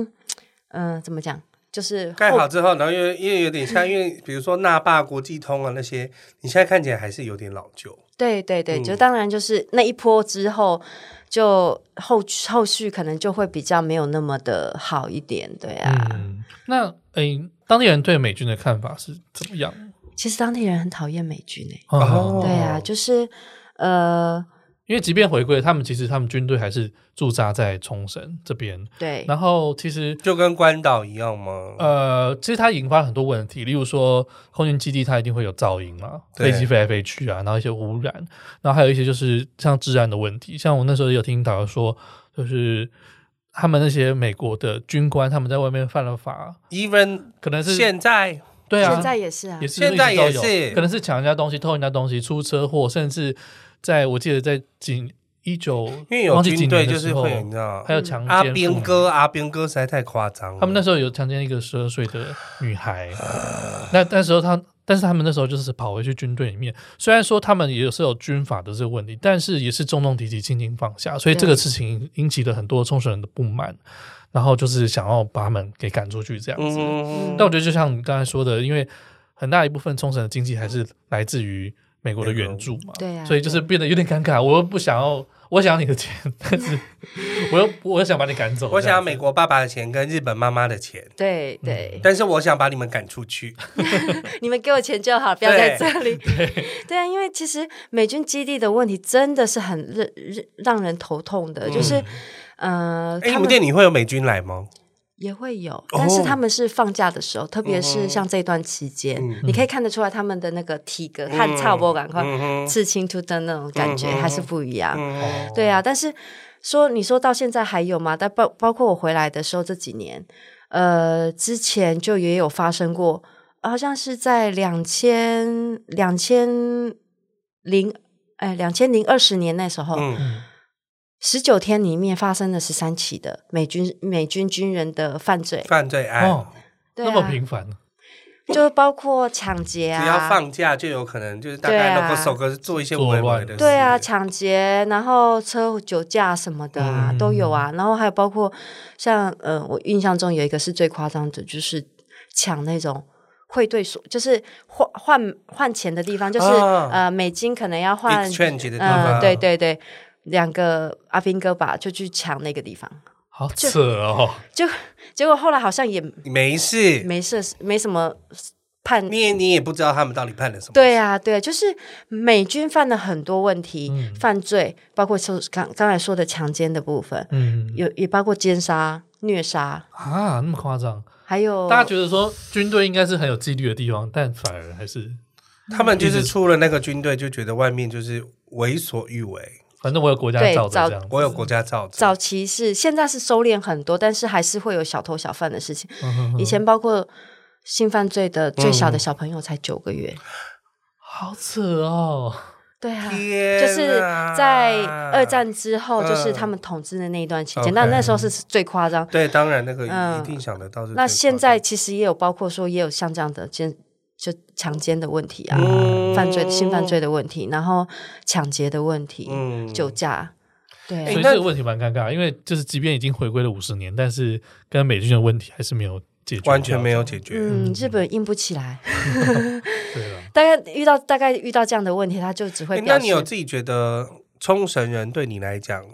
Speaker 8: 嗯、呃怎么讲，就是
Speaker 4: 盖
Speaker 8: 后
Speaker 4: 好之后，然后又因为有点
Speaker 3: 嗯
Speaker 4: 像，因为比如说那霸国际通啊那些，你现在看起来还是有点老旧。
Speaker 8: 对对对，就
Speaker 4: 嗯
Speaker 8: 当然就是那一波之后，就后后续可能就会比较没有那么的好一点，对啊。
Speaker 3: 嗯，那诶、当地人对美军的看法是怎么样？嗯
Speaker 8: 其实当地人很讨厌美军诶、
Speaker 4: 哦
Speaker 8: 对啊，就是呃，
Speaker 3: 因为即便回归，他们其实他们军队还是驻扎在冲绳这边。
Speaker 8: 对，
Speaker 3: 然后其实
Speaker 4: 就跟关岛一样吗？
Speaker 3: 呃，其实它引发了很多问题，例如说空军基地它一定会有噪音嘛，
Speaker 4: 对
Speaker 3: 飞机飞来飞去啊，然后一些污染，然后还有一些就是像治安的问题。像我那时候有听导游说，就是他们那些美国的军官，他们在外面犯了法，
Speaker 4: ，even
Speaker 3: 可能是
Speaker 4: 现在
Speaker 3: 对啊，
Speaker 8: 现在也是啊
Speaker 3: 也，是
Speaker 4: 现在
Speaker 3: 一直都有
Speaker 4: 也是
Speaker 3: 可能是抢人家东西、偷人家东西、出车祸，甚至在我记得在几一九
Speaker 4: 因为有
Speaker 3: 忘记几
Speaker 4: 军
Speaker 3: 年
Speaker 4: 队
Speaker 3: 的
Speaker 4: 就是
Speaker 3: 时候
Speaker 4: 会有你知道
Speaker 3: 还有强奸
Speaker 4: 阿
Speaker 3: 妇
Speaker 4: 兵
Speaker 3: 女
Speaker 4: 哥，阿兵哥实在太夸张了。
Speaker 3: 他们那时候有强奸一个十二岁的女孩，
Speaker 4: 啊
Speaker 3: 那那时候他，但是他们那时候就是跑回去军队里面。虽然说他们也是有军法的这个问题，但是也是重重提起，轻轻放下，所以这个事情引起了很多冲绳人的不满，然后就是想要把他们给赶出去这样子。
Speaker 4: 嗯，
Speaker 3: 但我觉得就像你刚才说的，因为很大一部分冲绳的经济还是来自于美国的援助嘛，
Speaker 8: 对啊
Speaker 3: 所以就是变得有点尴尬。我又不想要，我想要你的钱， 但是我又我又想把你赶走。
Speaker 4: 我想
Speaker 3: 这
Speaker 4: 要
Speaker 3: 样子
Speaker 4: 美国爸爸的钱跟日本妈妈的钱，
Speaker 8: 对
Speaker 3: 嗯
Speaker 8: 对，
Speaker 4: 但是我想把你们赶出去。
Speaker 8: 你们给我钱就好，不要在这里。 对啊，因为其实美军基地的问题真的是很让让人头痛的，就是
Speaker 3: 嗯
Speaker 8: 呃，
Speaker 4: 哎，你
Speaker 8: 他
Speaker 4: 们
Speaker 8: 们
Speaker 4: 店里会有美军来吗？
Speaker 8: 也会有，但
Speaker 4: 哦
Speaker 8: 是他们是放假的时候，特别
Speaker 4: 嗯
Speaker 8: 是像这段期间，你可以看得出来他们的那个体格和差不赶快
Speaker 4: 嗯
Speaker 8: 刺青图的那种感觉
Speaker 4: 嗯哼
Speaker 8: 还是不一样。
Speaker 3: 哦
Speaker 4: 嗯，
Speaker 8: 对啊，但是说你说到现在还有吗？但包包括我回来的时候这几年，呃，之前就也有发生过，好像是在两千两千零哎两千零二十年那时候，
Speaker 4: 嗯
Speaker 8: 十九天里面发生了十三起的美军美军军人的犯罪，
Speaker 4: 犯罪案
Speaker 3: 哦，，
Speaker 8: 对
Speaker 3: 那么
Speaker 8: 啊
Speaker 3: 频繁，
Speaker 8: 就包括抢劫啊，
Speaker 4: 只要放假就有可能就是大
Speaker 8: 对
Speaker 4: 概
Speaker 8: 啊
Speaker 4: 能够手个做一些违规的事。
Speaker 8: 对啊，抢劫，然后车酒驾什么的啊、
Speaker 3: 嗯
Speaker 8: 都有啊，然后还有包括像呃，我印象中有一个是最夸张的，就是抢那种。汇兑所就是换换换钱的地方，就是、
Speaker 4: 啊
Speaker 8: 呃美金可能要换，
Speaker 4: exchange 的地
Speaker 8: 嗯
Speaker 4: 方，
Speaker 8: 对对对，两个阿兵哥吧就去抢那个地方，
Speaker 3: 好扯哦。
Speaker 8: 就结果后来好像也
Speaker 4: 没事，
Speaker 8: 没事，没什么判
Speaker 4: 你也你也不知道他们到底判了什么。
Speaker 8: 对啊，对啊，就是美军犯了很多问题，
Speaker 3: 嗯
Speaker 8: 犯罪包括说刚刚才说的强奸的部分，
Speaker 3: 嗯
Speaker 8: 有也包括奸杀、虐杀，
Speaker 3: 啊，那么夸张，
Speaker 8: 还有
Speaker 3: 大家觉得说军队应该是很有纪律的地方，但反而还是，
Speaker 4: 他们就是
Speaker 3: 嗯
Speaker 4: 出了那个军队，就觉得外面就是为所欲为。
Speaker 3: 反正我有国家
Speaker 8: 对
Speaker 3: 罩着
Speaker 8: 罩
Speaker 3: 这样子。
Speaker 4: 我有国家罩着，
Speaker 8: 早期是现在是收敛很多，但是还是会有小偷小贩的事情。
Speaker 3: 嗯哼哼
Speaker 8: 以前包括性犯罪的最小的小朋友才九个月，
Speaker 3: 嗯好扯哦，
Speaker 8: 对啊。
Speaker 4: 天啊
Speaker 8: 就是在二战之后，就是他们统治的那一段期间，
Speaker 4: 嗯
Speaker 8: 那
Speaker 4: OK
Speaker 8: 那时候是最夸张。
Speaker 4: 对，当然那个
Speaker 8: 嗯
Speaker 4: 一定想得到是最高的。
Speaker 8: 那现在其实也有包括说，也有像这样的奸就强奸的问题啊，
Speaker 4: 嗯
Speaker 8: 犯罪性犯罪的问题，然后抢劫的问题，
Speaker 4: 嗯
Speaker 8: 酒驾，对
Speaker 4: 哎
Speaker 3: 所以
Speaker 8: 啊，
Speaker 4: 那
Speaker 3: 这个问题蛮尴尬，因为就是即便已经回归了五十年，但是跟美军的问题还是没有解决掉，
Speaker 4: 完全没有解决。
Speaker 8: 嗯，日本硬不起来，
Speaker 3: 对啊了。
Speaker 8: 大概遇到大概遇到这样的问题，他就只会
Speaker 4: 诶
Speaker 8: 表
Speaker 4: 那
Speaker 8: 示，
Speaker 4: 你有自己觉得冲绳人对你来讲，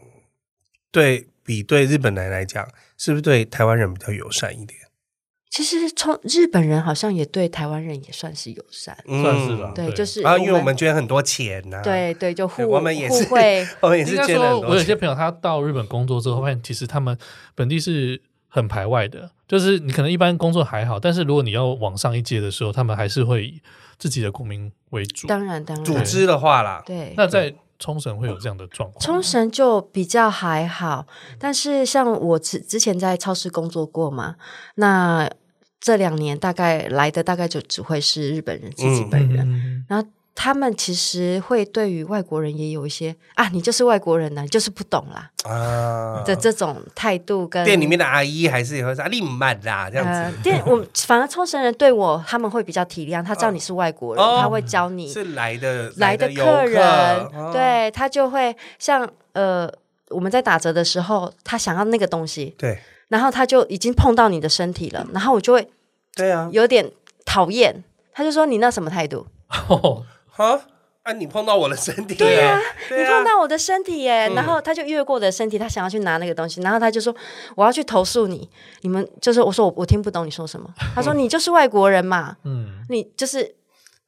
Speaker 4: 对比对日本人来讲，是不是对台湾人比较友善一点？
Speaker 8: 其实从日本人好像也对台湾人也算是友善，
Speaker 4: 嗯
Speaker 3: 算是吧
Speaker 8: 对，
Speaker 3: 对
Speaker 8: 就是
Speaker 4: 啊，因为我们捐很多钱呐、，
Speaker 8: 对对就互
Speaker 4: 我们也
Speaker 8: 互
Speaker 4: 是
Speaker 8: 惠，
Speaker 4: 我们也是
Speaker 3: 应该
Speaker 4: 捐了
Speaker 3: 说，
Speaker 4: 很
Speaker 3: 我
Speaker 4: 多
Speaker 3: 有些
Speaker 4: 钱。
Speaker 3: 朋友他到日本工作之后，发现其实他们本地是很排外的，就是你可能一般工作还好，但是如果你要往上一阶的时候，他们还是会以自己的国民为主。
Speaker 8: 当然当然
Speaker 4: 组织的话啦，
Speaker 8: 对。
Speaker 3: 那在冲绳会有这样的状况，
Speaker 8: 冲绳就比较还好，但是像我之之前在超市工作过嘛，那这两年大概来的大概就只会是日本人自己本人，
Speaker 3: 嗯
Speaker 8: 然后他们其实会对于外国人也有一些啊，你就是外国人呐、你就是不懂啦
Speaker 4: 啊，
Speaker 8: 的这种态度跟
Speaker 4: 店里面的阿姨还是也会说啊，你慢啦这样
Speaker 8: 呃
Speaker 4: 子，，啊
Speaker 8: 店我反而冲绳人对我他们会比较体谅，他知道你是外国人，
Speaker 4: 哦
Speaker 8: 他会教你
Speaker 4: 是来的
Speaker 8: 来
Speaker 4: 的
Speaker 8: 的
Speaker 4: 游
Speaker 8: 客人，
Speaker 4: 哦
Speaker 8: 对他就会像呃我们在打折的时候，他想要那个东西，
Speaker 4: 对
Speaker 8: 然后他就已经碰到你的身体了，然后我就会
Speaker 4: 对啊，
Speaker 8: 有点讨厌，他就说你那什么态度？
Speaker 3: 哦
Speaker 4: 哈啊，你碰到我的身体，对啊，嗯
Speaker 8: 你碰到我的身体耶，然后他就越过我的身体，他想要去拿那个东西，然后他就说我要去投诉你，你们就是我说我我听不懂你说什么，他
Speaker 4: 嗯
Speaker 8: 说你就是外国人嘛，
Speaker 3: 嗯，
Speaker 8: 你就是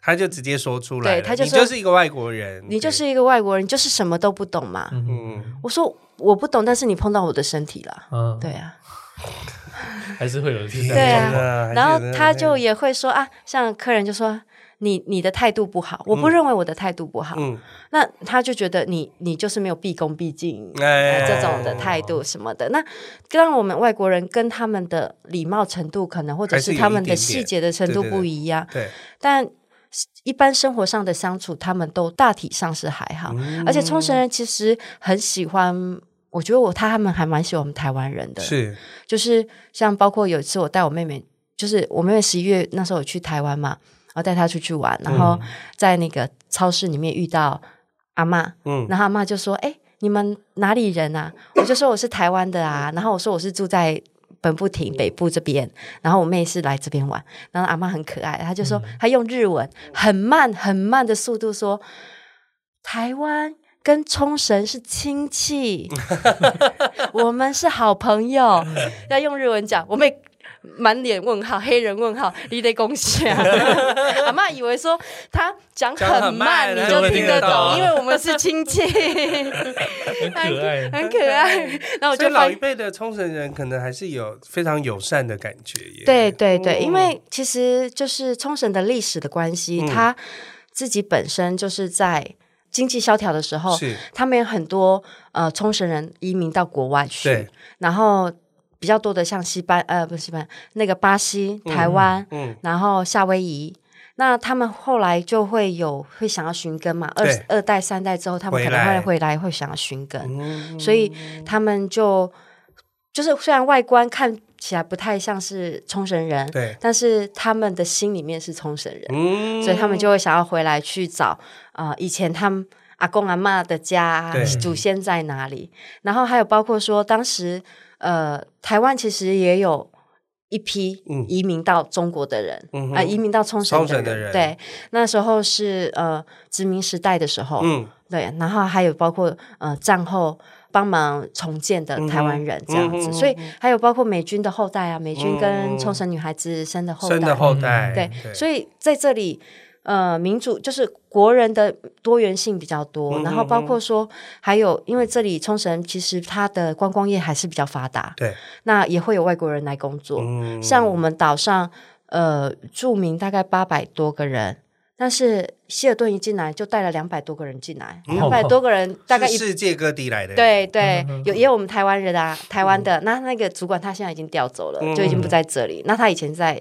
Speaker 4: 他就直接说出来了，
Speaker 8: 对他就
Speaker 4: 你
Speaker 8: 说
Speaker 4: 就是一个外国人，
Speaker 8: 你
Speaker 4: 对
Speaker 8: 就是一个外国人，你就是什么都不懂嘛。
Speaker 4: 嗯，
Speaker 8: 我说我不懂，但是你碰到我的身体了，
Speaker 3: 嗯，
Speaker 8: 对啊，
Speaker 3: 还是会有这样
Speaker 8: 对
Speaker 3: 的状
Speaker 8: 啊
Speaker 3: 况。
Speaker 4: 啊
Speaker 8: 然后他就也会说啊，像客人就说你你的态度不好，我不认为我的态度不好，
Speaker 4: 嗯，
Speaker 8: 那他就觉得你你就是没有毕恭毕敬，
Speaker 4: 哎
Speaker 8: 呃这种的态度什么的。那让我们外国人跟他们的礼貌程度可能，或者
Speaker 4: 还是
Speaker 8: 是
Speaker 4: 有
Speaker 8: 他们
Speaker 4: 一点
Speaker 8: 的
Speaker 4: 点
Speaker 8: 细节的程
Speaker 4: 对
Speaker 8: 度
Speaker 4: 对对
Speaker 8: 不一样，
Speaker 4: 对，
Speaker 8: 但一般生活上的相处，他们都大体上是还好。而且冲绳人其实很喜欢。我觉得我他们还蛮喜欢我们台湾人的，
Speaker 4: 是
Speaker 8: 就是像包括有一次我带我妹妹，就是我妹妹十一月那时候有去台湾嘛，然后带她出去玩，然后在那个超市里面遇到阿嬷，
Speaker 4: 嗯
Speaker 8: 然后阿嬷就说：“哎、你们哪里人啊？”我就说我是台湾的啊，然后我说我是住在。本部町北部这边，然后我妹是来这边玩，然后阿嬷很可爱，她就说、她用日文很慢很慢的速度说，台湾跟冲绳是亲 戚，我们是好朋友。要用日文讲，我妹满脸问号，黑人问号，你得恭喜 啊！阿妈以为说她讲
Speaker 4: 讲
Speaker 8: 很
Speaker 4: 很慢
Speaker 8: 慢，你就听
Speaker 4: 就听得
Speaker 8: 得懂，
Speaker 4: 懂
Speaker 8: 因 为我们是亲戚，
Speaker 3: 很可爱，
Speaker 8: 很可爱。然后我
Speaker 4: 所
Speaker 8: 就
Speaker 4: 以老
Speaker 8: 翻
Speaker 4: 一辈的冲绳人可能还是有非常友善的感觉耶。
Speaker 8: 对对
Speaker 4: 哦
Speaker 8: 对，因为其实就是冲绳的历史的关系，
Speaker 4: 嗯
Speaker 8: 它自己本身就是在经济萧条的时候，
Speaker 4: 是
Speaker 8: 他们有很多呃冲绳人移民到国外去
Speaker 4: 对，
Speaker 8: 然后比较多的像西班呃不是西班那个巴西、台湾，
Speaker 4: 嗯
Speaker 8: 然后夏威夷。那他们后来就会有会想要寻根嘛，二
Speaker 4: 对
Speaker 8: 二代三代之后，他们可能
Speaker 4: 回
Speaker 8: 会
Speaker 4: 来
Speaker 8: 回来会想要寻根，
Speaker 4: 嗯
Speaker 8: 所以他们就就是虽然外观看起来不太像是冲绳人，
Speaker 4: 对
Speaker 8: 但是他们的心里面是冲绳人，
Speaker 4: 嗯
Speaker 8: 所以他们就会想要回来去找啊、呃以前他们阿公阿嬷的家
Speaker 4: 对
Speaker 8: 祖先在哪里，然后还有包括说当时呃台湾其实也有。一批
Speaker 4: 嗯
Speaker 8: 移民到中国的人，啊、
Speaker 4: 嗯哼
Speaker 8: 移民到冲绳
Speaker 4: 冲绳的
Speaker 8: 人
Speaker 4: 人
Speaker 8: 对，那时候是呃殖民时代的时候，
Speaker 4: 嗯
Speaker 8: 对，然后还有包括呃战后帮忙重建的台湾人这样子，
Speaker 4: 嗯哼
Speaker 8: 所以还有包括美军的后代啊，美军跟
Speaker 4: 嗯
Speaker 8: 冲绳女孩子生的后代，嗯
Speaker 4: 生的嗯后代
Speaker 8: 对，所
Speaker 4: 以
Speaker 8: 以在这里。呃，民主就是国人的多元性比较多，
Speaker 4: 嗯
Speaker 8: 然后包括说，还有因为这里冲绳其实它的观光业还是比较发达，
Speaker 4: 对
Speaker 8: 那也会有外国人来工作。
Speaker 4: 嗯
Speaker 8: 像我们岛上，呃，住民大概八百多个人，但是希尔顿一进来就带了两百多个人进来，两百、多 个人大概
Speaker 4: 哦是嗯
Speaker 8: 一。
Speaker 4: 世界各地来的人，
Speaker 8: 对对，有也有我们台湾人啊，
Speaker 4: 嗯
Speaker 8: 台湾的、那那个主管他现在已经调走了，就已经不在这里。那他以前在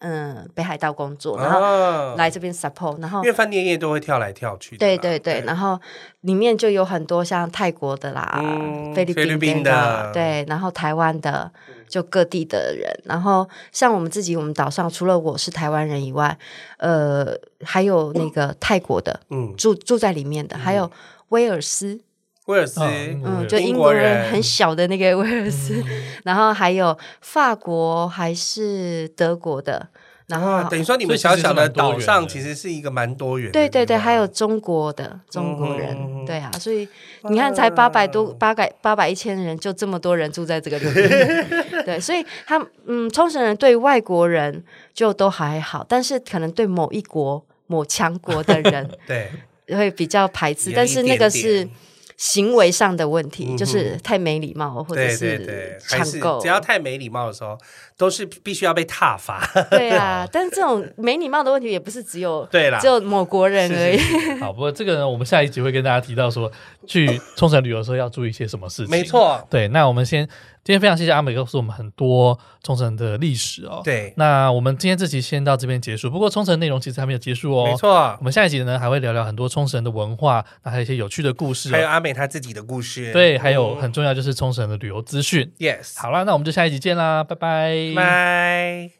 Speaker 8: 嗯北海道工作，然后
Speaker 4: 啊，
Speaker 8: 来这边 support，然后
Speaker 4: 因为饭店业都会跳来跳去的
Speaker 8: 哦对
Speaker 4: 啦，
Speaker 8: 对对，然后里面就有很多像泰国的啦、
Speaker 4: 嗯
Speaker 8: 菲律
Speaker 4: 菲律
Speaker 8: 宾
Speaker 4: 宾
Speaker 8: 啦
Speaker 4: 的嗯
Speaker 8: 对，然后台湾的，就各地的人。然后像我们自己，我们岛上除了我是台湾人以外，呃，还有那个泰国的
Speaker 4: 嗯，
Speaker 8: 住住在里面的，还有威尔斯，
Speaker 4: 威尔斯，
Speaker 3: 嗯
Speaker 8: 嗯，
Speaker 3: 嗯
Speaker 8: 就
Speaker 4: 英
Speaker 8: 英
Speaker 4: 国
Speaker 8: 国人
Speaker 4: 人嗯
Speaker 8: 很小的那个威尔斯，然后还有法国还是德国的，然
Speaker 4: 哇，
Speaker 8: 后
Speaker 4: 等于说你
Speaker 3: 所
Speaker 4: 们
Speaker 3: 以
Speaker 4: 小
Speaker 3: 其实
Speaker 4: 小
Speaker 3: 是
Speaker 4: 的
Speaker 3: 蛮多元的
Speaker 4: 岛上其实是一个蛮多元的
Speaker 8: 对
Speaker 4: 地方。啊
Speaker 8: 对对，还有中国的中国人，
Speaker 4: 嗯
Speaker 8: 对啊，所以你看才八百多八百八百一千人，就这么多人住在这个里 面，对，所以他们嗯，冲绳人对外国人就都还好，但是可能对某一国某强国的人
Speaker 4: 对，
Speaker 8: 会比较排斥，
Speaker 4: 有一
Speaker 8: 但是那个是
Speaker 4: 点点。
Speaker 8: 行为上的问题，
Speaker 4: 嗯
Speaker 8: 就是太没礼貌，或者
Speaker 4: 对对对，还
Speaker 8: 抢
Speaker 4: 是
Speaker 8: 购，
Speaker 4: 只要太没礼貌的时候，都是必须要被踏伐。
Speaker 8: 对啊。但是这种没礼貌的问题也不是只有
Speaker 4: 对啦
Speaker 8: 只有某国人而已。
Speaker 3: 好，不过这个呢，我们下一集会跟大家提到说，去冲绳旅游的时候要注意一些什么事情。
Speaker 4: 没，错，
Speaker 3: 对。那我们先今天非常谢谢阿美告诉我们很多冲绳的历史哦。，
Speaker 4: 对，
Speaker 3: 那我们今天这集先到这边结束。不过冲绳内容其实还没有结束哦。
Speaker 4: 没，错
Speaker 3: 我。们下一集呢还会聊聊很多冲绳的文化，那还有一些有趣的故事、
Speaker 4: 还有哦
Speaker 3: 哦。
Speaker 4: 阿美她自己的故事，嗯
Speaker 3: 对，还有很重要就是冲绳的旅游资讯。
Speaker 4: ，yes，
Speaker 3: 好啦，那我们就下一集见啦，拜拜，
Speaker 4: 拜。